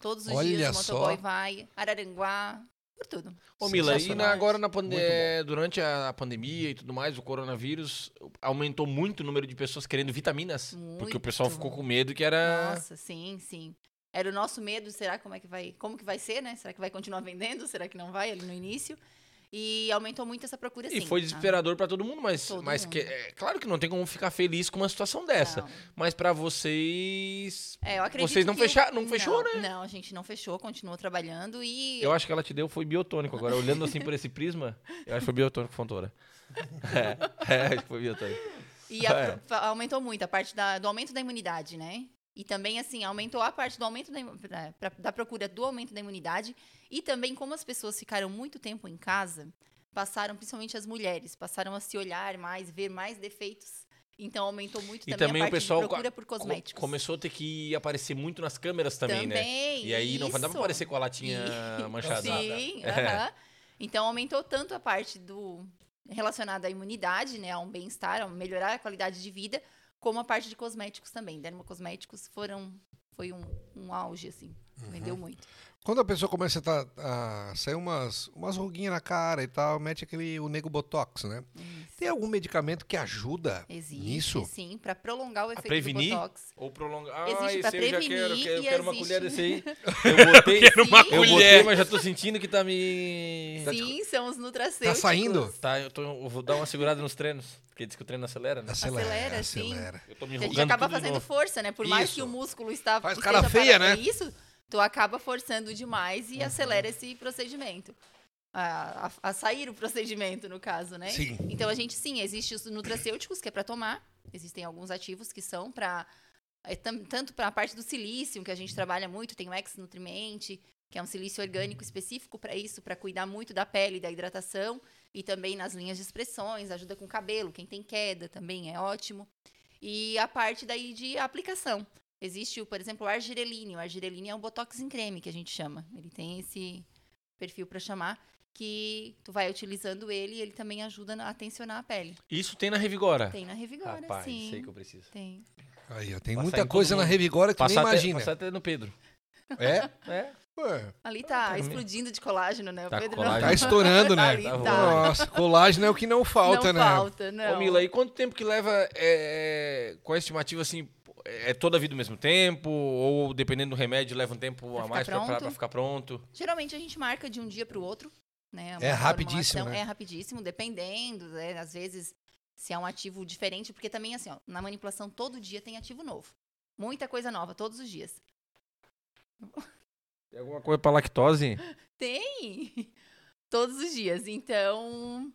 Speaker 3: Todos os
Speaker 1: Olha
Speaker 3: dias o motoboy
Speaker 1: só.
Speaker 3: vai, Araranguá, por tudo.
Speaker 2: Ô, Mila, e
Speaker 1: Sensacional.
Speaker 2: na- agora na pande-
Speaker 1: Muito bom.
Speaker 2: eh, durante a a pandemia e tudo mais, o coronavírus aumentou muito o número de pessoas querendo vitaminas. Porque o pessoal
Speaker 3: Muito.
Speaker 2: ficou com medo que era.
Speaker 3: Nossa, sim, sim. Era o nosso medo, será como é que vai, como que vai ser, né? Será que vai continuar vendendo? Será que não vai ali no início? E aumentou muito essa procura,
Speaker 2: E
Speaker 3: sim,
Speaker 2: foi
Speaker 3: tá?
Speaker 2: desesperador pra todo mundo, mas,
Speaker 3: Todo
Speaker 2: mas que-
Speaker 3: mundo.
Speaker 2: é, claro que não tem como ficar feliz com uma situação dessa.
Speaker 3: Não.
Speaker 2: Mas pra vocês,
Speaker 3: É, eu acredito
Speaker 2: vocês não
Speaker 3: que-
Speaker 2: fecharam, não fechou, né?
Speaker 3: Não, a gente não fechou, continuou trabalhando e
Speaker 2: Eu acho que ela te deu foi biotônico agora, olhando assim por esse prisma, eu acho que foi biotônico Fontoura. É, é, acho que foi biotônico.
Speaker 3: E a-
Speaker 2: É.
Speaker 3: fa- aumentou muito a parte da- do aumento da imunidade, né? E também, assim, aumentou a parte do aumento da, imu- da, pra- da procura do aumento da imunidade. E também, como as pessoas ficaram muito tempo em casa, passaram, principalmente as mulheres, passaram a se olhar mais, ver mais defeitos. Então, aumentou muito
Speaker 2: E
Speaker 3: também,
Speaker 2: também
Speaker 3: a
Speaker 2: o
Speaker 3: parte
Speaker 2: pessoal
Speaker 3: de procura por
Speaker 2: Co-
Speaker 3: cosméticos.
Speaker 2: Começou a ter que aparecer muito nas câmeras também, né?
Speaker 3: Também,
Speaker 2: E aí não dá pra
Speaker 3: isso.
Speaker 2: aparecer com a latinha manchada.
Speaker 3: Sim,
Speaker 2: É.
Speaker 3: aham. Então aumentou tanto a parte do relacionada à imunidade, né, a um bem-estar, a melhorar a qualidade de vida, como a parte de cosméticos também. Dermocosméticos foram foi um, um auge assim, vendeu muito.
Speaker 1: Quando a pessoa começa a, tá- a sair umas, umas ruguinhas na cara e tal, mete aquele o nego botox, né? Tem algum medicamento que ajuda
Speaker 3: Existe,
Speaker 1: nisso?
Speaker 3: sim, para prolongar o efeito
Speaker 2: prevenir?
Speaker 3: do botox.
Speaker 2: Ou prolongar.
Speaker 3: Existe
Speaker 2: Ah,
Speaker 3: pra
Speaker 2: esse eu já quero,
Speaker 3: prevenir
Speaker 2: quero,
Speaker 3: e
Speaker 2: quero uma
Speaker 3: existe.
Speaker 2: colher desse aí. Eu botei,
Speaker 3: Quero uma
Speaker 2: eu botei,
Speaker 1: colher.
Speaker 2: mas já tô sentindo que tá me.
Speaker 3: Sim, são os nutracêuticos.
Speaker 1: Tá saindo?
Speaker 2: Tá, eu, tô, eu vou dar uma segurada nos treinos, porque diz que o treino acelera, né?
Speaker 3: Acelera, sim.
Speaker 2: Eu tô me
Speaker 3: A gente
Speaker 2: enrugando
Speaker 3: acaba
Speaker 2: tudo de
Speaker 3: fazendo
Speaker 2: novo.
Speaker 3: força, né? Por mais que
Speaker 1: Isso.
Speaker 3: o músculo está
Speaker 1: Faz
Speaker 3: esteja
Speaker 1: cara feia,
Speaker 3: parado, é
Speaker 1: né? Uhum.
Speaker 3: Isso, tu acaba forçando demais e acelera esse procedimento. A, a- a sair o procedimento, no caso, né?
Speaker 1: Sim.
Speaker 3: Então a gente sim, existe os nutracêuticos que é para tomar, existem alguns ativos que são para tanto para a parte do silício, que a gente trabalha muito, tem o ex-nutrimente, que é um silício orgânico específico para isso, para cuidar muito da pele, e da hidratação e também nas linhas de expressões, ajuda com o cabelo, quem tem queda também é ótimo. E a parte daí de aplicação. Existe, o, por exemplo, o argireline. O argireline é um botox em creme que a gente chama. Ele tem esse perfil para chamar que tu vai utilizando ele e ele também ajuda na- a tensionar a pele.
Speaker 2: Isso tem na Revigora.
Speaker 3: Tem na Revigora,
Speaker 2: Ah, Rapaz,
Speaker 3: sim.
Speaker 2: sei que eu preciso.
Speaker 3: Tem.
Speaker 1: Aí, ó, tem
Speaker 2: Passar em
Speaker 1: muita
Speaker 2: todo
Speaker 1: coisa na
Speaker 2: mundo.
Speaker 1: Revigora que tu nem
Speaker 2: Passar até,
Speaker 1: imagina.
Speaker 2: passar até no Pedro.
Speaker 1: É?
Speaker 2: É.
Speaker 1: Ué,
Speaker 3: Ali tá
Speaker 2: Ah,
Speaker 3: explodindo de colágeno, né? O
Speaker 2: Tá,
Speaker 3: Pedro
Speaker 2: colágeno.
Speaker 1: tá estourando, né?
Speaker 3: Ali tá.
Speaker 1: Nossa, colágeno é o que não falta,
Speaker 3: não
Speaker 1: né?
Speaker 3: falta, não.
Speaker 2: Ô, Mila, e quanto tempo que leva? É, é, qual a estimativa assim? É toda a vida ao mesmo tempo? Ou dependendo do remédio, leva um tempo
Speaker 3: Pra
Speaker 2: a
Speaker 3: ficar
Speaker 2: mais pra, pra-
Speaker 3: pronto?
Speaker 2: pra ficar pronto?
Speaker 3: Geralmente a gente marca de um dia para o outro, né? uma
Speaker 1: É rapidíssimo,
Speaker 3: formulação.
Speaker 1: né?
Speaker 3: É rapidíssimo, dependendo, né? às vezes se é um ativo diferente, porque também assim, ó, na manipulação todo dia tem ativo novo. Muita coisa nova, todos os dias.
Speaker 2: Tem alguma coisa pra lactose?
Speaker 3: Tem! Todos os dias, então...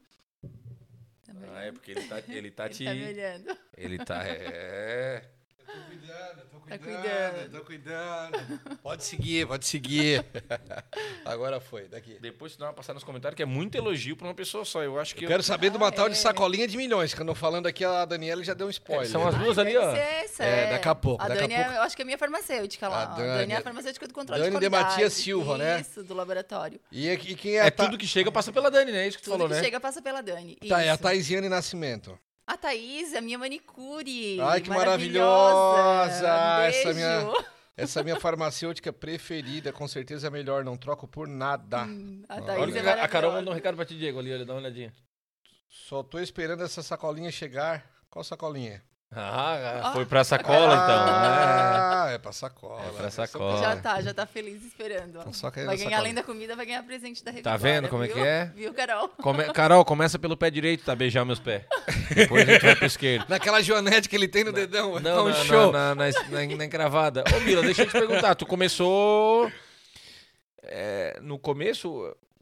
Speaker 3: Tá me
Speaker 2: Ah, é
Speaker 3: olhando?
Speaker 2: porque ele tá, ele tá te.
Speaker 3: Ele tá me olhando.
Speaker 2: Ele tá. É.
Speaker 1: Tô
Speaker 3: Tá cuidando.
Speaker 1: tô cuidando. Pode seguir, pode seguir. Agora foi, daqui.
Speaker 2: Depois tu dá uma passada nos comentários, que é muito elogio pra uma pessoa só. Eu acho que.
Speaker 1: Eu quero saber de uma
Speaker 3: Ah,
Speaker 1: tal de
Speaker 3: é.
Speaker 1: sacolinha de milhões, que eu não falando aqui, a Daniela já deu um spoiler.
Speaker 2: São as
Speaker 1: né?
Speaker 2: duas ali,
Speaker 3: Deve
Speaker 2: ó.
Speaker 3: ser essa,
Speaker 1: É, daqui a pouco,
Speaker 3: A
Speaker 1: daqui a
Speaker 3: Dani, é-
Speaker 1: pouco.
Speaker 3: eu acho que é minha farmacêutica lá.
Speaker 1: A
Speaker 3: ó. A Dani é
Speaker 1: Dani.
Speaker 3: a farmacêutica do controle
Speaker 1: Dani
Speaker 3: de
Speaker 1: de
Speaker 3: qualidade.
Speaker 1: Matias Silva, né?
Speaker 3: Isso, do laboratório.
Speaker 1: E, aqui- quem é,
Speaker 2: É
Speaker 1: a Ta-
Speaker 2: tudo que chega passa pela Dani, né? É isso que tu
Speaker 3: Tudo
Speaker 2: falou,
Speaker 3: que
Speaker 2: né?
Speaker 3: chega passa pela Dani.
Speaker 1: Tá, é a
Speaker 3: Isso.
Speaker 1: Taisiane Nascimento.
Speaker 3: A Thaís, é a minha manicure.
Speaker 1: Ai, que maravilhosa!
Speaker 3: maravilhosa.
Speaker 1: Essa
Speaker 3: Um beijo.
Speaker 1: Essa é a minha farmacêutica preferida, com certeza é a melhor, não troco por nada.
Speaker 2: Hum.
Speaker 3: A
Speaker 1: Olha
Speaker 3: Thaís
Speaker 1: que
Speaker 3: é
Speaker 2: Olha, a Carol
Speaker 3: maravilhosa.
Speaker 2: mandou um recado pra ti, Diego, ali, olha, dá uma olhadinha.
Speaker 1: Só tô esperando essa sacolinha chegar. Qual sacolinha?
Speaker 2: Ah,
Speaker 3: Ó.
Speaker 2: foi pra sacola então.
Speaker 1: Ah, é pra sacola.
Speaker 2: É pra
Speaker 1: né?
Speaker 2: sacola.
Speaker 3: Já tá, já tá feliz esperando. ó.
Speaker 1: Então só que aí na
Speaker 3: Vai ganhar
Speaker 1: sacola.
Speaker 3: além da comida, vai ganhar presente da revista.
Speaker 2: Tá vendo como é que é?
Speaker 3: Viu, Carol?
Speaker 2: É. Come- Carol, começa pelo pé direito, tá? Beijar meus pés. Depois a gente vai pro esquerdo.
Speaker 1: tá- Naquela joanete que ele tem no dedão. vai ficar
Speaker 2: Não,
Speaker 1: um
Speaker 2: não, é,
Speaker 1: show.
Speaker 2: Na, na, na, na encravada. Ô, Mila, deixa eu te perguntar. Tu começou. é, no começo,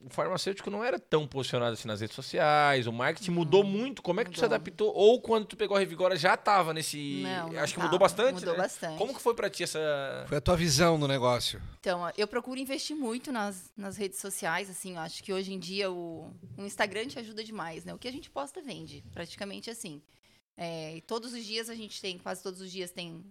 Speaker 2: o farmacêutico não era tão posicionado assim nas redes sociais. O marketing mudou muito. Como é que tu se
Speaker 3: mudou.
Speaker 2: adaptou? Ou quando tu pegou a Revigora já tava nesse.
Speaker 3: Não, não
Speaker 2: Acho que
Speaker 3: tava.
Speaker 2: mudou bastante.
Speaker 3: Mudou
Speaker 2: né?
Speaker 3: bastante.
Speaker 2: Como que foi pra ti essa.
Speaker 1: Foi a tua visão no negócio.
Speaker 3: Então, ó, eu procuro investir muito nas, nas redes sociais, assim, eu acho que hoje em dia o, o Instagram te ajuda demais, né? O que a gente posta vende, praticamente assim. É, e todos os dias a gente tem, quase todos os dias tem,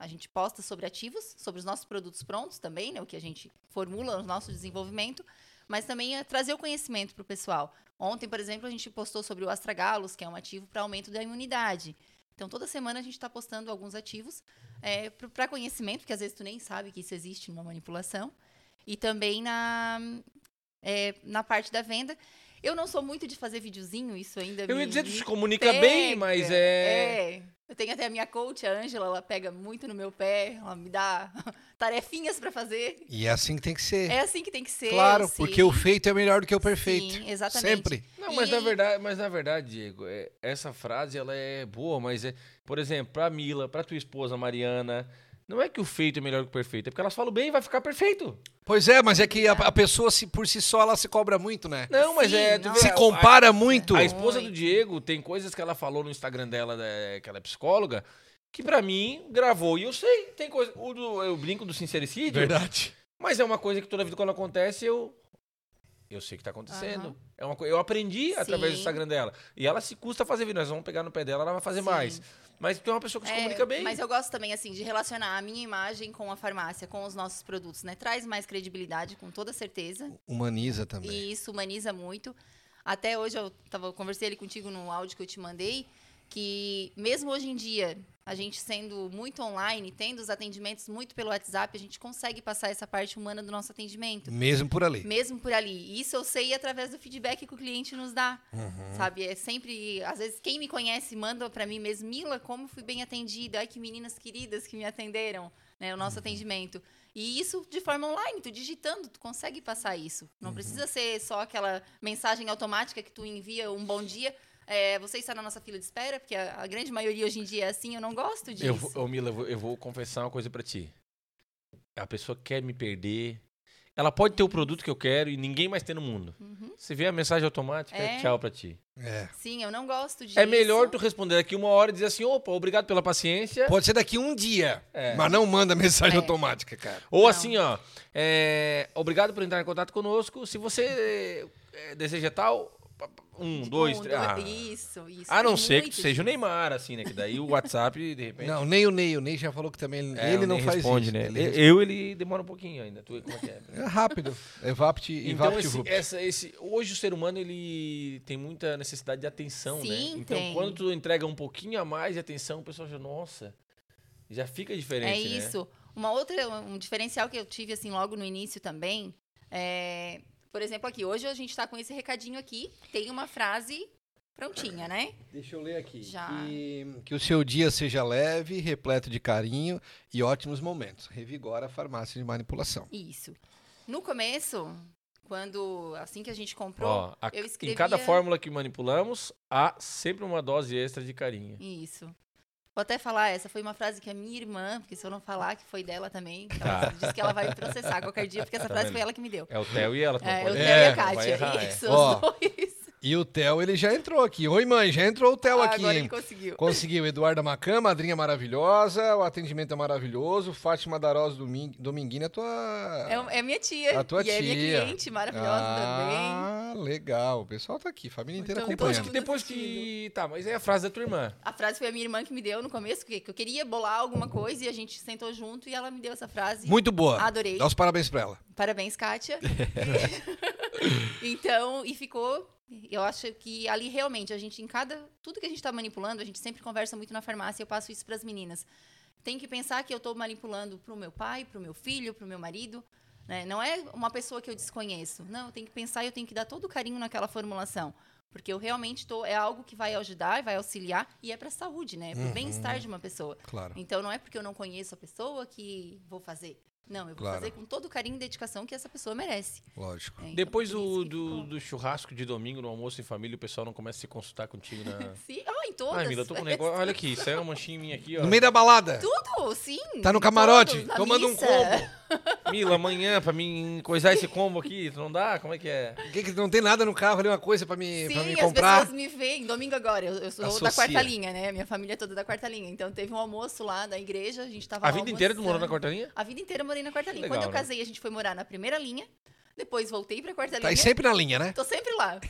Speaker 3: a gente posta sobre ativos, sobre os nossos produtos prontos também, né? O que a gente formula no nosso desenvolvimento, mas também é trazer o conhecimento para o pessoal. Ontem, por exemplo, a gente postou sobre o astragalos, que é um ativo para aumento da imunidade. Então, toda semana a gente está postando alguns ativos para conhecimento, porque às vezes tu nem sabe que isso existe numa manipulação, e também na, é, na parte da venda. Eu não sou muito de fazer videozinho, isso ainda
Speaker 2: Eu
Speaker 3: me-
Speaker 2: ia dizer, tu
Speaker 3: me
Speaker 2: se comunica
Speaker 3: pega.
Speaker 2: bem, mas é.
Speaker 3: É. Eu tenho até a minha coach, a Ângela, ela pega muito no meu pé, ela me dá tarefinhas para fazer.
Speaker 1: E é assim que tem que ser.
Speaker 3: É assim que tem que ser.
Speaker 1: claro,
Speaker 3: sim.
Speaker 1: porque o feito é melhor do que o perfeito.
Speaker 3: Sim, exatamente.
Speaker 1: Sempre.
Speaker 2: Não, mas
Speaker 3: E
Speaker 2: na
Speaker 3: aí-
Speaker 2: verdade, mas na verdade, Diego, é- essa frase ela é boa, mas é, por exemplo, pra Mila, pra tua esposa Mariana, não é que o feito é melhor que o perfeito, é porque elas falam bem, vai ficar perfeito.
Speaker 1: Pois é, mas é que a, a pessoa, se, por si só, ela se cobra muito, né?
Speaker 2: Não, mas
Speaker 3: Sim,
Speaker 2: é tu
Speaker 3: não.
Speaker 2: vê,
Speaker 1: Se
Speaker 2: a-
Speaker 1: compara muito.
Speaker 2: A, a esposa do
Speaker 3: Muito.
Speaker 2: Diego tem coisas que ela falou no Instagram dela, né, que ela é psicóloga, que pra mim gravou e eu sei, tem coisa, o do, eu brinco do sincericídio,
Speaker 1: Verdade.
Speaker 2: mas é uma coisa que toda vida quando acontece eu eu sei que tá acontecendo.
Speaker 3: Aham.
Speaker 2: É uma coisa, eu aprendi através do
Speaker 3: Sim.
Speaker 2: Instagram dela. E ela se custa a fazer vídeo, nós vamos pegar no pé dela, ela vai fazer
Speaker 3: Sim.
Speaker 2: mais. Mas tu é uma pessoa que se
Speaker 3: É,
Speaker 2: comunica bem.
Speaker 3: Mas eu gosto também, assim, de relacionar a minha imagem com a farmácia, com os nossos produtos, né? Traz mais credibilidade, com toda certeza.
Speaker 1: Humaniza também.
Speaker 3: E isso humaniza muito. Até hoje eu tava, eu conversei ali contigo no áudio que eu te mandei, que mesmo hoje em dia, a gente sendo muito online, tendo os atendimentos muito pelo WhatsApp, a gente consegue passar essa parte humana do nosso atendimento.
Speaker 1: Mesmo por ali.
Speaker 3: Mesmo por ali. Isso eu sei através do feedback que o cliente nos dá.
Speaker 1: Uhum.
Speaker 3: Sabe? É sempre. Às vezes, quem me conhece manda pra mim mesmo, Mila, como fui bem atendida. Ai, que meninas queridas que me atenderam, né? O
Speaker 2: Uhum.
Speaker 3: nosso atendimento. E isso de forma online, tu digitando, tu consegue passar isso. Não
Speaker 2: Uhum.
Speaker 3: precisa ser só aquela mensagem automática que tu envia um bom dia. é, você está na nossa fila de espera, porque a, a grande maioria hoje em dia é assim, eu não gosto disso.
Speaker 2: Eu, vou- ô, Mila, eu vou, eu vou confessar uma coisa pra ti. A pessoa quer me perder. Ela pode ter o produto que eu quero e ninguém mais tem no mundo.
Speaker 3: Uhum.
Speaker 2: Você vê a mensagem automática,
Speaker 3: É.
Speaker 2: tchau pra ti.
Speaker 1: É.
Speaker 3: Sim, eu não gosto disso.
Speaker 2: É melhor tu responder daqui uma hora e dizer assim, opa, obrigado pela paciência.
Speaker 1: Pode ser daqui um dia,
Speaker 2: É.
Speaker 1: mas não manda mensagem
Speaker 3: É.
Speaker 1: automática, cara.
Speaker 2: Ou
Speaker 3: Não.
Speaker 2: assim, ó, é, obrigado por entrar em contato conosco. Se você é, deseja tal, pa- pa- um, dois, três. ah.
Speaker 3: Isso, isso.
Speaker 2: A não
Speaker 3: Tem
Speaker 2: ser que
Speaker 3: muito
Speaker 2: tu seja o Neymar, assim, né? Que daí o WhatsApp, de repente.
Speaker 1: Não, nem o Ney. O Ney já falou que também ele,
Speaker 2: é,
Speaker 1: ele
Speaker 2: nem
Speaker 1: não faz
Speaker 2: responde,
Speaker 1: isso.
Speaker 2: Né?
Speaker 1: Ele
Speaker 2: Eu-
Speaker 1: responde.
Speaker 2: Eu, ele demora um pouquinho ainda. Tu, vê como é que é?
Speaker 1: É rápido. Evapt e
Speaker 2: Então,
Speaker 1: Evapt
Speaker 2: esse,
Speaker 1: Vupt.
Speaker 2: essa, esse, hoje o ser humano ele tem muita necessidade de atenção, né?
Speaker 3: Sim,
Speaker 2: Então,
Speaker 3: tem.
Speaker 2: quando tu entrega um pouquinho a mais de atenção, o pessoal já, nossa, já fica diferente,
Speaker 3: É
Speaker 2: né?
Speaker 3: isso. Uma outra, um diferencial que eu tive assim logo no início também é, por exemplo, aqui hoje a gente está com esse recadinho aqui, tem uma frase prontinha, né?
Speaker 1: Deixa eu ler aqui.
Speaker 3: Já.
Speaker 1: Que, que o seu dia seja leve, repleto de carinho e ótimos momentos. Revigora a farmácia de manipulação.
Speaker 3: Isso. No começo, quando assim que a gente comprou,
Speaker 2: Ó, a-
Speaker 3: eu
Speaker 2: Em cada
Speaker 3: escrevia-
Speaker 2: fórmula que manipulamos, há sempre uma dose extra de carinho.
Speaker 3: isso. Vou até falar, essa foi uma frase que a minha irmã, porque se eu não falar que foi dela também, que ela disse que ela vai me processar qualquer dia, porque essa
Speaker 2: Tá
Speaker 3: frase
Speaker 2: vendo?
Speaker 3: foi ela que me deu.
Speaker 2: É o Theo e ela. tu não
Speaker 3: É, eu
Speaker 2: pode
Speaker 3: tenho
Speaker 1: Theo
Speaker 2: errar,
Speaker 3: a
Speaker 2: não vai
Speaker 3: Kátia,
Speaker 2: errar, é.
Speaker 3: isso,
Speaker 1: Ó,
Speaker 3: os dois. Ah,
Speaker 1: E o Theo, ele já entrou aqui. Oi, mãe, já entrou o Theo aqui,
Speaker 3: Agora
Speaker 1: hein?
Speaker 3: ele conseguiu.
Speaker 1: Conseguiu. Eduarda Macan, madrinha maravilhosa, o atendimento é maravilhoso. Fátima Darosa Doming- Dominguini, a tua.
Speaker 3: É, um- é minha tia.
Speaker 1: A tua
Speaker 3: e é minha
Speaker 1: tia.
Speaker 3: cliente maravilhosa também.
Speaker 1: Ah, legal. O pessoal tá aqui, família inteira
Speaker 3: Então,
Speaker 2: Depois
Speaker 1: acompanhando.
Speaker 2: que, depois que. Tá, mas é a frase da tua irmã.
Speaker 3: A frase foi a minha irmã que me deu no começo, que que eu queria bolar alguma coisa e a gente sentou junto e ela me deu essa frase.
Speaker 1: Muito boa.
Speaker 3: Adorei.
Speaker 1: Dá os parabéns pra ela.
Speaker 3: Parabéns, Kátia. então, e ficou. Eu acho que ali realmente a gente, em cada. Tudo que a gente está manipulando, a gente sempre conversa muito na farmácia, eu passo isso para as meninas. Tem que pensar que eu estou manipulando para o meu pai, para o meu filho, para o meu marido. né? Não é uma pessoa que eu desconheço. Não, eu tenho que pensar e eu tenho que dar todo o carinho naquela formulação. Porque eu realmente tô, é algo que vai ajudar, e vai auxiliar e é para a saúde, né? É para o
Speaker 1: Uhum.
Speaker 3: bem-estar de uma pessoa.
Speaker 1: Claro.
Speaker 3: Então não é porque eu não conheço a pessoa que vou fazer. Não, eu vou
Speaker 1: Claro.
Speaker 3: fazer com todo o carinho e dedicação que essa pessoa merece.
Speaker 1: Lógico.
Speaker 3: né? Então,
Speaker 2: Depois do,
Speaker 3: por isso que
Speaker 2: do,
Speaker 3: ficou.
Speaker 2: do churrasco de domingo, no almoço em família, o pessoal não começa a se consultar contigo na.
Speaker 3: Sim, ó, em todas.
Speaker 2: Ai, Mila, eu tô com um negócio. Olha aqui, saiu uma manchinha minha aqui, ó.
Speaker 1: No meio da balada.
Speaker 3: Tudo, sim.
Speaker 1: Tá no
Speaker 3: em
Speaker 1: camarote,
Speaker 3: todos, na
Speaker 1: tomando um
Speaker 3: missa.
Speaker 1: combo.
Speaker 2: Mila, amanhã, pra mim coisar esse combo aqui, não dá? Como é que é?
Speaker 1: Que, que não tem nada no carro ali, uma coisa pra me, pra me
Speaker 3: Sim, as
Speaker 1: comprar.
Speaker 3: pessoas me veem. Domingo agora, eu, eu sou
Speaker 2: Associa.
Speaker 3: da quarta linha, né? Minha família é toda da quarta linha. Então teve um almoço lá da igreja, a gente tava
Speaker 2: A
Speaker 3: lá
Speaker 2: vida inteira tu morou na
Speaker 3: almoçando.
Speaker 2: quarta linha?
Speaker 3: A vida inteira eu morei na quarta
Speaker 2: Que
Speaker 3: linha.
Speaker 2: legal,
Speaker 3: Quando eu
Speaker 2: né?
Speaker 3: casei, a gente foi morar na primeira linha. Depois voltei pra quarta
Speaker 1: Tá aí
Speaker 3: linha.
Speaker 1: sempre na linha, né?
Speaker 3: Tô sempre lá.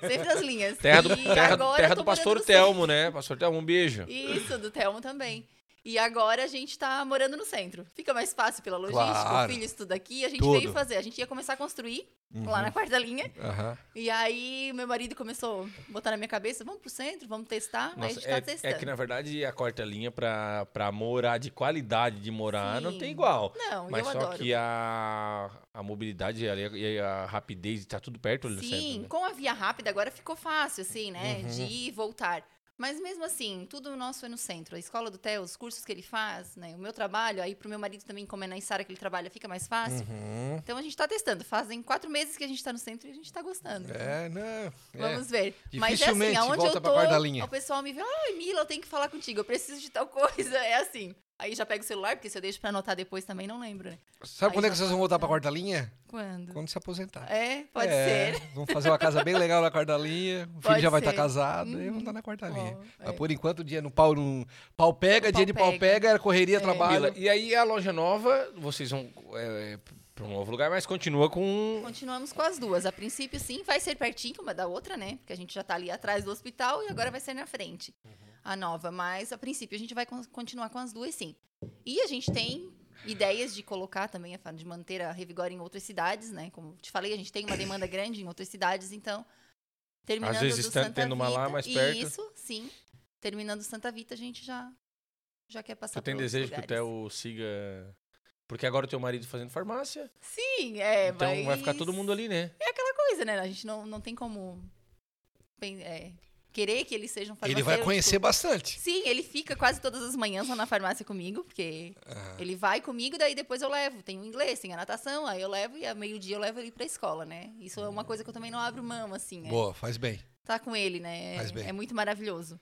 Speaker 3: Sempre nas linhas.
Speaker 2: Terra do,
Speaker 3: E
Speaker 2: terra,
Speaker 3: agora
Speaker 2: terra
Speaker 3: eu
Speaker 2: do
Speaker 3: tô
Speaker 2: pastor
Speaker 3: morando no
Speaker 2: Telmo, né? Pastor Telmo, um beijo.
Speaker 3: Isso, do Telmo também. E agora a gente tá morando no centro. Fica mais fácil pela logística,
Speaker 1: Claro.
Speaker 3: o filho estuda aqui. A gente
Speaker 1: Tudo.
Speaker 3: veio fazer. A gente ia começar a construir lá
Speaker 1: Uhum.
Speaker 3: na quarta linha.
Speaker 1: Aham.
Speaker 3: E aí meu marido começou a botar na minha cabeça, vamos pro centro, vamos testar. aí a
Speaker 2: Nossa,
Speaker 3: gente tá
Speaker 2: é, é
Speaker 3: testando.
Speaker 2: que na verdade a quarta linha pra, pra morar de qualidade de morar não
Speaker 3: Sim.
Speaker 2: tem igual.
Speaker 3: Não,
Speaker 2: Mas
Speaker 3: eu
Speaker 2: só é
Speaker 3: adoro.
Speaker 2: que a, a mobilidade e a, e a rapidez tá tudo perto ali no
Speaker 3: Sim,
Speaker 2: centro. né?
Speaker 3: com a via rápida agora ficou fácil, assim, né?
Speaker 1: Uhum.
Speaker 3: De ir e voltar. Mas mesmo assim, tudo nosso é no centro. A escola do Theo, os cursos que ele faz, né? O meu trabalho, aí pro meu marido também, como é na Sara que ele trabalha, fica mais fácil.
Speaker 1: Uhum.
Speaker 3: Então a gente tá testando. Fazem quatro meses que a gente tá no centro e a gente tá gostando.
Speaker 1: É, não. é.
Speaker 3: Vamos ver. Mas é assim,
Speaker 1: Dificilmente
Speaker 3: aonde
Speaker 1: volta
Speaker 3: eu
Speaker 1: pra quarta
Speaker 3: tô,
Speaker 1: linha.
Speaker 3: o pessoal me vê, ai, Mila, eu tenho que falar contigo, eu preciso de tal coisa. É assim. Aí já pego o celular, porque se eu deixo pra anotar depois também não lembro, né?
Speaker 1: Sabe
Speaker 3: Aí
Speaker 1: quando é
Speaker 3: já
Speaker 1: que vocês vão voltar pra quarta linha?
Speaker 3: Quando?
Speaker 1: Quando se aposentar.
Speaker 3: É, pode
Speaker 1: É,
Speaker 3: ser.
Speaker 1: Vamos fazer uma casa bem legal na quarta linha. O filho
Speaker 3: Pode
Speaker 1: já vai estar
Speaker 3: ser.
Speaker 1: casado e
Speaker 3: Uhum.
Speaker 1: vão estar na quarta
Speaker 3: Ó,
Speaker 1: linha. Mas
Speaker 3: é.
Speaker 1: por enquanto, o dia no pau, no pau pega,
Speaker 3: No
Speaker 1: dia
Speaker 3: pau
Speaker 1: de pau
Speaker 3: pega. É.
Speaker 1: pega, era correria, trabalho.
Speaker 2: Mila, e aí a loja nova, vocês vão é, é, pra um novo lugar, mas continua com.
Speaker 3: Continuamos com as duas. A princípio, sim, vai ser pertinho uma da outra, né? Porque a gente já tá ali atrás do hospital e agora vai ser na frente
Speaker 2: Uhum.
Speaker 3: a nova. Mas, a princípio, a gente vai con- continuar com as duas, sim. E a gente tem ideias de colocar também, a fa- de manter a Revigor em outras cidades, né? Como te falei, a gente tem uma demanda grande em outras cidades, então. Terminando
Speaker 2: Às vezes
Speaker 3: do
Speaker 2: tá
Speaker 3: Santa
Speaker 2: tendo uma lá
Speaker 3: Vita-
Speaker 2: mais perto.
Speaker 3: Isso, sim. Terminando Santa Vita, a gente já, já quer passar
Speaker 2: Tu tem
Speaker 3: pra outros
Speaker 2: desejo que o
Speaker 3: lugares.
Speaker 2: Theo siga. Porque agora o teu marido fazendo farmácia.
Speaker 3: Sim, é,
Speaker 2: então vai ficar
Speaker 3: mas-
Speaker 2: todo mundo ali, né?
Speaker 3: é aquela coisa, né? A gente não, não tem como pen- é, querer que eles sejam
Speaker 1: Ele
Speaker 3: farmacêuticos.
Speaker 1: vai conhecer bastante.
Speaker 3: Sim, ele fica quase todas as manhãs lá na farmácia comigo, porque
Speaker 1: Ah,
Speaker 3: ele vai comigo, daí depois eu levo. Tem o inglês, tem a natação, aí eu levo e a meio-dia eu levo ele pra escola, né? Isso é uma coisa que eu também não abro mão, assim. É,
Speaker 1: Boa, faz bem.
Speaker 3: tá com ele, né?
Speaker 1: Faz bem.
Speaker 3: É, é muito maravilhoso.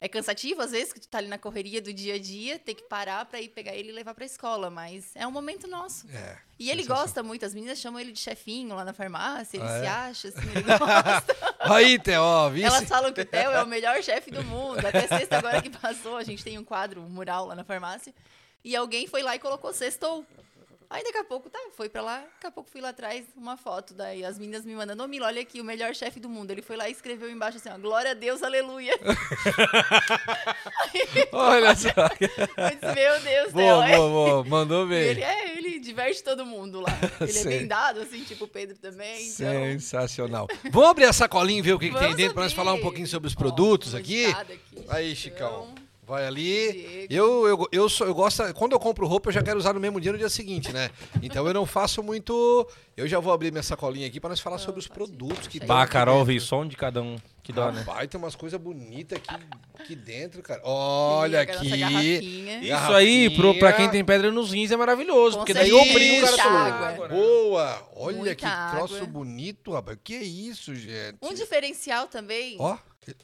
Speaker 3: É cansativo, às vezes, que tu tá ali na correria do dia a dia, ter que parar pra ir pegar ele e levar pra escola, mas é um momento nosso.
Speaker 1: É.
Speaker 3: E ele
Speaker 1: Sensação.
Speaker 3: gosta muito, as meninas chamam ele de chefinho lá na farmácia, ele
Speaker 1: Ah, é?
Speaker 3: se acha, assim, ele gosta.
Speaker 1: Aí, Theo, ó, assim. vice.
Speaker 3: Elas falam que o Theo é o melhor chefe do mundo. Até sexta agora que passou, a gente tem um quadro, um mural lá na farmácia. E alguém foi lá e colocou sextou. Aí daqui a pouco, tá, foi pra lá, daqui a pouco fui lá atrás uma foto. Daí as meninas me mandando, ô Mila, olha aqui, o melhor chefe do mundo. Ele foi lá e escreveu embaixo assim, ó, glória a Deus, aleluia.
Speaker 1: Olha só.
Speaker 3: Eu disse, meu Deus, Theo,
Speaker 1: Boa,
Speaker 3: é
Speaker 1: boa, boa. Mandou
Speaker 3: Ele
Speaker 1: bem.
Speaker 3: é, ele diverte todo mundo lá. Ele é
Speaker 1: Sei.
Speaker 3: bem dado, assim, tipo o Pedro também. Então,
Speaker 1: Sensacional. Vamos abrir a sacolinha e ver o que, que tem
Speaker 3: Vamos
Speaker 1: dentro pra nós
Speaker 3: abrir.
Speaker 1: falar um pouquinho sobre os
Speaker 3: Ó,
Speaker 1: produtos aqui.
Speaker 3: listado aqui,
Speaker 1: Aí, Chicão. Vai ali.
Speaker 3: Diego.
Speaker 1: Eu, eu, eu, sou, eu gosto. Quando eu compro roupa, eu já quero usar no mesmo dia no dia seguinte, né? Então eu não faço muito. Eu já vou abrir minha sacolinha aqui pra nós falar sobre os
Speaker 3: pode
Speaker 1: produtos que
Speaker 3: Bah,
Speaker 1: tem
Speaker 2: Bah,
Speaker 1: aqui
Speaker 2: Carol,
Speaker 1: dentro.
Speaker 2: veio som de cada um. Que dó, né?
Speaker 1: Rapaz, tem umas coisas bonitas aqui, aqui dentro, cara. Olha
Speaker 3: Liga a nossa
Speaker 1: aqui.
Speaker 3: garrafinha.
Speaker 2: Isso aí, pro, pra quem tem pedra nos rins, é maravilhoso.
Speaker 3: Com
Speaker 2: Porque daí
Speaker 3: certeza.
Speaker 2: obriga o cara a
Speaker 3: Muita
Speaker 2: tomar
Speaker 3: água.
Speaker 2: né?
Speaker 1: Boa! Olha
Speaker 3: Muita
Speaker 1: que troço
Speaker 3: água.
Speaker 1: bonito, rapaz. Que isso, gente?
Speaker 3: Um diferencial também.
Speaker 1: Ó,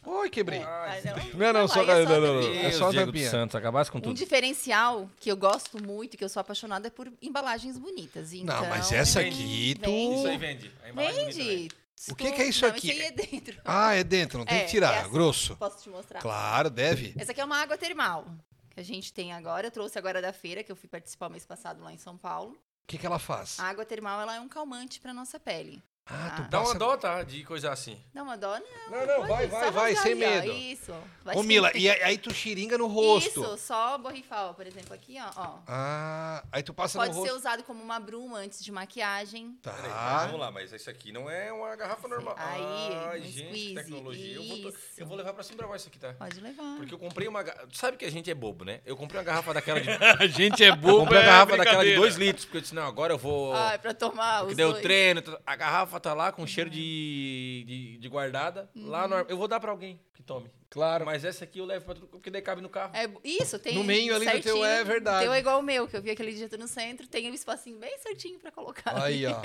Speaker 1: ó, quebrei.
Speaker 3: Ah, não,
Speaker 1: Não, não,
Speaker 3: não,
Speaker 1: só,
Speaker 3: aí é
Speaker 1: não,
Speaker 3: só
Speaker 1: não, não,
Speaker 3: tampinha.
Speaker 1: é só a
Speaker 2: Deus, Diego
Speaker 1: tampinha.
Speaker 2: dos Santos, acabasse com
Speaker 3: Um
Speaker 2: tudo.
Speaker 3: diferencial que eu gosto muito, que eu sou apaixonada é por embalagens bonitas. Então,
Speaker 1: Não, mas essa
Speaker 3: vende.
Speaker 1: aqui, tu-
Speaker 3: Vende.
Speaker 1: Isso aí
Speaker 2: vende.
Speaker 3: Vende.
Speaker 1: O que que é isso
Speaker 3: não,
Speaker 1: aqui?
Speaker 3: Isso aí é dentro.
Speaker 1: Ah, é dentro, não tem
Speaker 3: É,
Speaker 1: que tirar,
Speaker 3: é assim.
Speaker 1: grosso.
Speaker 3: Posso te mostrar?
Speaker 1: Claro, deve.
Speaker 3: Essa aqui é uma água termal que a gente tem agora. Eu trouxe agora da feira, que eu fui participar mês passado lá em São Paulo.
Speaker 1: O que, que ela faz?
Speaker 3: A água termal ela é um calmante para nossa pele.
Speaker 1: Ah, tu
Speaker 3: Ah.
Speaker 2: Dá uma
Speaker 1: passa...
Speaker 2: dó, tá? De coisa assim.
Speaker 3: Dá uma dó, né?
Speaker 1: Ah, Não, não, vai, vai,
Speaker 3: Olha, só
Speaker 1: vai,
Speaker 3: rasgar
Speaker 1: sem
Speaker 3: ali, ó.
Speaker 1: medo.
Speaker 3: Isso. Vai
Speaker 1: Ô,
Speaker 3: se-
Speaker 1: Mila, e aí- aí tu xiringa no rosto.
Speaker 3: Isso, só borrifar, ó, por exemplo, aqui, ó. ó.
Speaker 1: Ah, aí tu passa
Speaker 3: Pode
Speaker 1: no
Speaker 3: ser
Speaker 1: rosto.
Speaker 3: usado como uma bruma antes de maquiagem.
Speaker 2: Peraí,
Speaker 1: Tá.
Speaker 2: lá, mas isso aqui não é uma garrafa
Speaker 3: Aí,
Speaker 2: Ai,
Speaker 3: um squeeze, isso.
Speaker 2: levar pra cima e pra baixo isso aqui, tá?
Speaker 3: Pode levar.
Speaker 2: Porque eu comprei uma. ga- Tu sabe que a gente é bobo, né? Eu comprei uma garrafa daquela de.
Speaker 4: A gente é
Speaker 2: Eu
Speaker 4: bobo.
Speaker 2: comprei uma
Speaker 4: é
Speaker 2: garrafa daquela de
Speaker 4: brincadeira.
Speaker 2: 2 litros, porque eu disse, não, agora eu vou.
Speaker 3: Ah, é pra tomar
Speaker 2: que
Speaker 3: os
Speaker 2: deu
Speaker 3: dois.
Speaker 2: treino. A garrafa garrafa tá lá com cheiro de, de, de guardada. Lá
Speaker 3: Uhum.
Speaker 2: no ar- Eu vou dar pra alguém que tome.
Speaker 1: Claro.
Speaker 2: Mas essa aqui eu levo pra tudo, porque daí cabe no carro.
Speaker 3: É, isso, tem.
Speaker 1: No meio ali do teu
Speaker 3: certinho.
Speaker 1: é verdade.
Speaker 3: O teu é igual o meu, que eu vi aquele dia tu no centro, tem um espacinho bem certinho pra colocar.
Speaker 1: Aí, ó.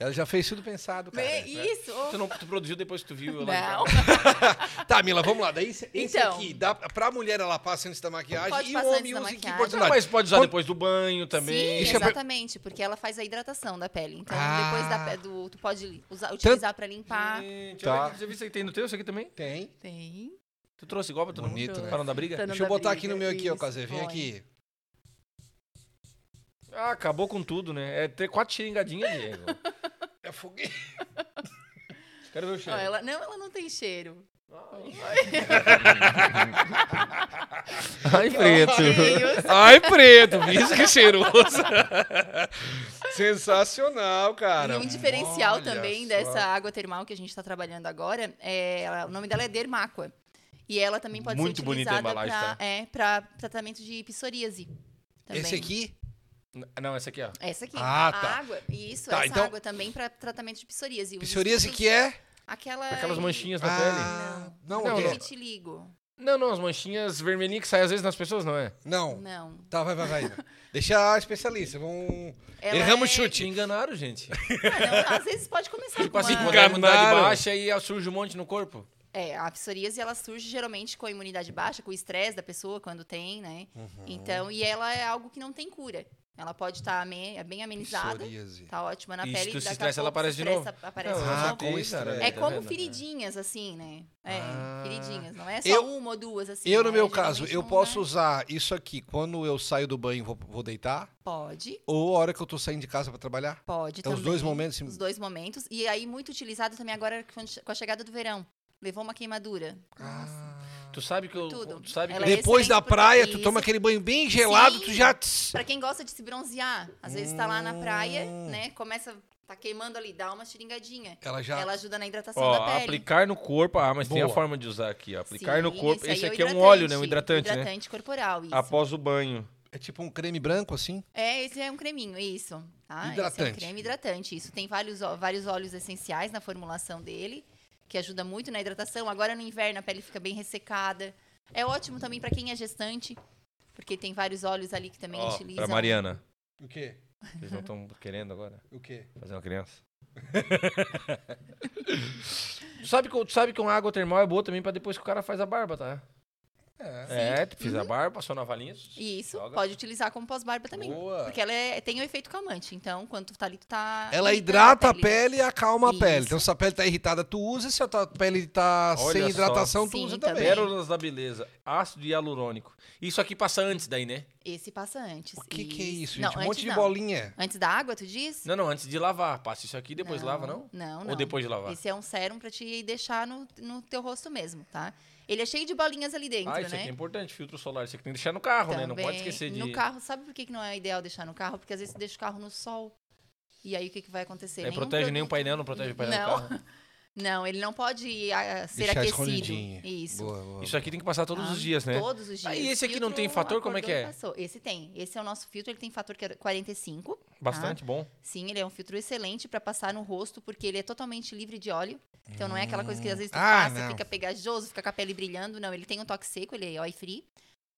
Speaker 1: Ela já fez tudo pensado, cara.
Speaker 3: Bem- isso. ô.
Speaker 2: Tu não tu produziu depois que tu viu lá de
Speaker 3: Não,
Speaker 2: carro.
Speaker 1: Tá, Mila, vamos lá. Daí esse, esse
Speaker 3: Então.
Speaker 1: aqui, dá pra pra mulher ela passa antes da maquiagem
Speaker 3: Pode
Speaker 1: e o
Speaker 3: passar
Speaker 1: homem
Speaker 3: antes da
Speaker 1: usa em que
Speaker 3: maquiagem.
Speaker 2: Não,
Speaker 1: oportunidade?
Speaker 2: mas pode usar
Speaker 1: Quando-
Speaker 2: depois do banho também.
Speaker 1: Isso
Speaker 3: Sim,
Speaker 1: é pra-
Speaker 3: exatamente, porque ela faz a hidratação da pele. Então,
Speaker 1: Ah.
Speaker 3: depois da, pe- do, tu pode usar, utilizar pra limpar.
Speaker 2: Gente,
Speaker 1: Tá.
Speaker 2: olha aqui, Você viu isso aí tem no teu? Isso aqui também?
Speaker 1: Tem.
Speaker 3: Tem.
Speaker 2: Tu trouxe igual pra tu não?
Speaker 1: Bonito, né?
Speaker 2: Pra não dar briga?
Speaker 3: Pra não
Speaker 1: Deixa eu
Speaker 3: dar
Speaker 1: botar aqui
Speaker 3: briga,
Speaker 1: no meu aqui, ó,
Speaker 3: isso,
Speaker 1: Cazé. Vem
Speaker 3: põe.
Speaker 1: aqui.
Speaker 2: Ah, acabou com tudo, né? É ter quatro xiringadinhas, Diego.
Speaker 1: É foguinho.
Speaker 2: Quero ver o
Speaker 3: Ó,
Speaker 2: cheiro.
Speaker 3: ela, não, ela não tem cheiro.
Speaker 2: Ai, preto.
Speaker 3: Cheios.
Speaker 1: Ai, preto, isso que cheiroso. Sensacional, cara.
Speaker 3: e um diferencial
Speaker 1: Olha
Speaker 3: também
Speaker 1: só.
Speaker 3: dessa água termal que a gente está trabalhando agora, é, ela- o nome dela é Dermáqua. E ela também pode
Speaker 2: Muito
Speaker 3: ser
Speaker 2: bonita a
Speaker 3: utilizada
Speaker 2: embalagem,
Speaker 3: para
Speaker 2: tá?
Speaker 3: tratamento de psoríase. Também.
Speaker 1: Esse aqui?
Speaker 2: Não, essa aqui, ó.
Speaker 3: Essa aqui.
Speaker 1: Ah,
Speaker 3: a
Speaker 1: tá.
Speaker 3: água. Isso,
Speaker 1: Tá,
Speaker 3: essa
Speaker 1: então-
Speaker 3: água também para tratamento de psoríase. Os
Speaker 1: Psoríase
Speaker 3: estudos-
Speaker 1: que é?
Speaker 3: Aquela... é
Speaker 2: Aquelas manchinhas na pele.
Speaker 1: Ah, não,
Speaker 2: Não,
Speaker 1: ok.
Speaker 2: não.
Speaker 3: Vitiligo.
Speaker 2: Não, não, as manchinhas vermelhinhas que saem às vezes nas pessoas, não é?
Speaker 1: não.
Speaker 3: Não.
Speaker 1: Tá, vai, vai, vai. Deixa a especialista. Vamos.
Speaker 3: Ela
Speaker 1: Erramos
Speaker 3: é-
Speaker 1: o chute.
Speaker 2: Te enganaram, gente.
Speaker 3: Ah, não, às vezes pode começar
Speaker 2: Tipo
Speaker 3: com
Speaker 2: assim,
Speaker 3: uma-
Speaker 2: quando a imunidade
Speaker 1: Enganaram.
Speaker 2: baixa e ah, surge um monte no corpo.
Speaker 3: É, a psoríase ela surge geralmente com a imunidade baixa, com o estresse da pessoa quando tem, né?
Speaker 1: Uhum.
Speaker 3: Então, e ela é algo que não tem cura. Ela pode estar ame- é bem amenizada,
Speaker 1: Psoríase.
Speaker 3: tá ótima na
Speaker 2: E se tu
Speaker 3: pele.
Speaker 2: se
Speaker 3: daqui a
Speaker 2: estressa, ela
Speaker 3: pouco
Speaker 2: aparece
Speaker 3: se
Speaker 2: de novo?
Speaker 3: estressa, aparece
Speaker 2: Não, é
Speaker 3: de
Speaker 1: Ah,
Speaker 2: já
Speaker 3: novo.
Speaker 2: tem,
Speaker 1: com estresse.
Speaker 2: tá
Speaker 3: É como
Speaker 2: vendo?
Speaker 3: feridinhas, assim, né? É,
Speaker 2: Ah.
Speaker 3: feridinhas. Não é só
Speaker 1: Eu-
Speaker 3: uma ou duas, assim.
Speaker 1: Eu, no
Speaker 3: né?
Speaker 1: meu caso,
Speaker 3: Geralmente
Speaker 1: eu
Speaker 3: não
Speaker 1: posso
Speaker 3: é.
Speaker 1: usar isso aqui quando eu saio do banho e vou, vou deitar?
Speaker 3: Pode,
Speaker 1: Ou a hora que eu tô saindo de casa pra trabalhar?
Speaker 3: pode
Speaker 1: Então,
Speaker 3: também.
Speaker 1: os dois momentos.
Speaker 3: Os dois momentos. E aí, muito utilizado também agora com com a chegada do verão. Levou uma queimadura. Nossa.
Speaker 1: Ah.
Speaker 2: Tu sabe que eu.
Speaker 3: Tudo.
Speaker 2: Tu sabe que
Speaker 3: Ela é
Speaker 1: Depois da
Speaker 3: excelente pra
Speaker 1: praia, tu
Speaker 3: isso.
Speaker 1: toma aquele banho bem gelado,
Speaker 3: Sim.
Speaker 1: tu já.
Speaker 3: Pra quem gosta de se bronzear, às vezes tá lá na praia,
Speaker 2: Hum.
Speaker 3: né? Começa, tá queimando ali, dá uma xiringadinha.
Speaker 1: Ela já.
Speaker 3: Ela ajuda na hidratação
Speaker 2: Ó,
Speaker 3: da pele.
Speaker 2: aplicar no corpo. Ah, mas tem a
Speaker 1: Boa.
Speaker 2: forma de usar aqui, ó. Aplicar
Speaker 3: Sim,
Speaker 2: no corpo.
Speaker 3: aí
Speaker 2: Esse
Speaker 3: o
Speaker 2: aqui é um
Speaker 3: hidratante,
Speaker 2: óleo, né? Um hidratante, né?
Speaker 3: Hidratante corporal, isso.
Speaker 2: Após o banho.
Speaker 1: É tipo um creme branco assim?
Speaker 3: É, esse é um creminho, isso. Tá? Esse é um
Speaker 1: Hidratante.
Speaker 3: creme hidratante, isso. Tem vários, ó- vários óleos essenciais na formulação dele, que ajuda muito na hidratação. Agora no inverno a pele fica bem ressecada. É ótimo também pra quem é gestante, porque tem vários óleos ali que também
Speaker 2: Ó,
Speaker 3: utilizam.
Speaker 2: pra Mariana.
Speaker 1: O quê?
Speaker 2: Vocês não estão querendo agora?
Speaker 1: O quê?
Speaker 2: Fazer uma criança. tu, sabe que, tu sabe que uma água termal é boa também pra depois que o cara faz a barba, tá?
Speaker 1: É.
Speaker 2: É, tu fez a
Speaker 3: Uhum.
Speaker 2: barba, passou na valinha.
Speaker 3: Isso,
Speaker 2: joga.
Speaker 3: pode utilizar como pós-barba também.
Speaker 1: Boa.
Speaker 3: Porque ela é- tem o efeito calmante. Então, quando tu tá ali, tu tá.
Speaker 1: Ela
Speaker 3: irritando
Speaker 1: hidrata a pele e acalma a pele.
Speaker 3: Isso.
Speaker 1: Então, se a pele tá irritada, tu usa. Se a tua pele tá
Speaker 2: Olha
Speaker 1: sem
Speaker 2: só.
Speaker 1: hidratação, tu
Speaker 3: Sim,
Speaker 1: usa
Speaker 3: também.
Speaker 1: também.
Speaker 2: Pérolas da beleza, ácido hialurônico. Isso aqui passa antes daí, né?
Speaker 3: Esse passa antes.
Speaker 1: O que, que é isso, gente?
Speaker 3: Não,
Speaker 1: um monte
Speaker 3: antes
Speaker 1: de
Speaker 3: não.
Speaker 1: bolinha.
Speaker 3: Antes da água, tu diz?
Speaker 2: Não, não, antes de lavar. Passa isso aqui, depois lava, não?
Speaker 3: Não, não.
Speaker 2: Ou depois de lavar?
Speaker 3: Esse é um sérum pra te deixar no, no teu rosto mesmo, tá? Ele é cheio de bolinhas ali dentro,
Speaker 2: ah, isso
Speaker 3: né?
Speaker 2: aqui é importante, filtro solar. Isso aqui tem que deixar no carro, né? Não
Speaker 3: Também.
Speaker 2: pode esquecer de...
Speaker 3: No carro, sabe por que que não é ideal deixar no carro? Porque às vezes tu deixa o carro no sol. E aí o que, que vai acontecer?
Speaker 2: É, protege nem o
Speaker 3: produto-
Speaker 2: painel, não protege o painel do
Speaker 3: Não.
Speaker 2: carro.
Speaker 3: Não, ele não pode ah, ser
Speaker 1: Deixar
Speaker 3: aquecido.
Speaker 1: escondidinho.
Speaker 3: Isso.
Speaker 1: Boa, boa.
Speaker 2: Isso aqui tem que passar todos
Speaker 3: Ah,
Speaker 2: os dias, né?
Speaker 3: Todos os dias.
Speaker 2: Ah, e esse aqui não
Speaker 3: Filtro
Speaker 2: tem fator? Como é que
Speaker 3: acordou e
Speaker 2: é?
Speaker 3: passou. Esse tem. Esse é o nosso filtro, ele tem fator que é 45.
Speaker 2: Bastante bom.
Speaker 3: Sim, ele é um filtro excelente pra passar no rosto, porque ele é totalmente livre de óleo. Então não é aquela coisa que às vezes tu
Speaker 1: Ah,
Speaker 3: passa,
Speaker 1: não.
Speaker 3: fica pegajoso, fica com a pele brilhando. Não, ele tem um toque seco, ele é oil free.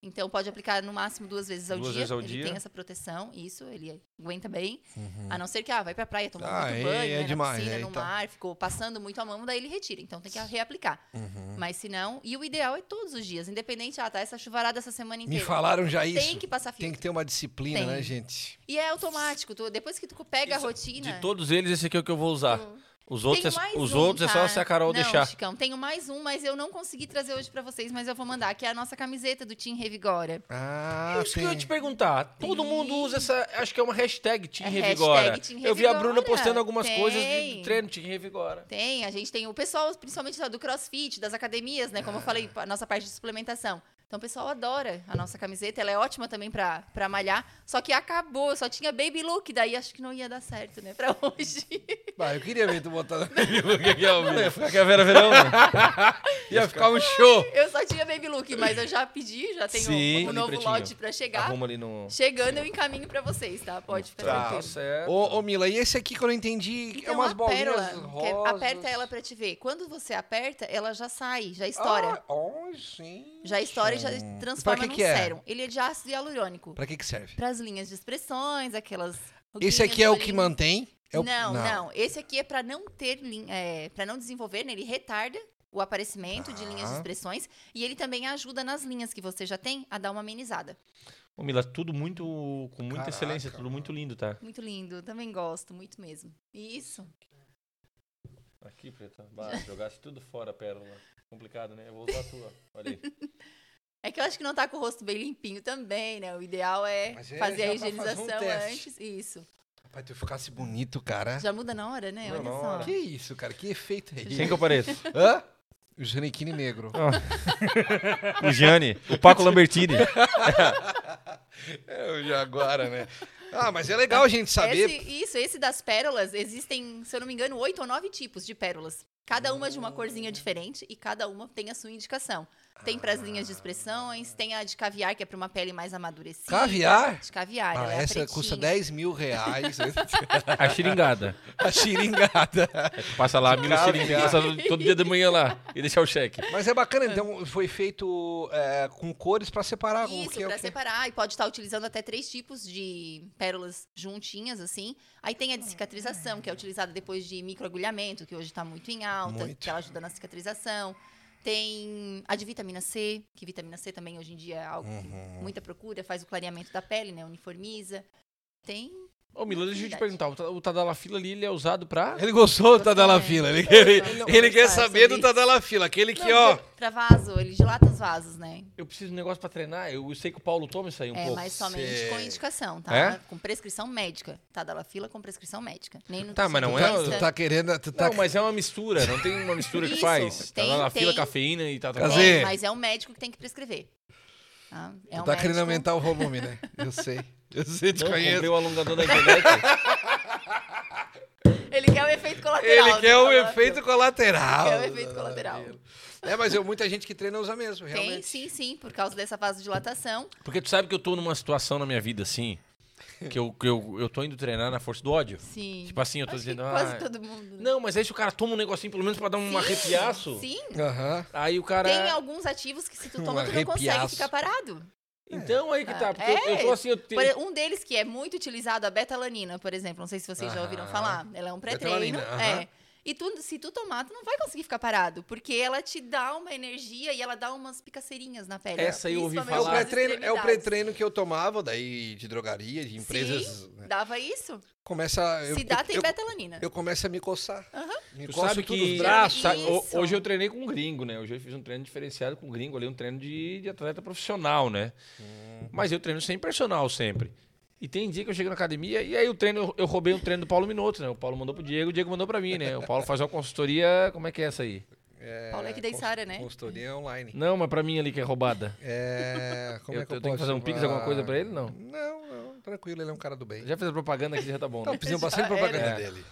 Speaker 3: Então pode aplicar no máximo duas vezes ao
Speaker 2: Duas
Speaker 3: dia.
Speaker 2: vezes ao
Speaker 3: ele
Speaker 2: dia.
Speaker 3: tem essa proteção, isso, ele aguenta bem. A não ser que ah, vai pra praia, tomar
Speaker 1: Uhum. Ah, é-
Speaker 3: muito banho,
Speaker 1: é
Speaker 3: né,
Speaker 1: demais,
Speaker 3: na piscina,
Speaker 1: é,
Speaker 3: no
Speaker 1: então.
Speaker 3: mar, ficou passando muito a mão, daí ele retira. Então tem que reaplicar.
Speaker 1: Uhum.
Speaker 3: Mas se não, e o ideal é todos os dias, independente, ah, tá essa chuvarada essa semana
Speaker 1: Me
Speaker 3: inteira.
Speaker 1: falaram já isso.
Speaker 3: tem que passar filtro.
Speaker 1: Tem que ter uma disciplina,
Speaker 3: Tem.
Speaker 1: né, gente?
Speaker 3: E é automático, tu- depois que tu pega a
Speaker 2: Isso,
Speaker 3: rotina.
Speaker 2: De todos eles, esse aqui é o que eu vou usar.
Speaker 3: tu-
Speaker 2: Os outros,
Speaker 3: Tenho
Speaker 2: é,
Speaker 3: Uhum. mais
Speaker 2: os
Speaker 3: um,
Speaker 2: outros é só
Speaker 3: tá?
Speaker 2: se a Carol
Speaker 3: não,
Speaker 2: deixar.
Speaker 3: Chicão, tenho mais um, mas eu não consegui trazer hoje pra vocês, mas eu vou mandar, que é a nossa camiseta do Team Revigora.
Speaker 1: Ah,
Speaker 2: Isso que eu ia te
Speaker 1: tem.
Speaker 2: perguntar. Todo mundo usa essa. Acho que é uma hashtag Team
Speaker 3: É
Speaker 2: Revigora.
Speaker 3: hashtag Team
Speaker 2: Eu vi a Bruna
Speaker 3: Revigora.
Speaker 2: postando algumas
Speaker 3: Tem.
Speaker 2: coisas de, de treino Team Revigora.
Speaker 3: Tem, a gente tem o pessoal, principalmente lá do CrossFit, das academias, né?
Speaker 2: Ah.
Speaker 3: Como eu falei, a nossa parte de suplementação. Então o pessoal adora a nossa camiseta, ela é ótima também pra, pra malhar. Só que acabou, só tinha baby look, daí acho que não ia dar certo, né, pra hoje.
Speaker 1: Bah, eu queria ver tu botando.
Speaker 2: Ia ficar que a Vera Verão, né?
Speaker 1: Ia ficar um show.
Speaker 3: Eu só tinha baby look. Luke, mas eu já pedi, já tenho
Speaker 2: Sim.
Speaker 3: um novo
Speaker 2: Pretinho.
Speaker 3: lote pra chegar.
Speaker 2: Arruma ali no.
Speaker 3: Chegando eu encaminho pra vocês, tá? Pode ficar
Speaker 1: Tá.
Speaker 3: tranquilo.
Speaker 2: certo.
Speaker 1: Ô, ô, Mila, e esse aqui que eu não entendi?
Speaker 3: Então,
Speaker 1: é umas
Speaker 3: a
Speaker 1: bolinhas
Speaker 3: pérola, que é-
Speaker 1: rosas.
Speaker 3: aperta ela pra te ver. Quando você aperta, ela já sai, já estoura.
Speaker 1: Ah, oh, sim.
Speaker 3: já estoura e já
Speaker 1: Pra
Speaker 3: transforma
Speaker 1: que
Speaker 3: num
Speaker 1: que é?
Speaker 3: sérum. Ele é de ácido hialurônico.
Speaker 1: Pra que que serve?
Speaker 3: Para as linhas de expressões, aquelas. ruguinhas,
Speaker 1: Esse aqui é o que
Speaker 3: olhinhos.
Speaker 1: mantém? É o-
Speaker 3: Não, não, Esse aqui é pra não ter lin- é, para não desenvolver, né? Ele retarda o aparecimento de linhas de
Speaker 1: Tá.
Speaker 3: expressões e ele também ajuda nas linhas que você já tem a dar uma amenizada.
Speaker 2: Ô, Mila, tudo muito. com muita
Speaker 1: Caraca,
Speaker 2: excelência, tudo muito lindo, tá?
Speaker 3: Muito lindo, também gosto, muito mesmo. Isso.
Speaker 2: Aqui, preta. Bah, jogasse tudo fora a pérola. Complicado, né? Eu vou usar a tua. Olha aí.
Speaker 3: É que eu acho que não tá com o rosto bem limpinho também, né? O ideal é
Speaker 1: Mas é
Speaker 3: fazer a
Speaker 1: já pra fazer um
Speaker 3: higienização
Speaker 1: teste.
Speaker 3: antes. Isso.
Speaker 1: Rapaz, tu ficasse bonito, cara.
Speaker 3: Já muda na hora, né?
Speaker 2: Muda
Speaker 3: Olha
Speaker 2: na
Speaker 3: só.
Speaker 2: hora.
Speaker 1: Que isso, cara? Que efeito é
Speaker 2: Quem
Speaker 1: esse?
Speaker 2: que eu pareço?
Speaker 1: Hã? O Janequine Negro.
Speaker 2: O Gianni, o Paco Lambertini.
Speaker 1: É o Jaguara, né? Ah, mas é legal a gente saber.
Speaker 3: Esse- isso, esse das pérolas, existem, se eu não me engano, oito ou nove tipos de pérolas. Cada uma
Speaker 1: Ah.
Speaker 3: de uma corzinha diferente e cada uma tem a sua indicação. Tem para as linhas de expressões, tem a de caviar, que é para uma pele mais amadurecida.
Speaker 1: Caviar?
Speaker 3: De caviar,
Speaker 1: Ah,
Speaker 3: ela é a
Speaker 1: essa custa
Speaker 3: pretinha.
Speaker 1: 10 mil reais.
Speaker 2: A xeringada.
Speaker 1: a xiringada.
Speaker 2: É, tu passa lá, a mina
Speaker 1: Cara,
Speaker 2: xeringada passa todo dia de manhã lá e deixar o cheque.
Speaker 1: Mas é bacana, então foi feito é, com cores pra separar com o
Speaker 3: Isso,
Speaker 1: que é
Speaker 3: pra
Speaker 1: o que.
Speaker 3: separar. E pode estar utilizando até três tipos de pérolas juntinhas, assim. Aí tem a de cicatrização, que é utilizada depois de microagulhamento, que hoje tá muito em alta,
Speaker 1: Muito.
Speaker 3: que ela ajuda na cicatrização. Tem a de vitamina C, que vitamina C também hoje em dia é algo que
Speaker 2: Uhum.
Speaker 3: muita procura, faz o clareamento da pele, né? Uniformiza. Tem.
Speaker 2: Ô, Mila, deixa eu te
Speaker 3: Verdade.
Speaker 2: perguntar. o ta- O Tadalafila ali, ele é usado pra.
Speaker 1: Ele gostou do
Speaker 3: Gostou,
Speaker 1: Tadalafila. Ele,
Speaker 3: né?
Speaker 1: ele,
Speaker 3: Gostou.
Speaker 1: ele quer
Speaker 3: Vamos falar
Speaker 1: saber do
Speaker 3: sobre isso.
Speaker 1: Tadalafila. Aquele que,
Speaker 3: Não,
Speaker 1: ó.
Speaker 3: pra- Pra vaso, ele dilata os vasos, né?
Speaker 2: Eu preciso de um negócio pra treinar. Eu sei que o Paulo toma isso aí um
Speaker 3: é,
Speaker 2: pouco.
Speaker 3: mas somente com
Speaker 1: sei.
Speaker 3: indicação, tá?
Speaker 2: É?
Speaker 3: Com prescrição médica. Tá, da fila com prescrição médica. Nem
Speaker 2: Tá, mas não é-
Speaker 3: nutricionista.
Speaker 1: Tu tá querendo. Tu tá...
Speaker 2: Não, mas é uma mistura, não tem uma mistura que
Speaker 3: Isso,
Speaker 2: faz.
Speaker 3: tem,
Speaker 2: Tadalafila,
Speaker 3: tem.
Speaker 2: cafeína e tal. tal,
Speaker 1: Quer
Speaker 2: tal.
Speaker 1: dizer,
Speaker 3: Tem, mas é um médico que tem que prescrever. Tá? É
Speaker 1: tu
Speaker 3: um
Speaker 1: tá querendo
Speaker 3: médico-
Speaker 1: aumentar o volume, né? Eu sei. um Eu sei, te
Speaker 2: Não,
Speaker 1: conheço.
Speaker 2: comprei o alongador da internet.
Speaker 3: Ele quer o efeito colateral.
Speaker 1: Ele quer
Speaker 3: do
Speaker 1: o
Speaker 3: Tadalafila.
Speaker 1: efeito colateral.
Speaker 3: tá Quer o efeito colateral.
Speaker 1: É, mas eu, muita gente que treina usa mesmo,
Speaker 3: Tem,
Speaker 1: realmente.
Speaker 3: sim, sim, por causa dessa vasodilatação.
Speaker 2: Porque tu sabe que eu tô numa situação na minha vida, assim, que eu, que eu, eu tô indo treinar na força do ódio.
Speaker 3: Sim.
Speaker 2: Tipo assim, eu tô
Speaker 3: Acho que
Speaker 2: dizendo...
Speaker 3: quase
Speaker 2: ah,
Speaker 3: todo mundo. né?
Speaker 2: Não, mas aí se o cara toma um negocinho, pelo menos pra dar um
Speaker 3: Sim,
Speaker 2: arrepiaço,
Speaker 3: Sim.
Speaker 1: Aham.
Speaker 2: aí o cara...
Speaker 3: Tem alguns ativos que se tu
Speaker 1: Um
Speaker 3: toma, tu não consegue
Speaker 1: arrepiaço.
Speaker 3: ficar parado.
Speaker 2: Então aí que tá, porque eu,
Speaker 3: É.
Speaker 2: eu tô assim, eu tenho...
Speaker 3: Por e- um deles que é muito utilizado, a betalanina, por exemplo. Não sei se vocês já ouviram
Speaker 2: Ah,
Speaker 1: Aham.
Speaker 3: falar. Ela é um pré-treino.
Speaker 1: Betalanina, aham.
Speaker 3: É. E tu, se tu tomar, tu não vai conseguir ficar parado, porque ela te dá uma energia e ela dá umas picaceirinhas na pele.
Speaker 2: Essa eu ouvi
Speaker 3: principalmente
Speaker 1: É o
Speaker 2: falar.
Speaker 3: nas
Speaker 1: pré-treino, é o
Speaker 3: extremidades.
Speaker 1: pré-treino que eu tomava daí de drogaria, de empresas. né?
Speaker 3: Dava isso?
Speaker 1: Começa
Speaker 2: Ah,
Speaker 1: eu,
Speaker 3: se dá, tem
Speaker 1: eu,
Speaker 3: betalanina.
Speaker 1: eu começo a me coçar. Me
Speaker 2: Tu
Speaker 1: coço
Speaker 2: sabe
Speaker 1: tudo
Speaker 2: que
Speaker 1: os braços.
Speaker 2: sabe, ho-
Speaker 3: Isso.
Speaker 2: hoje eu treinei com um gringo, né? Hoje eu fiz um treino diferenciado com um gringo ali, um treino de, de atleta profissional, né? Mas eu treino sem personal sempre. E tem dia que eu chego na academia e aí o treino, eu- eu roubei um treino do Paulo Minotto, né? O Paulo mandou pro Diego, o Diego mandou pra mim, né? O Paulo faz uma consultoria, como é que é essa aí?
Speaker 3: Paulo é que da Sara, né?
Speaker 1: Consultoria online.
Speaker 2: Não, mas pra mim ali que é roubada.
Speaker 1: É, como
Speaker 2: Eu-
Speaker 1: é que eu,
Speaker 2: eu tenho
Speaker 1: posso
Speaker 2: que fazer um pix,
Speaker 1: chamar?
Speaker 2: alguma coisa pra ele? Não.
Speaker 1: Não, não, tranquilo, ele é um cara do bem.
Speaker 2: Já fez a propaganda aqui, já tá bom,
Speaker 1: Não,
Speaker 2: né?
Speaker 1: fizemos
Speaker 3: Já
Speaker 1: bastante propaganda
Speaker 2: era.
Speaker 1: dele.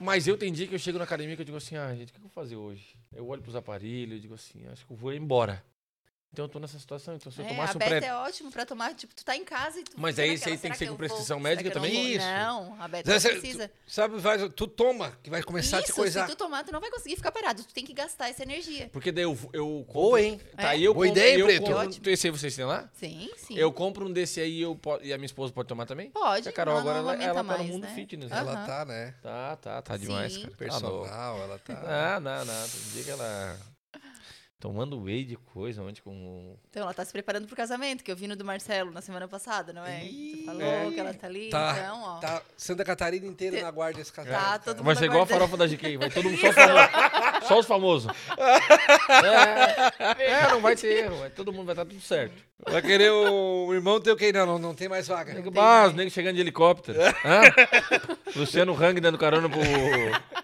Speaker 2: Mas eu tem dia que eu chego na academia que eu digo assim, ah, gente, o que eu vou fazer hoje? Eu olho pros aparelhos, eu digo assim, acho que eu vou embora. Então eu tô nessa situação, então se eu
Speaker 3: É,
Speaker 2: tomasse
Speaker 3: a
Speaker 2: um
Speaker 3: beta
Speaker 2: pré
Speaker 3: é ótimo pra tomar, tipo, tu tá em casa e tu
Speaker 2: Mas
Speaker 3: fica
Speaker 2: aí
Speaker 3: naquela,
Speaker 2: esse aí tem
Speaker 3: será
Speaker 2: que ser com
Speaker 3: eu
Speaker 2: prescrição
Speaker 3: vou? Será
Speaker 2: médica
Speaker 3: que eu não
Speaker 2: também? é
Speaker 3: vou?
Speaker 1: Isso.
Speaker 3: Não, a beta não
Speaker 1: Você-
Speaker 3: precisa.
Speaker 1: Sabe, vai, tu toma, que vai começar a te
Speaker 3: Isso,
Speaker 1: coisar.
Speaker 3: se tu tomar, tu não vai conseguir ficar parado. Tu tem que gastar essa energia.
Speaker 2: Porque daí eu, eu
Speaker 1: Boa, hein?
Speaker 2: Tá,
Speaker 3: É.
Speaker 2: aí eu
Speaker 1: Boa
Speaker 2: compro,
Speaker 1: ideia,
Speaker 2: eu
Speaker 1: Preto.
Speaker 2: compro-
Speaker 3: Ótimo.
Speaker 2: Esse aí vocês têm lá?
Speaker 3: Sim, sim.
Speaker 2: Eu compro um desse aí eu po- e a minha esposa pode tomar também?
Speaker 3: Pode,
Speaker 2: A Carol
Speaker 3: não-
Speaker 2: agora
Speaker 3: não
Speaker 2: ela,
Speaker 3: aumenta
Speaker 2: ela tá no
Speaker 3: mais,
Speaker 2: mundo
Speaker 3: né?
Speaker 2: fitness. né?
Speaker 3: Ah.
Speaker 1: Ela
Speaker 3: Aham.
Speaker 1: tá, né?
Speaker 2: Tá, tá, tá demais,
Speaker 3: Sim.
Speaker 2: cara. Tá
Speaker 1: Personal,
Speaker 2: louco.
Speaker 1: ela tá.
Speaker 2: Ah, não, não. Tem dia que ela... Tomando whey de coisa, onde com...
Speaker 3: Então ela tá se preparando pro casamento, que eu vi no do Marcelo na semana passada, não é?
Speaker 1: Ih,
Speaker 3: tu falou
Speaker 1: é.
Speaker 3: que ela tá ali,
Speaker 1: Tá,
Speaker 3: então, ó.
Speaker 1: Tá Santa Catarina inteira na guarda esse casal.
Speaker 3: Tá,
Speaker 1: cara.
Speaker 3: todo mundo-
Speaker 2: Vai ser igual a
Speaker 3: aguardando.
Speaker 2: farofa da GK, vai todo mundo só os famosos. Só os famosos. É, é, não vai ter erro, vai- todo mundo vai estar tudo certo.
Speaker 1: Vai querer o, o irmão teu quem? Não, não, não tem mais vaga.
Speaker 2: Nego, bah,
Speaker 3: tem
Speaker 2: Ah, os
Speaker 3: mais.
Speaker 2: negros chegando de helicóptero. Hã? Luciano Hang dando carona pro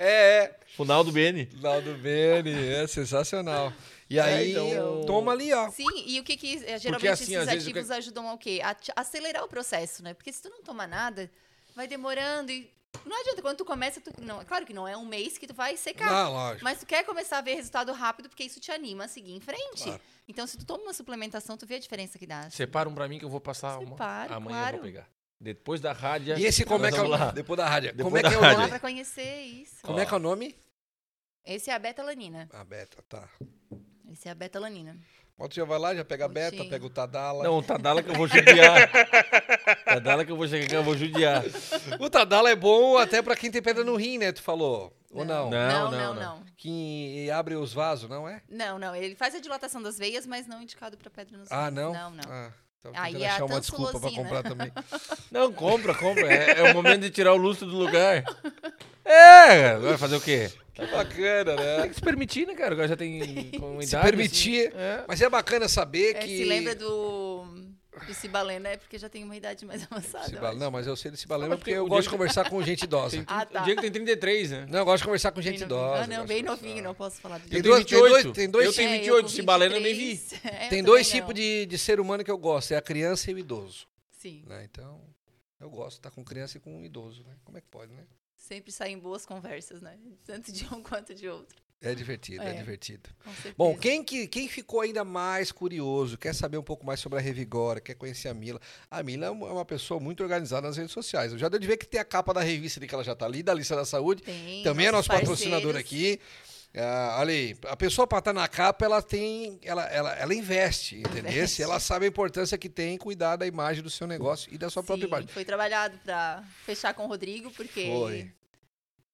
Speaker 1: É, é.
Speaker 2: final do Beni.
Speaker 1: Laudo Bene, é sensacional.
Speaker 3: É,
Speaker 1: E aí,
Speaker 2: então-
Speaker 1: toma ali, ó.
Speaker 3: Sim, e o que que eh, geralmente
Speaker 2: assim, às
Speaker 3: esses
Speaker 2: vezes, o que-
Speaker 3: ativos ajudam ao quê? A te- acelerar o processo, né? Porque se tu não tomar nada, vai demorando e Não adianta, quando tu começa, tu. Não, é claro que não é um mês que tu vai secar.
Speaker 1: Ah, lógico.
Speaker 3: Mas tu quer começar a ver resultado rápido, porque isso te anima a seguir em frente.
Speaker 1: Claro.
Speaker 3: Então, se tu toma uma suplementação, tu vê a diferença que dá.
Speaker 2: Separa um pra mim que eu vou passar uma.
Speaker 3: Separa,
Speaker 2: Amanhã
Speaker 3: claro.
Speaker 2: eu vou pegar. Depois da rádio.
Speaker 1: E esse como é
Speaker 2: nós
Speaker 1: que é o
Speaker 2: vamos lá.
Speaker 1: nome? Depois da rádio.
Speaker 2: Depois
Speaker 1: como é
Speaker 2: da
Speaker 1: que é o
Speaker 3: Vai lá
Speaker 1: nome?
Speaker 2: rádio.
Speaker 3: pra conhecer isso.
Speaker 1: Como é que é o nome?
Speaker 3: Esse é a beta-alanina.
Speaker 1: A Beta, tá.
Speaker 3: Esse é a beta-alanina.
Speaker 1: Quando você vai lá, já pega a Beta,
Speaker 3: Bonitinho.
Speaker 1: pega o Tadala.
Speaker 2: Não, o Tadala que eu vou judiar. Tadala que eu vou chegar aqui, eu vou judiar.
Speaker 1: O Tadala é bom até pra quem tem pedra no rim, né? Tu falou. Ou não?
Speaker 2: Não,
Speaker 3: Não.
Speaker 2: não, não.
Speaker 3: não,
Speaker 1: Que abre os vasos, não é?
Speaker 3: Não, não, Ele faz a dilatação das veias, mas não indicado pra pedra nos
Speaker 1: Ah,
Speaker 3: rins.
Speaker 1: não?
Speaker 3: Não, não.
Speaker 1: Ah, tava
Speaker 3: Aí
Speaker 1: tentando
Speaker 3: é a
Speaker 1: achar uma desculpa pra
Speaker 3: tansulosina.
Speaker 1: comprar também.
Speaker 2: Tá Não, compra, compra. É, é o momento de tirar o lustre do lugar. É, vai fazer o quê?
Speaker 1: Que bacana,
Speaker 2: Tem
Speaker 1: né?
Speaker 2: que se permitir, né, cara? Agora já tem com
Speaker 1: Se
Speaker 2: idade,
Speaker 1: permitir.
Speaker 2: assim, é.
Speaker 1: Mas é bacana saber
Speaker 3: É,
Speaker 1: que.
Speaker 3: Se lembra do, do Cibalena, é porque já tem uma idade mais avançada. eu
Speaker 1: Ciba-
Speaker 3: acho.
Speaker 1: Não, mas eu sei desse balema porque
Speaker 2: porque
Speaker 1: eu
Speaker 2: o
Speaker 1: gosto de
Speaker 2: Diego-
Speaker 1: conversar com gente idosa.
Speaker 3: Ah,
Speaker 2: O
Speaker 3: tá.
Speaker 2: Diego tem 33, né?
Speaker 1: Não, eu gosto de conversar tá com gente
Speaker 3: Bem novinho.
Speaker 1: idosa. assim,
Speaker 3: Ah,
Speaker 1: eu
Speaker 3: não,
Speaker 1: gosto
Speaker 3: bem
Speaker 1: de conversar.
Speaker 3: novinho, não posso falar disso.
Speaker 1: Tem
Speaker 2: Eu
Speaker 1: duas-
Speaker 2: tenho
Speaker 1: tem dois-
Speaker 2: 28.
Speaker 1: tem dois-
Speaker 2: Eu tenho
Speaker 3: É, eu
Speaker 2: 28,
Speaker 3: com
Speaker 2: se balena eu nem vi.
Speaker 3: 23. É, eu
Speaker 1: Tem
Speaker 3: também
Speaker 1: dois
Speaker 3: não.
Speaker 1: tipos de, de ser humano que eu gosto: é a criança e o idoso.
Speaker 3: Sim,
Speaker 1: né? Então, eu gosto de estar com criança e com idoso, né? Como é que pode, né?
Speaker 3: sempre saem boas conversas, né? Tanto de um quanto de outro.
Speaker 1: É divertido, é,
Speaker 3: É.
Speaker 1: divertido.
Speaker 3: Com certeza.
Speaker 1: Bom, quem, que, quem ficou ainda mais curioso, quer saber um pouco mais sobre a Revigora, quer conhecer a Mila. A Mila é uma é uma pessoa muito organizada nas redes sociais. Eu já deu de ver que tem a capa da revista ali que ela já está ali, da lista da saúde.
Speaker 3: Tem
Speaker 1: Também é
Speaker 3: nossos
Speaker 1: nosso patrocinador
Speaker 3: parceiros.
Speaker 1: aqui. Ah, olha aí, a pessoa para estar na capa, ela tem. Ela, ela, ela investe, entendeu?
Speaker 3: Investe.
Speaker 1: Ela sabe a importância que tem em cuidar da imagem do seu negócio e da sua própria
Speaker 3: Sim,
Speaker 1: imagem.
Speaker 3: Foi trabalhado pra fechar com o Rodrigo, porque
Speaker 1: Foi.
Speaker 3: ele,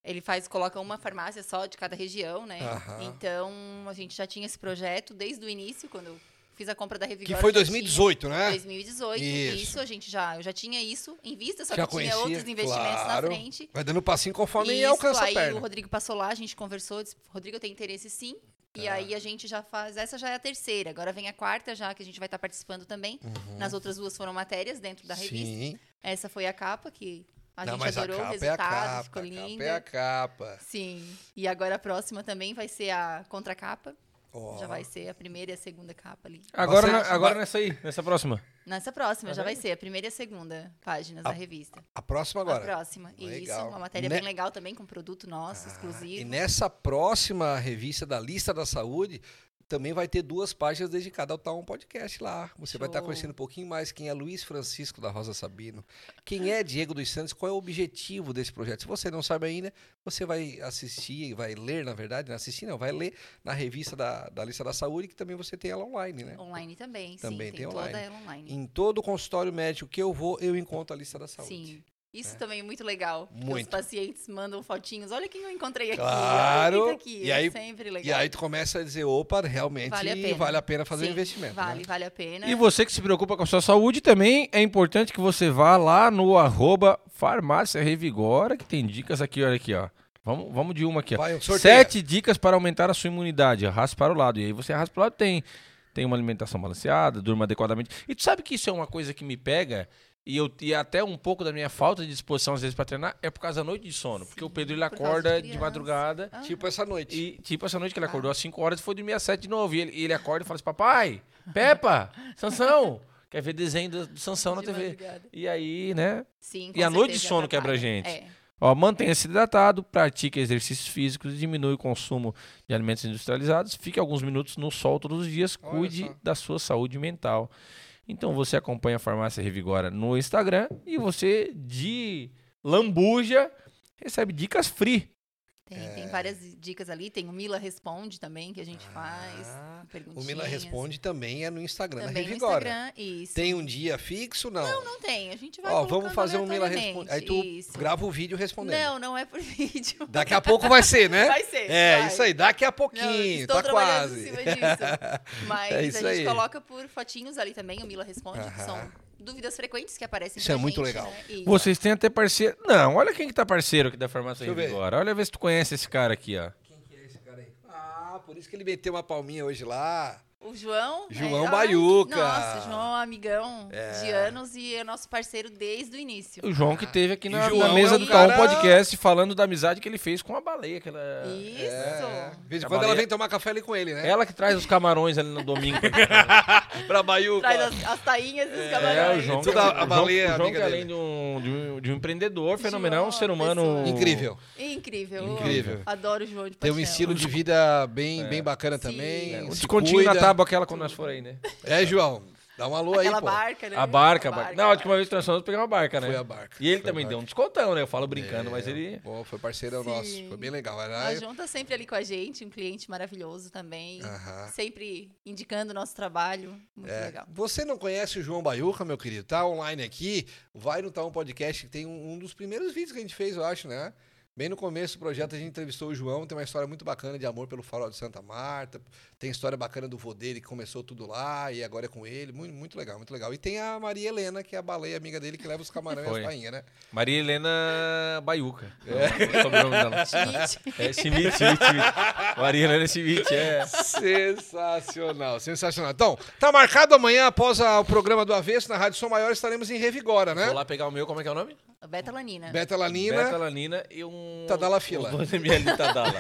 Speaker 3: ele faz, coloca uma farmácia só de cada região, né?
Speaker 1: Aham.
Speaker 3: Então, a gente já tinha esse projeto desde o início, quando eu fiz a compra da
Speaker 1: Que
Speaker 3: Revigora.
Speaker 1: foi
Speaker 3: já
Speaker 1: 2018,
Speaker 3: tinha-
Speaker 1: né?
Speaker 3: 2018.
Speaker 1: Isso.
Speaker 3: Isso. a gente já, eu já tinha isso em vista, só
Speaker 1: Já
Speaker 3: que
Speaker 1: conhecia,
Speaker 3: tinha outros investimentos
Speaker 1: claro.
Speaker 3: na frente.
Speaker 1: Vai dando passinho conforme
Speaker 3: Isso,
Speaker 1: alcança
Speaker 3: aí
Speaker 1: a perna.
Speaker 3: o Rodrigo passou lá, a gente conversou, disse, Rodrigo, eu tenho interesse sim. E
Speaker 1: Tá.
Speaker 3: aí a gente já faz, essa já é a terceira, agora vem a quarta já, que a gente vai estar participando também. Nas outras duas foram matérias dentro da revista.
Speaker 1: Uhum. Sim.
Speaker 3: Essa foi a capa que a
Speaker 1: Não,
Speaker 3: gente
Speaker 1: mas a
Speaker 3: adorou o
Speaker 1: capa é a
Speaker 3: resultado,
Speaker 1: capa.
Speaker 3: ficou
Speaker 1: a
Speaker 3: linda.
Speaker 1: capa é a capa.
Speaker 3: Sim. E agora a próxima também vai ser a contracapa.
Speaker 1: Ó.
Speaker 3: Já vai ser a primeira e a segunda capa ali.
Speaker 2: Agora,
Speaker 1: Bastante.
Speaker 2: na- agora nessa aí, nessa próxima.
Speaker 3: Nessa próxima, já vai ser a primeira e a segunda páginas da revista.
Speaker 1: A próxima
Speaker 3: A
Speaker 1: agora.
Speaker 3: próxima.
Speaker 1: Legal.
Speaker 3: Isso, uma matéria
Speaker 1: Ne-
Speaker 3: bem legal também, com produto
Speaker 1: Ah,
Speaker 3: nosso,
Speaker 1: E
Speaker 3: exclusivo.
Speaker 1: nessa próxima revista da Lista da Saúde, também vai ter duas páginas dedicadas ao tal um podcast lá. Você vai estar
Speaker 3: Show.
Speaker 1: conhecendo um pouquinho mais quem é Luiz Francisco da Rosa Sabino, quem é Diego dos Santos, qual é o objetivo desse projeto. Se você não sabe ainda, você vai assistir, vai ler, na verdade, não assistir não, vai ler na revista da, da Lista da Saúde, que também você tem ela online, né?
Speaker 3: Online também,
Speaker 1: Também
Speaker 3: sim.
Speaker 1: tem
Speaker 3: toda
Speaker 1: online.
Speaker 3: ela online.
Speaker 1: Em todo consultório médico que eu vou, eu encontro a Lista da Saúde.
Speaker 3: Sim. Isso também é muito legal. porque
Speaker 1: Muito.
Speaker 3: Os pacientes mandam fotinhos. Olha quem eu encontrei aqui.
Speaker 1: Claro.
Speaker 3: Olha quem tá aqui.
Speaker 1: E
Speaker 3: é
Speaker 1: aí-
Speaker 3: sempre legal.
Speaker 1: E aí tu começa a dizer, opa, realmente
Speaker 3: Vale
Speaker 1: vale
Speaker 3: a pena.
Speaker 1: a pena fazer o
Speaker 3: Sim,
Speaker 1: investimento.
Speaker 3: Vale,
Speaker 1: né?
Speaker 3: vale a pena.
Speaker 2: E você que se preocupa com a sua saúde também, é importante que você vá lá no arroba farmácia Revigora, que tem dicas aqui, olha aqui, ó. Vamos, vamos de uma aqui, ó.
Speaker 1: Vai, sorteia.
Speaker 2: Sete dicas para aumentar a sua imunidade. Arrasta para o lado. E aí você arrasta para o lado, tem, tem uma alimentação balanceada, durma adequadamente. E tu sabe que isso é uma coisa que me pega, e, eu, e até um pouco da minha falta de disposição às vezes para treinar, é por causa da noite de sono. Porque o Pedro ele
Speaker 3: por causa
Speaker 2: acorda
Speaker 3: de
Speaker 2: de,
Speaker 3: criança.
Speaker 2: madrugada
Speaker 3: Ah.
Speaker 1: Tipo essa noite.
Speaker 2: e, tipo, essa noite que ele
Speaker 1: Ah.
Speaker 2: acordou às 5 horas, foi dormir às 7 de novo. E ele, ele acorda e fala assim: Papai, Peppa, Sansão, quer ver desenho do, do Sansão na
Speaker 3: De
Speaker 2: TV.
Speaker 3: madrugada.
Speaker 2: E aí, né?
Speaker 3: Sim,
Speaker 2: E a noite de
Speaker 3: certeza
Speaker 2: sono quebra a
Speaker 3: atrapalha.
Speaker 2: gente.
Speaker 3: É.
Speaker 2: Ó, mantenha-se hidratado, pratique exercícios físicos, diminui o consumo de alimentos industrializados, fique alguns minutos no sol todos os dias,
Speaker 1: Olha
Speaker 2: cuide
Speaker 1: só.
Speaker 2: da sua saúde mental. Então você acompanha a Farmácia Revigora no Instagram e você, de lambuja, recebe dicas free.
Speaker 3: Tem,
Speaker 1: É.
Speaker 3: tem várias dicas ali. Tem o Mila Responde também, que a gente faz.
Speaker 1: Ah, o
Speaker 3: perguntinhas.
Speaker 1: Mila Responde também é no Instagram, na
Speaker 3: Também no
Speaker 1: Revigora.
Speaker 3: Instagram. Isso.
Speaker 1: Tem um dia fixo? Não.
Speaker 3: Não tem, a gente vai
Speaker 1: Ó,
Speaker 3: colocando
Speaker 1: vamos fazer um Mila Responde.
Speaker 3: aleatoriamente.
Speaker 1: Aí tu
Speaker 3: Isso.
Speaker 1: grava o vídeo respondendo.
Speaker 3: Não, não é por vídeo.
Speaker 1: Daqui a pouco vai ser, né?
Speaker 3: Vai ser.
Speaker 1: É,
Speaker 3: vai.
Speaker 1: isso aí, daqui a pouquinho,
Speaker 3: Não, estou
Speaker 1: tá
Speaker 3: trabalhando
Speaker 1: quase.
Speaker 3: em cima disso. Mas
Speaker 1: É isso
Speaker 3: a gente
Speaker 1: aí.
Speaker 3: coloca por fotinhos ali também, o Mila Responde, que
Speaker 1: Aham.
Speaker 3: são dúvidas frequentes que aparecem
Speaker 1: Isso
Speaker 3: pra
Speaker 1: é muito
Speaker 3: gente,
Speaker 1: legal.
Speaker 3: né? E-
Speaker 2: Vocês têm até parceiro. Não, olha quem que tá parceiro aqui da farmácia
Speaker 1: Deixa eu ver.
Speaker 2: agora. Olha ver se tu conhece esse cara aqui, ó.
Speaker 1: Quem que é esse cara aí? Ah, por isso que ele meteu uma palminha hoje lá.
Speaker 3: O João. né?
Speaker 1: João
Speaker 3: ai,
Speaker 1: Baiuca.
Speaker 3: Nossa, João é um amigão de anos e é nosso parceiro desde o início.
Speaker 2: O João que teve aqui
Speaker 1: E
Speaker 2: na,
Speaker 1: João
Speaker 2: na mesa
Speaker 3: é um
Speaker 2: do Taon
Speaker 1: cara-
Speaker 2: Podcast falando da amizade que ele fez com a baleia. Aquela...
Speaker 1: É.
Speaker 3: Isso.
Speaker 1: De vez em
Speaker 2: A
Speaker 1: quando ela
Speaker 2: baleia-
Speaker 1: vem tomar café ali com ele, né?
Speaker 2: Ela que traz os camarões ali no domingo.
Speaker 1: pra Baiuca.
Speaker 3: Traz as, as tainhas e os
Speaker 2: é,
Speaker 3: camarões.
Speaker 2: o João,
Speaker 1: Tudo
Speaker 2: que,
Speaker 1: a-
Speaker 2: o
Speaker 1: a
Speaker 2: João-
Speaker 1: baleia é
Speaker 2: o João
Speaker 1: amiga
Speaker 2: que além
Speaker 1: dele.
Speaker 2: de um, de um- de um empreendedor fenomenal, um ser humano...
Speaker 3: pessoa.
Speaker 1: Incrível.
Speaker 3: Incrível.
Speaker 1: Incrível.
Speaker 3: eu Adoro o João de
Speaker 1: Tem
Speaker 3: paixão.
Speaker 1: um estilo de vida bem, bem bacana
Speaker 3: Sim.
Speaker 1: também.
Speaker 2: É, um
Speaker 1: se
Speaker 2: descontinho na
Speaker 1: cuida.
Speaker 2: tábua aquela quando nós for aí, né?
Speaker 1: É, João. Dá um alô
Speaker 3: Aquela
Speaker 1: aí, pô.
Speaker 3: barca, né?
Speaker 2: A barca, a barca. Não, a última vez que nós fomos pegar uma barca, né?
Speaker 1: Foi a barca.
Speaker 2: E
Speaker 1: Foi
Speaker 2: ele
Speaker 1: a
Speaker 2: também
Speaker 1: barca. É.
Speaker 2: deu um descontão, né? Eu falo brincando, mas ele...
Speaker 1: Bom, foi parceirão
Speaker 3: Sim.
Speaker 1: nosso. Foi bem legal. Era...
Speaker 3: A João tá sempre ali com a gente, um cliente maravilhoso também.
Speaker 1: Aham. É.
Speaker 3: Sempre indicando o nosso trabalho. Muito legal.
Speaker 1: Você não conhece o João Baiuca, meu querido? Tá online aqui. Vai no Taon Podcast, que tem um, um dos primeiros vídeos que a gente fez, eu acho, né? Bem no começo do projeto, a gente entrevistou o João. Tem uma história muito bacana de amor pelo farol de Santa Marta. Tem história bacana do vô dele, que começou tudo lá e agora é com ele. Muito, muito legal, muito legal. E tem a Maria Helena, que é a baleia amiga dele, que leva os camarões e
Speaker 2: Foi.
Speaker 1: as rainhas, né?
Speaker 2: Maria Helena Baiuca. É. o sobrenome dela.
Speaker 3: Gente,
Speaker 2: É Schmidt, Schmidt, Schmidt. Maria Helena Schmidt, é.
Speaker 1: Sensacional, sensacional. Então, tá marcado amanhã, após a- o programa do Avesso, na Rádio Som Maior, estaremos em Revigora,
Speaker 2: Vou
Speaker 1: né?
Speaker 2: lá pegar o meu, como é que é o nome?
Speaker 3: Beta Lanina.
Speaker 1: Beta Lanina.
Speaker 2: Betalanina e um...
Speaker 1: Tadala Fila.
Speaker 2: uns 12 ml de Tadala.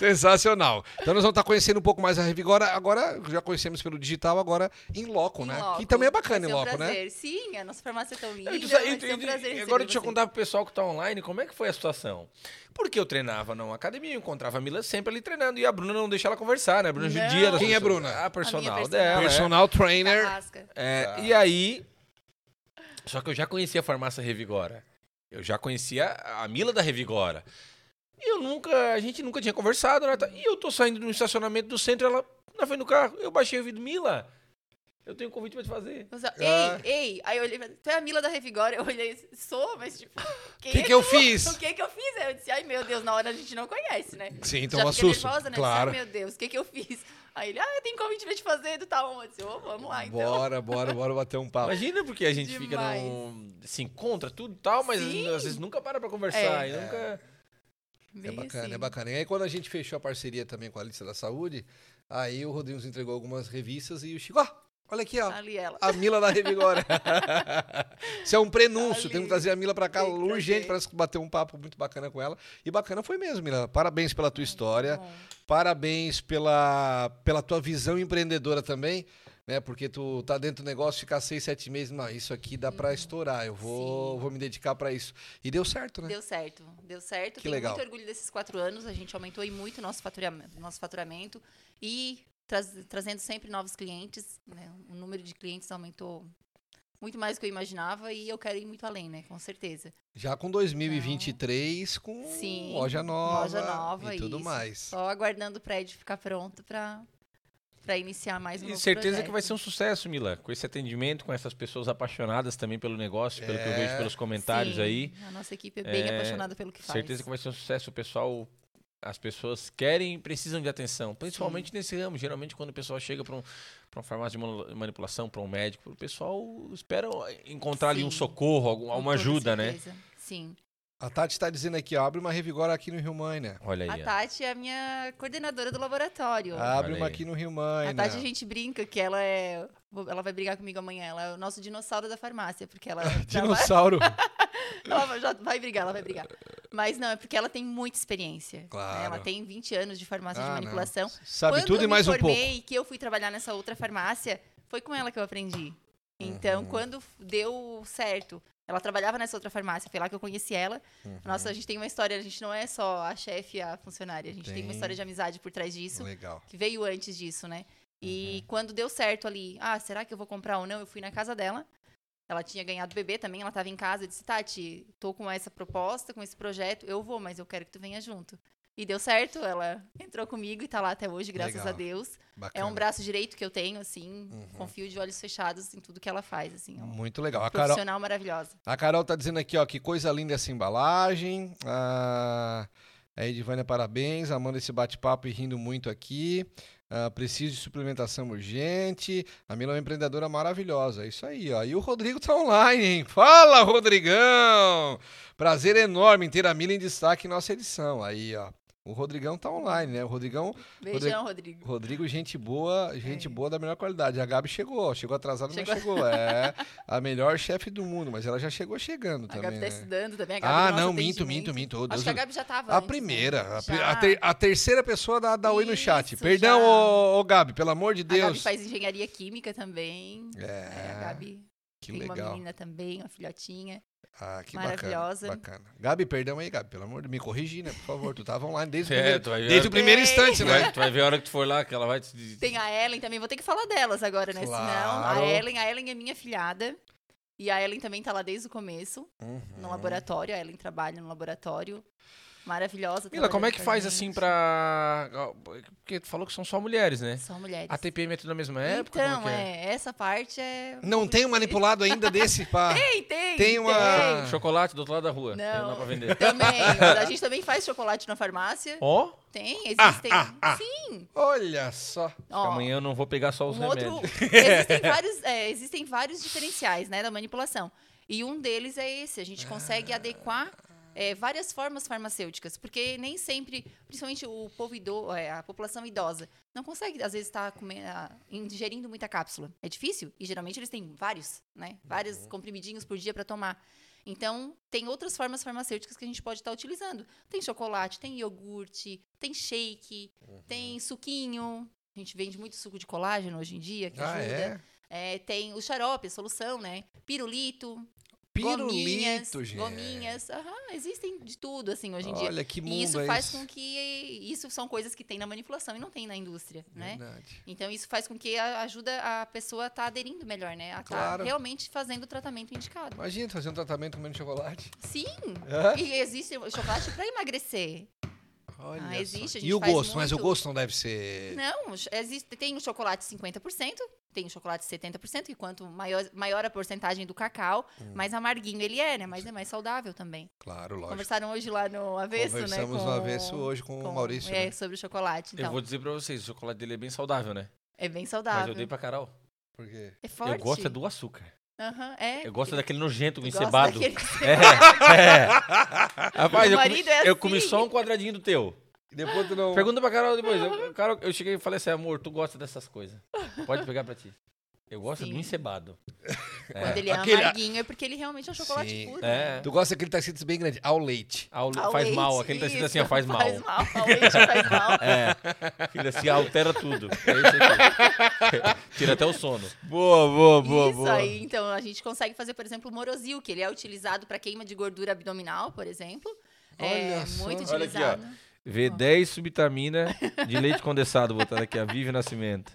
Speaker 1: Sensacional. Então nós vamos estar conhecendo um pouco mais a Revigora. Agora já conhecemos pelo digital, agora em loco, né?
Speaker 3: Em loco.
Speaker 1: Que também é
Speaker 3: Vai
Speaker 1: bacana em
Speaker 3: ser um
Speaker 1: loco, né?
Speaker 3: prazer. Sim, a nossa farmácia é tão linda.
Speaker 2: Eu- tu
Speaker 3: vai
Speaker 2: sabe-
Speaker 3: ser um
Speaker 2: eu-
Speaker 3: prazer
Speaker 2: eu-
Speaker 3: receber
Speaker 2: Agora deixa eu
Speaker 3: você.
Speaker 2: contar pro pessoal que tá online como é que foi a situação. Porque eu treinava numa academia, eu encontrava a Mila sempre ali treinando e a Bruna não deixava ela conversar, né? A Bruna
Speaker 3: Não.
Speaker 2: judia das
Speaker 1: Quem é a
Speaker 2: pessoas.
Speaker 1: Bruna?
Speaker 2: A personal
Speaker 3: A minha
Speaker 2: dela. é.
Speaker 1: Personal trainer.
Speaker 3: Carrasca.
Speaker 2: É,
Speaker 1: Tá.
Speaker 2: E aí. Só que eu já conhecia a farmácia Revigora. Eu já conhecia a Mila da Revigora. E eu nunca. A gente nunca tinha conversado, né? E eu tô saindo de um estacionamento do centro, ela na frente do carro. Eu baixei o vidro, Mila. Eu tenho um convite pra te fazer.
Speaker 3: Eu só,
Speaker 1: Ah.
Speaker 3: Ei, ei. Aí eu olhei pra tu é a Mila da Revigora? Eu olhei, sou, mas tipo,
Speaker 1: O
Speaker 3: quem
Speaker 1: que,
Speaker 3: é
Speaker 1: que eu
Speaker 3: O
Speaker 1: fiz?
Speaker 3: que que eu fiz? Aí Eu disse, ai meu Deus, na hora a gente não conhece, né?
Speaker 1: Sim, então
Speaker 3: Já fiquei
Speaker 1: assusta.
Speaker 3: nervosa, né?
Speaker 1: Claro.
Speaker 3: Disse, ai meu Deus, o que que eu fiz? Aí ele, ah, eu tenho convite pra te fazer do tal onde? Eu disse, ô, vamos lá então.
Speaker 1: Bora, bora, bora bater um papo.
Speaker 2: Imagina, porque a gente fica
Speaker 3: Demais.
Speaker 2: num. Se encontra tudo e tal, mas
Speaker 3: Sim.
Speaker 2: às vezes nunca para pra conversar.
Speaker 3: É.
Speaker 2: e nunca.
Speaker 1: É
Speaker 3: Bem
Speaker 1: bacana,
Speaker 3: assim.
Speaker 1: é bacana. E aí, quando a gente fechou a parceria também com a Lista da Saúde, aí o Rodrigo nos entregou algumas revistas e o Chico, ó, olha aqui, ó.
Speaker 3: Ali ela.
Speaker 1: A Mila da Revigora. Isso é um prenúncio.
Speaker 3: Ali.
Speaker 1: Temos que trazer a Mila pra cá
Speaker 3: Tem que
Speaker 1: urgente para
Speaker 3: trazer.
Speaker 1: bater um papo muito bacana com ela. E bacana foi mesmo, Mila. Parabéns pela tua história.
Speaker 3: Bom,
Speaker 1: Parabéns pela, pela tua visão empreendedora também, né? Porque tu tá dentro do negócio, ficar seis, sete meses, não, isso aqui dá pra estourar, eu vou,
Speaker 3: Uhum. Sim.
Speaker 1: vou me dedicar pra isso. E deu certo, né?
Speaker 3: Deu certo, deu certo.
Speaker 1: Que
Speaker 3: Tenho
Speaker 1: legal.
Speaker 3: muito orgulho desses quatro anos. A gente aumentou e muito o nosso faturamento, nosso faturamento e traz- trazendo sempre novos clientes. né? O número de clientes aumentou muito mais do que eu imaginava e eu quero ir muito além, né? Com certeza.
Speaker 1: Já com 2023, com
Speaker 3: Sim,
Speaker 1: loja nova,
Speaker 3: loja nova,
Speaker 1: e tudo
Speaker 3: isso.
Speaker 1: mais.
Speaker 3: Só aguardando o prédio ficar pronto para para iniciar mais um
Speaker 2: E
Speaker 3: novo
Speaker 2: certeza
Speaker 3: projeto.
Speaker 2: que vai ser um sucesso, Mila, com esse atendimento, com essas pessoas apaixonadas também pelo negócio, pelo que eu
Speaker 1: É.
Speaker 2: vejo pelos comentários
Speaker 3: Sim,
Speaker 2: aí.
Speaker 3: A nossa equipe é bem
Speaker 2: É,
Speaker 3: apaixonada pelo que faz.
Speaker 2: Certeza que vai ser um sucesso, o pessoal. As pessoas querem e precisam de atenção, principalmente nesse ramo. Geralmente, quando o pessoal chega para um, pra uma farmácia de manu- manipulação, para um médico, o pessoal espera encontrar ali um
Speaker 3: Sim.
Speaker 2: socorro, algum-
Speaker 3: Com
Speaker 2: alguma
Speaker 3: toda
Speaker 2: ajuda, né?
Speaker 3: certeza. Sim.
Speaker 1: A Tati tá dizendo aqui, ó, abre uma Revigora aqui no Rio Mânia.
Speaker 2: Olha
Speaker 3: A
Speaker 2: aí. ó.
Speaker 3: Tati é a minha coordenadora do laboratório.
Speaker 1: Abre
Speaker 2: Olha
Speaker 1: uma
Speaker 2: aí.
Speaker 1: aqui no Rio
Speaker 3: A
Speaker 1: Mânia.
Speaker 3: Tati a gente brinca que ela é. vou- Ela vai brigar comigo amanhã. Ela é o nosso dinossauro da farmácia, porque ela. já vai-
Speaker 1: Dinossauro.
Speaker 3: ela vai- já vai brigar, ela vai brigar. Mas não, é porque ela tem muita experiência. né?
Speaker 1: Claro.
Speaker 3: Ela tem 20 anos de farmácia
Speaker 1: Ah,
Speaker 3: de
Speaker 1: não.
Speaker 3: manipulação.
Speaker 1: Sabe
Speaker 3: Quando
Speaker 1: tudo
Speaker 3: eu
Speaker 1: e mais
Speaker 3: me
Speaker 1: um pouco.
Speaker 3: formei, que eu fui trabalhar nessa outra farmácia, foi com ela que eu aprendi. Então,
Speaker 1: Uhum.
Speaker 3: quando f- deu certo, ela trabalhava nessa outra farmácia, foi lá que eu conheci ela. Nossa,
Speaker 1: Uhum.
Speaker 3: a gente tem uma história, a gente não é só a chefe e a funcionária, a gente tem
Speaker 1: Tem.
Speaker 3: uma história de amizade por trás disso
Speaker 1: Legal.
Speaker 3: que veio antes disso, né? E
Speaker 1: Uhum.
Speaker 3: quando deu certo ali, ah, será que eu vou comprar ou não? Eu fui na casa dela. Ela tinha ganhado bebê também, ela tava em casa. Eu disse, Tati, tô com essa proposta, com esse projeto, eu vou, mas eu quero que tu venha junto. E deu certo, ela entrou comigo e tá lá até hoje, graças
Speaker 1: Legal.
Speaker 3: a Deus.
Speaker 1: Bacana. Uhum.
Speaker 3: É um braço direito que eu tenho, assim, confio de olhos fechados em tudo que ela faz, assim. É uma
Speaker 1: Muito legal. Hum. A Carol,
Speaker 3: profissional maravilhosa.
Speaker 1: a Carol tá dizendo aqui, ó, que coisa linda essa embalagem. Ah, a Edivânia, parabéns. Amando esse bate-papo e rindo muito aqui. Ah, preciso de suplementação urgente. A Mila é uma empreendedora maravilhosa. É isso aí, ó. E o Rodrigo tá online, hein? Fala, Rodrigão! Prazer enorme em ter a Mila em destaque em nossa edição. Aí, ó. O Rodrigão tá online, né? O Rodrigão,
Speaker 3: Beijão, Rodrigo.
Speaker 1: Rodrigo, gente boa, gente
Speaker 3: É.
Speaker 1: boa da melhor qualidade. A Gabi chegou, chegou atrasada,
Speaker 3: Chegou.
Speaker 1: mas chegou. É a melhor chefe do mundo, mas ela já chegou chegando
Speaker 3: A
Speaker 1: também.
Speaker 3: Gabi tá
Speaker 1: né?
Speaker 3: estudando também. A Gabi
Speaker 1: Ah,
Speaker 3: do nosso
Speaker 1: não, minto, minto,
Speaker 3: atendimento.
Speaker 1: minto. Ô, Deus
Speaker 3: Acho que a
Speaker 1: do-
Speaker 3: Gabi já tava.
Speaker 1: A
Speaker 3: antes, né?
Speaker 1: primeira, a, pri-
Speaker 3: Já.
Speaker 1: a ter- a terceira pessoa da, da oi no chat.
Speaker 3: Isso,
Speaker 1: Perdão,
Speaker 3: já.
Speaker 1: ô, ô, Gabi, pelo amor de
Speaker 3: A Gabi
Speaker 1: Deus.
Speaker 3: faz engenharia química também. É, a
Speaker 1: É,
Speaker 3: Gabi
Speaker 1: que
Speaker 3: tem uma
Speaker 1: legal.
Speaker 3: menina também, uma filhotinha.
Speaker 1: Ah, que
Speaker 3: maravilhosa.
Speaker 1: bacana, bacana. Gabi, perdão aí, Gabi, pelo amor de me corrigir, né? Por favor, tu tava online desde o
Speaker 2: É,
Speaker 1: primeiro,
Speaker 2: tu vai ver,
Speaker 1: desde o primeiro
Speaker 3: Ei.
Speaker 1: instante,
Speaker 2: tu
Speaker 1: né?
Speaker 2: vai, tu vai ver a hora que tu for lá, que ela vai te.
Speaker 3: Tem a Ellen também, vou ter que falar delas agora, né? Senão,
Speaker 1: Claro.
Speaker 3: a Ellen, a Ellen é minha filhada. E a Ellen também tá lá desde o começo, no
Speaker 1: Uhum.
Speaker 3: laboratório. A Ellen trabalha no laboratório. Maravilhosa.
Speaker 2: Mila,
Speaker 3: trabalhando
Speaker 2: como é que
Speaker 3: com a
Speaker 2: faz
Speaker 3: gente.
Speaker 2: assim pra. Porque tu falou que são só mulheres, né?
Speaker 3: Só mulheres.
Speaker 2: A TPM é tudo na mesma época?
Speaker 3: Então,
Speaker 2: como é, que
Speaker 3: é, essa parte é.
Speaker 1: Não tem um manipulado ainda desse pra...
Speaker 3: Tem, tem.
Speaker 1: Tem uma-
Speaker 2: Ah, Chocolate do outro lado da rua. Tem
Speaker 3: é. Não.
Speaker 2: lá pra vender.
Speaker 3: Também. mas a gente também faz chocolate na farmácia.
Speaker 2: Ó,
Speaker 3: Tem, existem.
Speaker 1: ah, ah.
Speaker 3: Sim.
Speaker 1: Olha só.
Speaker 3: ó,
Speaker 2: amanhã eu não vou pegar só os
Speaker 3: um
Speaker 2: remédios.
Speaker 3: outro. Existem vários, é, existem vários diferenciais né, da manipulação. E um deles é esse. A gente
Speaker 2: Ah.
Speaker 3: consegue adequar é, várias formas farmacêuticas. Porque nem sempre, principalmente o povo idoso, a população idosa, não consegue, às vezes, estar ingerindo muita cápsula. É difícil. E geralmente eles têm vários, né? Vários
Speaker 2: Uhum.
Speaker 3: comprimidinhos por dia para tomar. Então, tem outras formas farmacêuticas que a gente pode estar utilizando. Tem chocolate, tem iogurte, tem shake,
Speaker 1: Uhum.
Speaker 3: tem suquinho. A gente vende muito suco de colágeno hoje em dia, que
Speaker 1: Ah,
Speaker 3: ajuda.
Speaker 1: é?
Speaker 3: É, tem o xarope, a solução, né? Pirulito, gominhas,
Speaker 1: Pirulito, gente.
Speaker 3: gominhas. Aham, existem de tudo, assim, hoje em dia.
Speaker 1: Olha que mundo
Speaker 3: E isso
Speaker 1: é
Speaker 3: faz
Speaker 1: esse.
Speaker 3: com que... Isso são coisas que tem na manipulação e não tem na indústria, né?
Speaker 1: Verdade.
Speaker 3: Então, isso faz com que a- ajuda a pessoa a estar aderindo melhor, né? A estar
Speaker 1: Claro.
Speaker 3: realmente fazendo o tratamento indicado.
Speaker 1: Imagina tu fazer um tratamento comendo chocolate.
Speaker 3: Sim!
Speaker 1: Hã?
Speaker 3: E existe o chocolate para emagrecer.
Speaker 1: Olha
Speaker 3: Ah, existe,
Speaker 1: só.
Speaker 3: a gente
Speaker 1: E o
Speaker 3: faz
Speaker 1: gosto, mas o
Speaker 3: muito.
Speaker 1: gosto não deve ser.
Speaker 3: Não, ch- existe, tem o chocolate 50%, tem o chocolate 70%, que quanto maior, maior a porcentagem do cacau, mais amarguinho ele é, né? Mas é mais saudável também.
Speaker 1: Claro, Hum. lógico.
Speaker 3: Conversaram hoje lá no Avesso, né?
Speaker 1: Conversamos
Speaker 3: com-
Speaker 1: no avesso hoje com, o Maurício.
Speaker 3: É,
Speaker 1: né?
Speaker 3: sobre o chocolate.
Speaker 2: Eu
Speaker 3: Então,
Speaker 2: vou dizer pra vocês, o chocolate dele é bem saudável, né?
Speaker 3: é bem
Speaker 2: Mas
Speaker 3: saudável.
Speaker 2: eu dei pra Carol.
Speaker 1: Por quê?
Speaker 3: É forte.
Speaker 2: Eu gosto é do açúcar.
Speaker 3: Aham, é.
Speaker 2: Eu gosto daquele nojento
Speaker 3: Tu gosta
Speaker 2: encebado.
Speaker 3: daquele-
Speaker 2: É, é. Rapaz,
Speaker 3: Meu
Speaker 2: eu comi,
Speaker 3: marido é
Speaker 2: eu comi
Speaker 3: assim.
Speaker 2: só um quadradinho do teu.
Speaker 1: Depois tu não.
Speaker 2: Pergunta pra Carol depois. Eu, Carol, eu cheguei e falei assim, amor, tu gosta dessas coisas. Pode pegar pra ti. Eu gosto
Speaker 3: Sim.
Speaker 2: do encebado.
Speaker 3: Quando ele é
Speaker 1: Aquele-
Speaker 3: amarguinho, é porque ele realmente é um chocolate
Speaker 1: Sim,
Speaker 3: puro.
Speaker 2: É.
Speaker 3: né?
Speaker 1: Tu gosta daquele taxista bem grande, ao leite.
Speaker 2: Ao-
Speaker 3: Ao
Speaker 2: faz
Speaker 3: leite,
Speaker 2: mal, aquele tá escrito assim, ó,
Speaker 3: isso,
Speaker 2: faz mal.
Speaker 3: Faz mal, ao leite faz mal.
Speaker 2: É, aquele assim altera tudo. É isso aí. Tira até o sono.
Speaker 1: Boa, boa,
Speaker 3: Isso aí, então a gente consegue fazer, por exemplo, o Morozil, que ele é utilizado para queima de gordura abdominal, por exemplo. é
Speaker 1: Olha só.
Speaker 3: muito
Speaker 2: Olha aqui, ó.
Speaker 3: utilizado.
Speaker 2: V10 subvitamina de leite condensado, botaram aqui, a Vive Nascimento.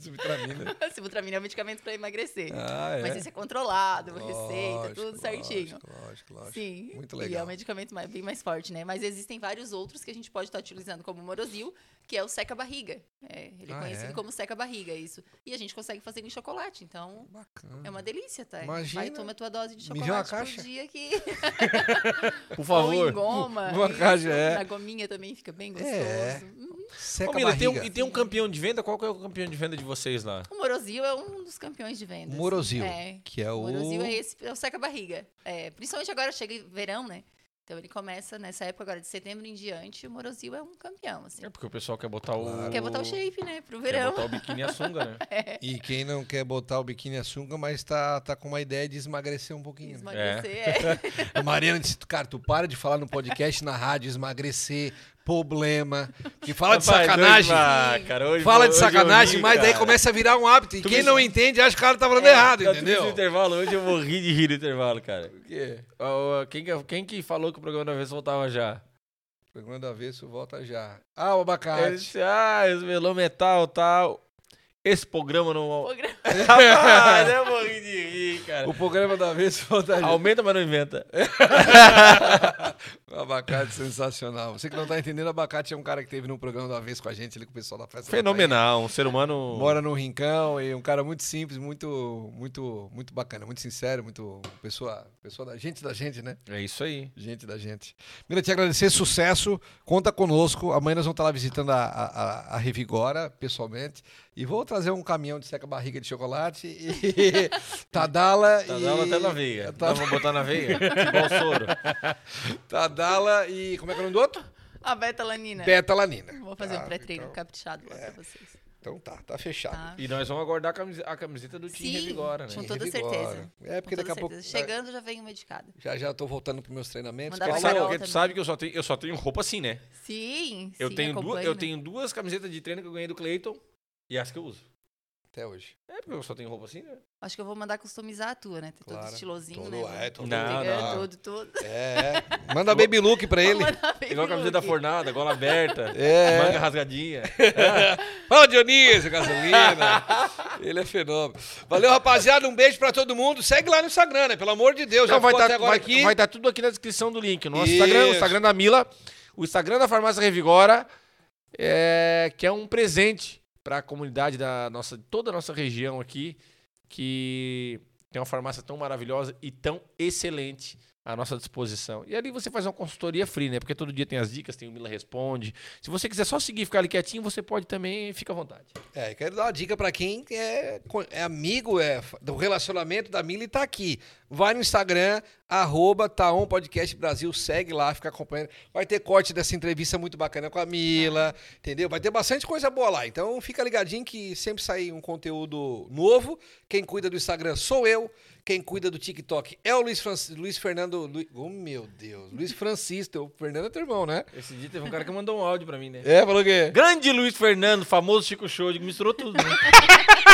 Speaker 1: Subtramina.
Speaker 3: Sibutramina é um medicamento para emagrecer.
Speaker 1: Ah, é.
Speaker 3: Mas esse é controlado, receita,
Speaker 1: Lógico,
Speaker 3: tudo certinho.
Speaker 1: Lógico, lógico, lógico.
Speaker 3: Sim.
Speaker 1: Muito
Speaker 3: E é
Speaker 1: legal.
Speaker 3: um medicamento mais- bem mais forte, né? Mas existem vários outros que a gente pode estar utilizando, como o Morozil, que é o seca-barriga. É, ele
Speaker 1: Ah,
Speaker 3: é conhecido
Speaker 1: é?
Speaker 3: como seca-barriga, isso. E a gente consegue fazer em chocolate, então
Speaker 1: Bacana.
Speaker 3: é uma delícia, tá? Vai,
Speaker 1: Hum. Imagina.
Speaker 3: toma a tua dose de
Speaker 1: Me
Speaker 3: chocolate
Speaker 1: vê uma caixa.
Speaker 3: por dia que...
Speaker 2: Por
Speaker 3: Ou em
Speaker 2: favor.
Speaker 3: goma.
Speaker 1: Uma
Speaker 3: isso.
Speaker 1: caixa, é.
Speaker 3: Na gominha também fica bem gostoso.
Speaker 1: É.
Speaker 3: Uhum.
Speaker 1: Seca
Speaker 2: Ô, Mila,
Speaker 1: a
Speaker 2: tem um-
Speaker 1: barriga.
Speaker 2: e tem um campeão de venda? Qual que é o campeão de venda de vocês lá?
Speaker 3: O Morozil é um dos campeões de vendas.
Speaker 1: Morozil,
Speaker 3: É.
Speaker 1: que é
Speaker 3: O
Speaker 1: o...
Speaker 3: Morozil é esse, é o seca-barriga. É, principalmente agora chega verão, né? Então ele começa nessa época agora de setembro em diante, o Morozil é um campeão, assim.
Speaker 2: É porque o pessoal quer botar o...
Speaker 1: Claro.
Speaker 3: Quer botar o shape, né? Pro
Speaker 2: Quer
Speaker 3: verão.
Speaker 2: botar o biquíni e a sunga, né?
Speaker 3: é
Speaker 1: E quem não quer botar o biquíni e a sunga, mas tá, tá com uma ideia de esmagrecer um pouquinho. né?
Speaker 3: Esmarecer, é.
Speaker 1: A Mariana disse, cara, tu para de falar no podcast, na rádio, esmagrecer, problema. Que fala de
Speaker 2: Rapaz,
Speaker 1: sacanagem.
Speaker 2: hoje, ah, cara, hoje-
Speaker 1: Fala de
Speaker 2: hoje eu
Speaker 1: sacanagem,
Speaker 2: ri,
Speaker 1: mas daí
Speaker 2: cara.
Speaker 1: começa a virar um hábito. E
Speaker 2: Tu
Speaker 1: quem
Speaker 2: me-
Speaker 1: não entende acha que o cara tá falando
Speaker 2: É,
Speaker 1: errado,
Speaker 2: tá tudo no
Speaker 1: entendeu?
Speaker 2: intervalo, hoje eu vou rir de rir no intervalo, cara. Ó, ó, Quem que, quem que falou que o programa da vez voltava já?
Speaker 1: Programa do avesso, volta já. Ah, o
Speaker 2: Ele
Speaker 1: abacate.
Speaker 2: disse, ah, esmelou metal tal. Esse programa não.
Speaker 3: Programa-
Speaker 2: Rapaz, eu vou rir de rir, cara.
Speaker 1: O programa do avesso, volta já.
Speaker 2: Aumenta, mas não inventa.
Speaker 1: O abacate sensacional. Você que não tá entendendo, o abacate é um cara que teve num programa do avesso com a gente, ali com o pessoal da festa. da
Speaker 2: Fenomenal, um ser humano.
Speaker 1: mora no rincão e um cara muito simples, muito, muito, muito bacana, muito sincero, muito pessoa, pessoa da gente da gente, né?
Speaker 2: É isso aí.
Speaker 1: Gente da gente. Mila, te agradecer, sucesso, conta conosco. Amanhã nós vamos estar lá visitando a, a, a- a Revigora, pessoalmente, e vou trazer um caminhão de seca-barriga de chocolate e Tadala
Speaker 2: Tá
Speaker 1: e...
Speaker 2: dando até na veia.
Speaker 1: Tá-
Speaker 2: Tá... Vamos botar na veia? Que bom soro.
Speaker 1: Tadala e... como é que é o nome do outro?
Speaker 3: A betalanina.
Speaker 1: Betalanina.
Speaker 3: Vou fazer
Speaker 1: Tá,
Speaker 3: um pré-treino
Speaker 1: Então,
Speaker 3: caprichado lá pra vocês.
Speaker 1: então tá, tá fechado.
Speaker 3: Tá?
Speaker 2: E nós vamos aguardar a camisa- a camiseta do Tim
Speaker 3: Sim.
Speaker 2: Revigora, né?
Speaker 3: Com
Speaker 1: Sim,
Speaker 3: toda
Speaker 1: revigora.
Speaker 3: certeza.
Speaker 1: É, porque
Speaker 3: Com
Speaker 1: daqui a
Speaker 3: toda
Speaker 1: pouco.
Speaker 3: certeza. Chegando já vem uma de cada.
Speaker 1: Já já tô voltando pros meus treinamentos.
Speaker 3: Mandar
Speaker 2: Porque
Speaker 1: Quero saber-
Speaker 2: tu
Speaker 3: pra
Speaker 2: sabe,
Speaker 3: Carol
Speaker 2: porque tu
Speaker 3: também.
Speaker 2: sabe que eu só, tenho, eu só tenho roupa assim, né?
Speaker 3: Sim,
Speaker 2: Eu,
Speaker 3: né? sim,
Speaker 2: tenho duas, eu
Speaker 3: acompanho. né?
Speaker 2: tenho duas camisetas de treino que eu ganhei do Clayton e as que eu uso.
Speaker 1: Até hoje.
Speaker 2: É porque eu só tenho roupa assim, né?
Speaker 3: Acho que eu vou mandar customizar a tua, né? Tem
Speaker 1: Claro.
Speaker 3: todo estilosinho,
Speaker 1: Todo-
Speaker 3: né?
Speaker 1: é, todo-
Speaker 2: Não,
Speaker 3: Pegando
Speaker 1: não.
Speaker 3: Todo, todo.
Speaker 1: É, é. Manda baby look pra ele.
Speaker 2: Igual a camiseta fornada, gola aberta,
Speaker 1: É.
Speaker 2: manga rasgadinha.
Speaker 1: Fala, Dionísio, gasolina. Ele é fenômeno. Valeu, rapaziada. Um beijo pra todo mundo. Segue lá no Instagram, né? Pelo amor de Deus. Já
Speaker 4: Então vai
Speaker 1: ficou até
Speaker 4: estar
Speaker 1: agora aqui.
Speaker 4: tudo aqui na descrição do link. No nosso
Speaker 1: Isso.
Speaker 4: Instagram, o Instagram da Mila, o Instagram da Farmácia Revigora, é, que é um presente para a comunidade da nossa, toda a nossa região aqui, que tem uma farmácia tão maravilhosa e tão excelente à nossa disposição. E ali você faz uma consultoria free, né? Porque todo dia tem as dicas, tem o Mila Responde. Se você quiser só seguir e ficar ali quietinho, você pode também, fica à vontade. tá
Speaker 1: É, quero dar uma dica pra quem é, co- é amigo é, fa- do relacionamento da Mila e tá aqui. Vai no Instagram, arroba Taon Podcast Brasil, segue lá, fica acompanhando. Vai ter corte dessa entrevista muito bacana com a Mila, entendeu? Vai ter bastante coisa boa lá. Então fica ligadinho que sempre sai um conteúdo novo. Quem cuida do Instagram sou eu. Quem cuida do TikTok é o Luiz, Fran- Luiz Fernando. Lu- oh, meu Deus. Luiz Francisco. O Fernando é teu irmão, né?
Speaker 2: Esse dia teve um cara que mandou um áudio pra mim, né?
Speaker 1: É, falou o quê?
Speaker 2: Grande Luiz Fernando, famoso Chico Show, digo, misturou tudo. né?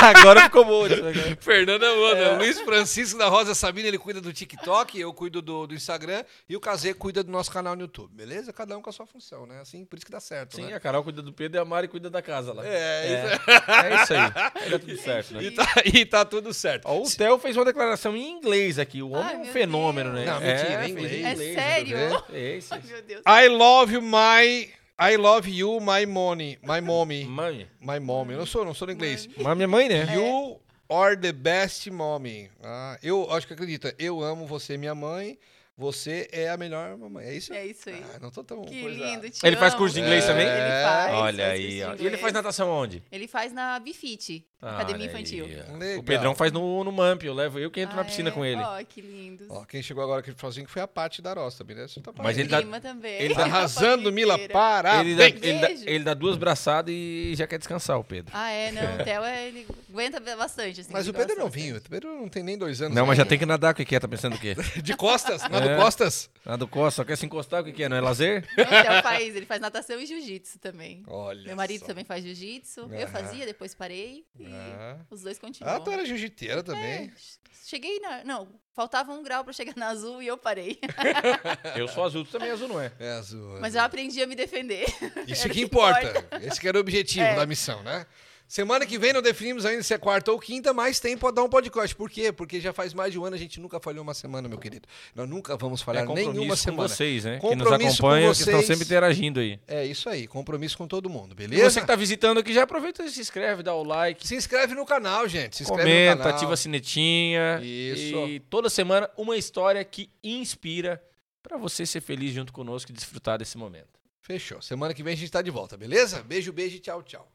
Speaker 2: Agora ficou bom. isso agora.
Speaker 1: Fernanda Mona, né? Luiz Francisco da Rosa Sabina, ele cuida do TikTok, eu cuido do, do Instagram e o Kazê cuida do nosso canal no YouTube, beleza? Cada um com a sua função, né? Assim, por isso que dá certo,
Speaker 2: Sim,
Speaker 1: né?
Speaker 2: a Carol cuida do Pedro e a Mari cuida da casa lá.
Speaker 1: É, isso
Speaker 2: é isso aí. Vai dar tudo certo, né?
Speaker 1: E tá, e tá tudo certo.
Speaker 2: Ó, o Theo fez uma declaração em inglês aqui. O homem
Speaker 3: Ai,
Speaker 2: é um
Speaker 3: meu
Speaker 2: fenômeno,
Speaker 3: Deus.
Speaker 2: né?
Speaker 1: Não, mentira,
Speaker 2: é,
Speaker 1: em
Speaker 2: fez
Speaker 1: inglês. tá
Speaker 3: É
Speaker 2: tudo
Speaker 3: sério?
Speaker 2: bem. É isso.
Speaker 3: Ai, meu Deus.
Speaker 1: I love my... I love you, my money. My mommy.
Speaker 2: Mãe.
Speaker 1: My mommy. Eu não sou, não sou do inglês.
Speaker 2: Mãe minha mãe, né?
Speaker 1: You are the best mommy. Ah, eu acho que acredita. Eu amo você, minha mãe. Você é a melhor mamãe. É É. isso?
Speaker 3: É isso aí.
Speaker 1: Ah, não tô tão...
Speaker 3: Que
Speaker 1: coisado.
Speaker 3: lindo, te
Speaker 2: Ele faz
Speaker 3: amo.
Speaker 2: curso de inglês também?
Speaker 3: Ele faz.
Speaker 2: Olha
Speaker 3: faz curso
Speaker 2: aí, ó. E
Speaker 3: de
Speaker 2: ele
Speaker 3: inglês.
Speaker 2: faz Ah, natação onde?
Speaker 3: Ele faz na Bifit, Academia Infantil.
Speaker 1: Legal.
Speaker 2: O Pedrão faz no, no Mamp, eu levo eu que entro na
Speaker 3: Ah,
Speaker 2: piscina
Speaker 3: é?
Speaker 2: com ele.
Speaker 3: Ó, que lindo.
Speaker 1: Ó, quem chegou agora aqui sozinho foi a Paty da Roça, também, né? Você tá
Speaker 2: Mas ele
Speaker 1: parado.
Speaker 2: dá-
Speaker 3: Prima também.
Speaker 2: ele
Speaker 1: tá
Speaker 3: A
Speaker 1: arrasando,
Speaker 3: família
Speaker 1: Mila,
Speaker 3: inteira.
Speaker 1: parabéns!
Speaker 2: Ele dá, ele, tá-
Speaker 3: Beijo.
Speaker 2: dá, ele dá duas braçadas e já quer descansar o Pedro.
Speaker 3: Ah, é, não. O Theo, é- ele aguenta bastante. Assim,
Speaker 1: Mas
Speaker 3: ele
Speaker 1: o Pedro é
Speaker 3: gosta
Speaker 1: novinho, o Pedro não tem nem dois anos.
Speaker 2: Não, mas já tem que nadar, o que que é? Tá pensando o quê?
Speaker 1: De costas, nada
Speaker 2: É.
Speaker 1: costas.
Speaker 2: Nada do Costa, só quer se encostar, o que que é? Não é lazer?
Speaker 3: bastante. O Theo faz, ele faz natação e jiu-jitsu também.
Speaker 1: Olha
Speaker 3: Meu marido
Speaker 1: só.
Speaker 3: também é faz jiu-jitsu.
Speaker 1: Aham.
Speaker 3: Eu fazia, depois parei. E
Speaker 1: Ah.
Speaker 3: os dois continuam.
Speaker 1: Ah, tu era jiu-jiteira
Speaker 3: É,
Speaker 1: também.
Speaker 3: cheguei na. Não, faltava um grau pra chegar na azul e eu parei.
Speaker 2: Eu sou azul, tu também é azul, não é?
Speaker 1: É, azul.
Speaker 3: Mas eu
Speaker 1: azul.
Speaker 3: aprendi a me defender.
Speaker 1: Isso que
Speaker 3: era o que
Speaker 1: importa. Esse que era o objetivo
Speaker 3: É.
Speaker 1: da missão, né? Semana que vem não definimos ainda se é quarta ou quinta, mas tem pra dar um podcast. Por quê? Porque já faz mais de um ano a gente nunca falhou uma semana, meu querido. Nós nunca vamos falhar
Speaker 2: é compromisso
Speaker 1: nenhuma
Speaker 2: com
Speaker 1: semana.
Speaker 2: vocês, né? que
Speaker 1: Compromisso
Speaker 2: nos
Speaker 1: com
Speaker 2: acompanham, que estão
Speaker 1: vocês.
Speaker 2: sempre interagindo aí.
Speaker 1: É isso aí, compromisso com todo mundo,
Speaker 2: E
Speaker 1: beleza?
Speaker 2: você que tá visitando aqui, já aproveita e se inscreve, dá o like,
Speaker 1: Se inscreve no canal, gente. Se inscreve no
Speaker 2: comenta,
Speaker 1: canal.
Speaker 2: ativa a sinetinha.
Speaker 1: Isso.
Speaker 2: E toda semana uma história que inspira pra você ser feliz junto conosco e desfrutar desse momento.
Speaker 1: Fechou. Semana que vem a gente tá de volta, beleza? Beijo, beijo e tchau, tchau.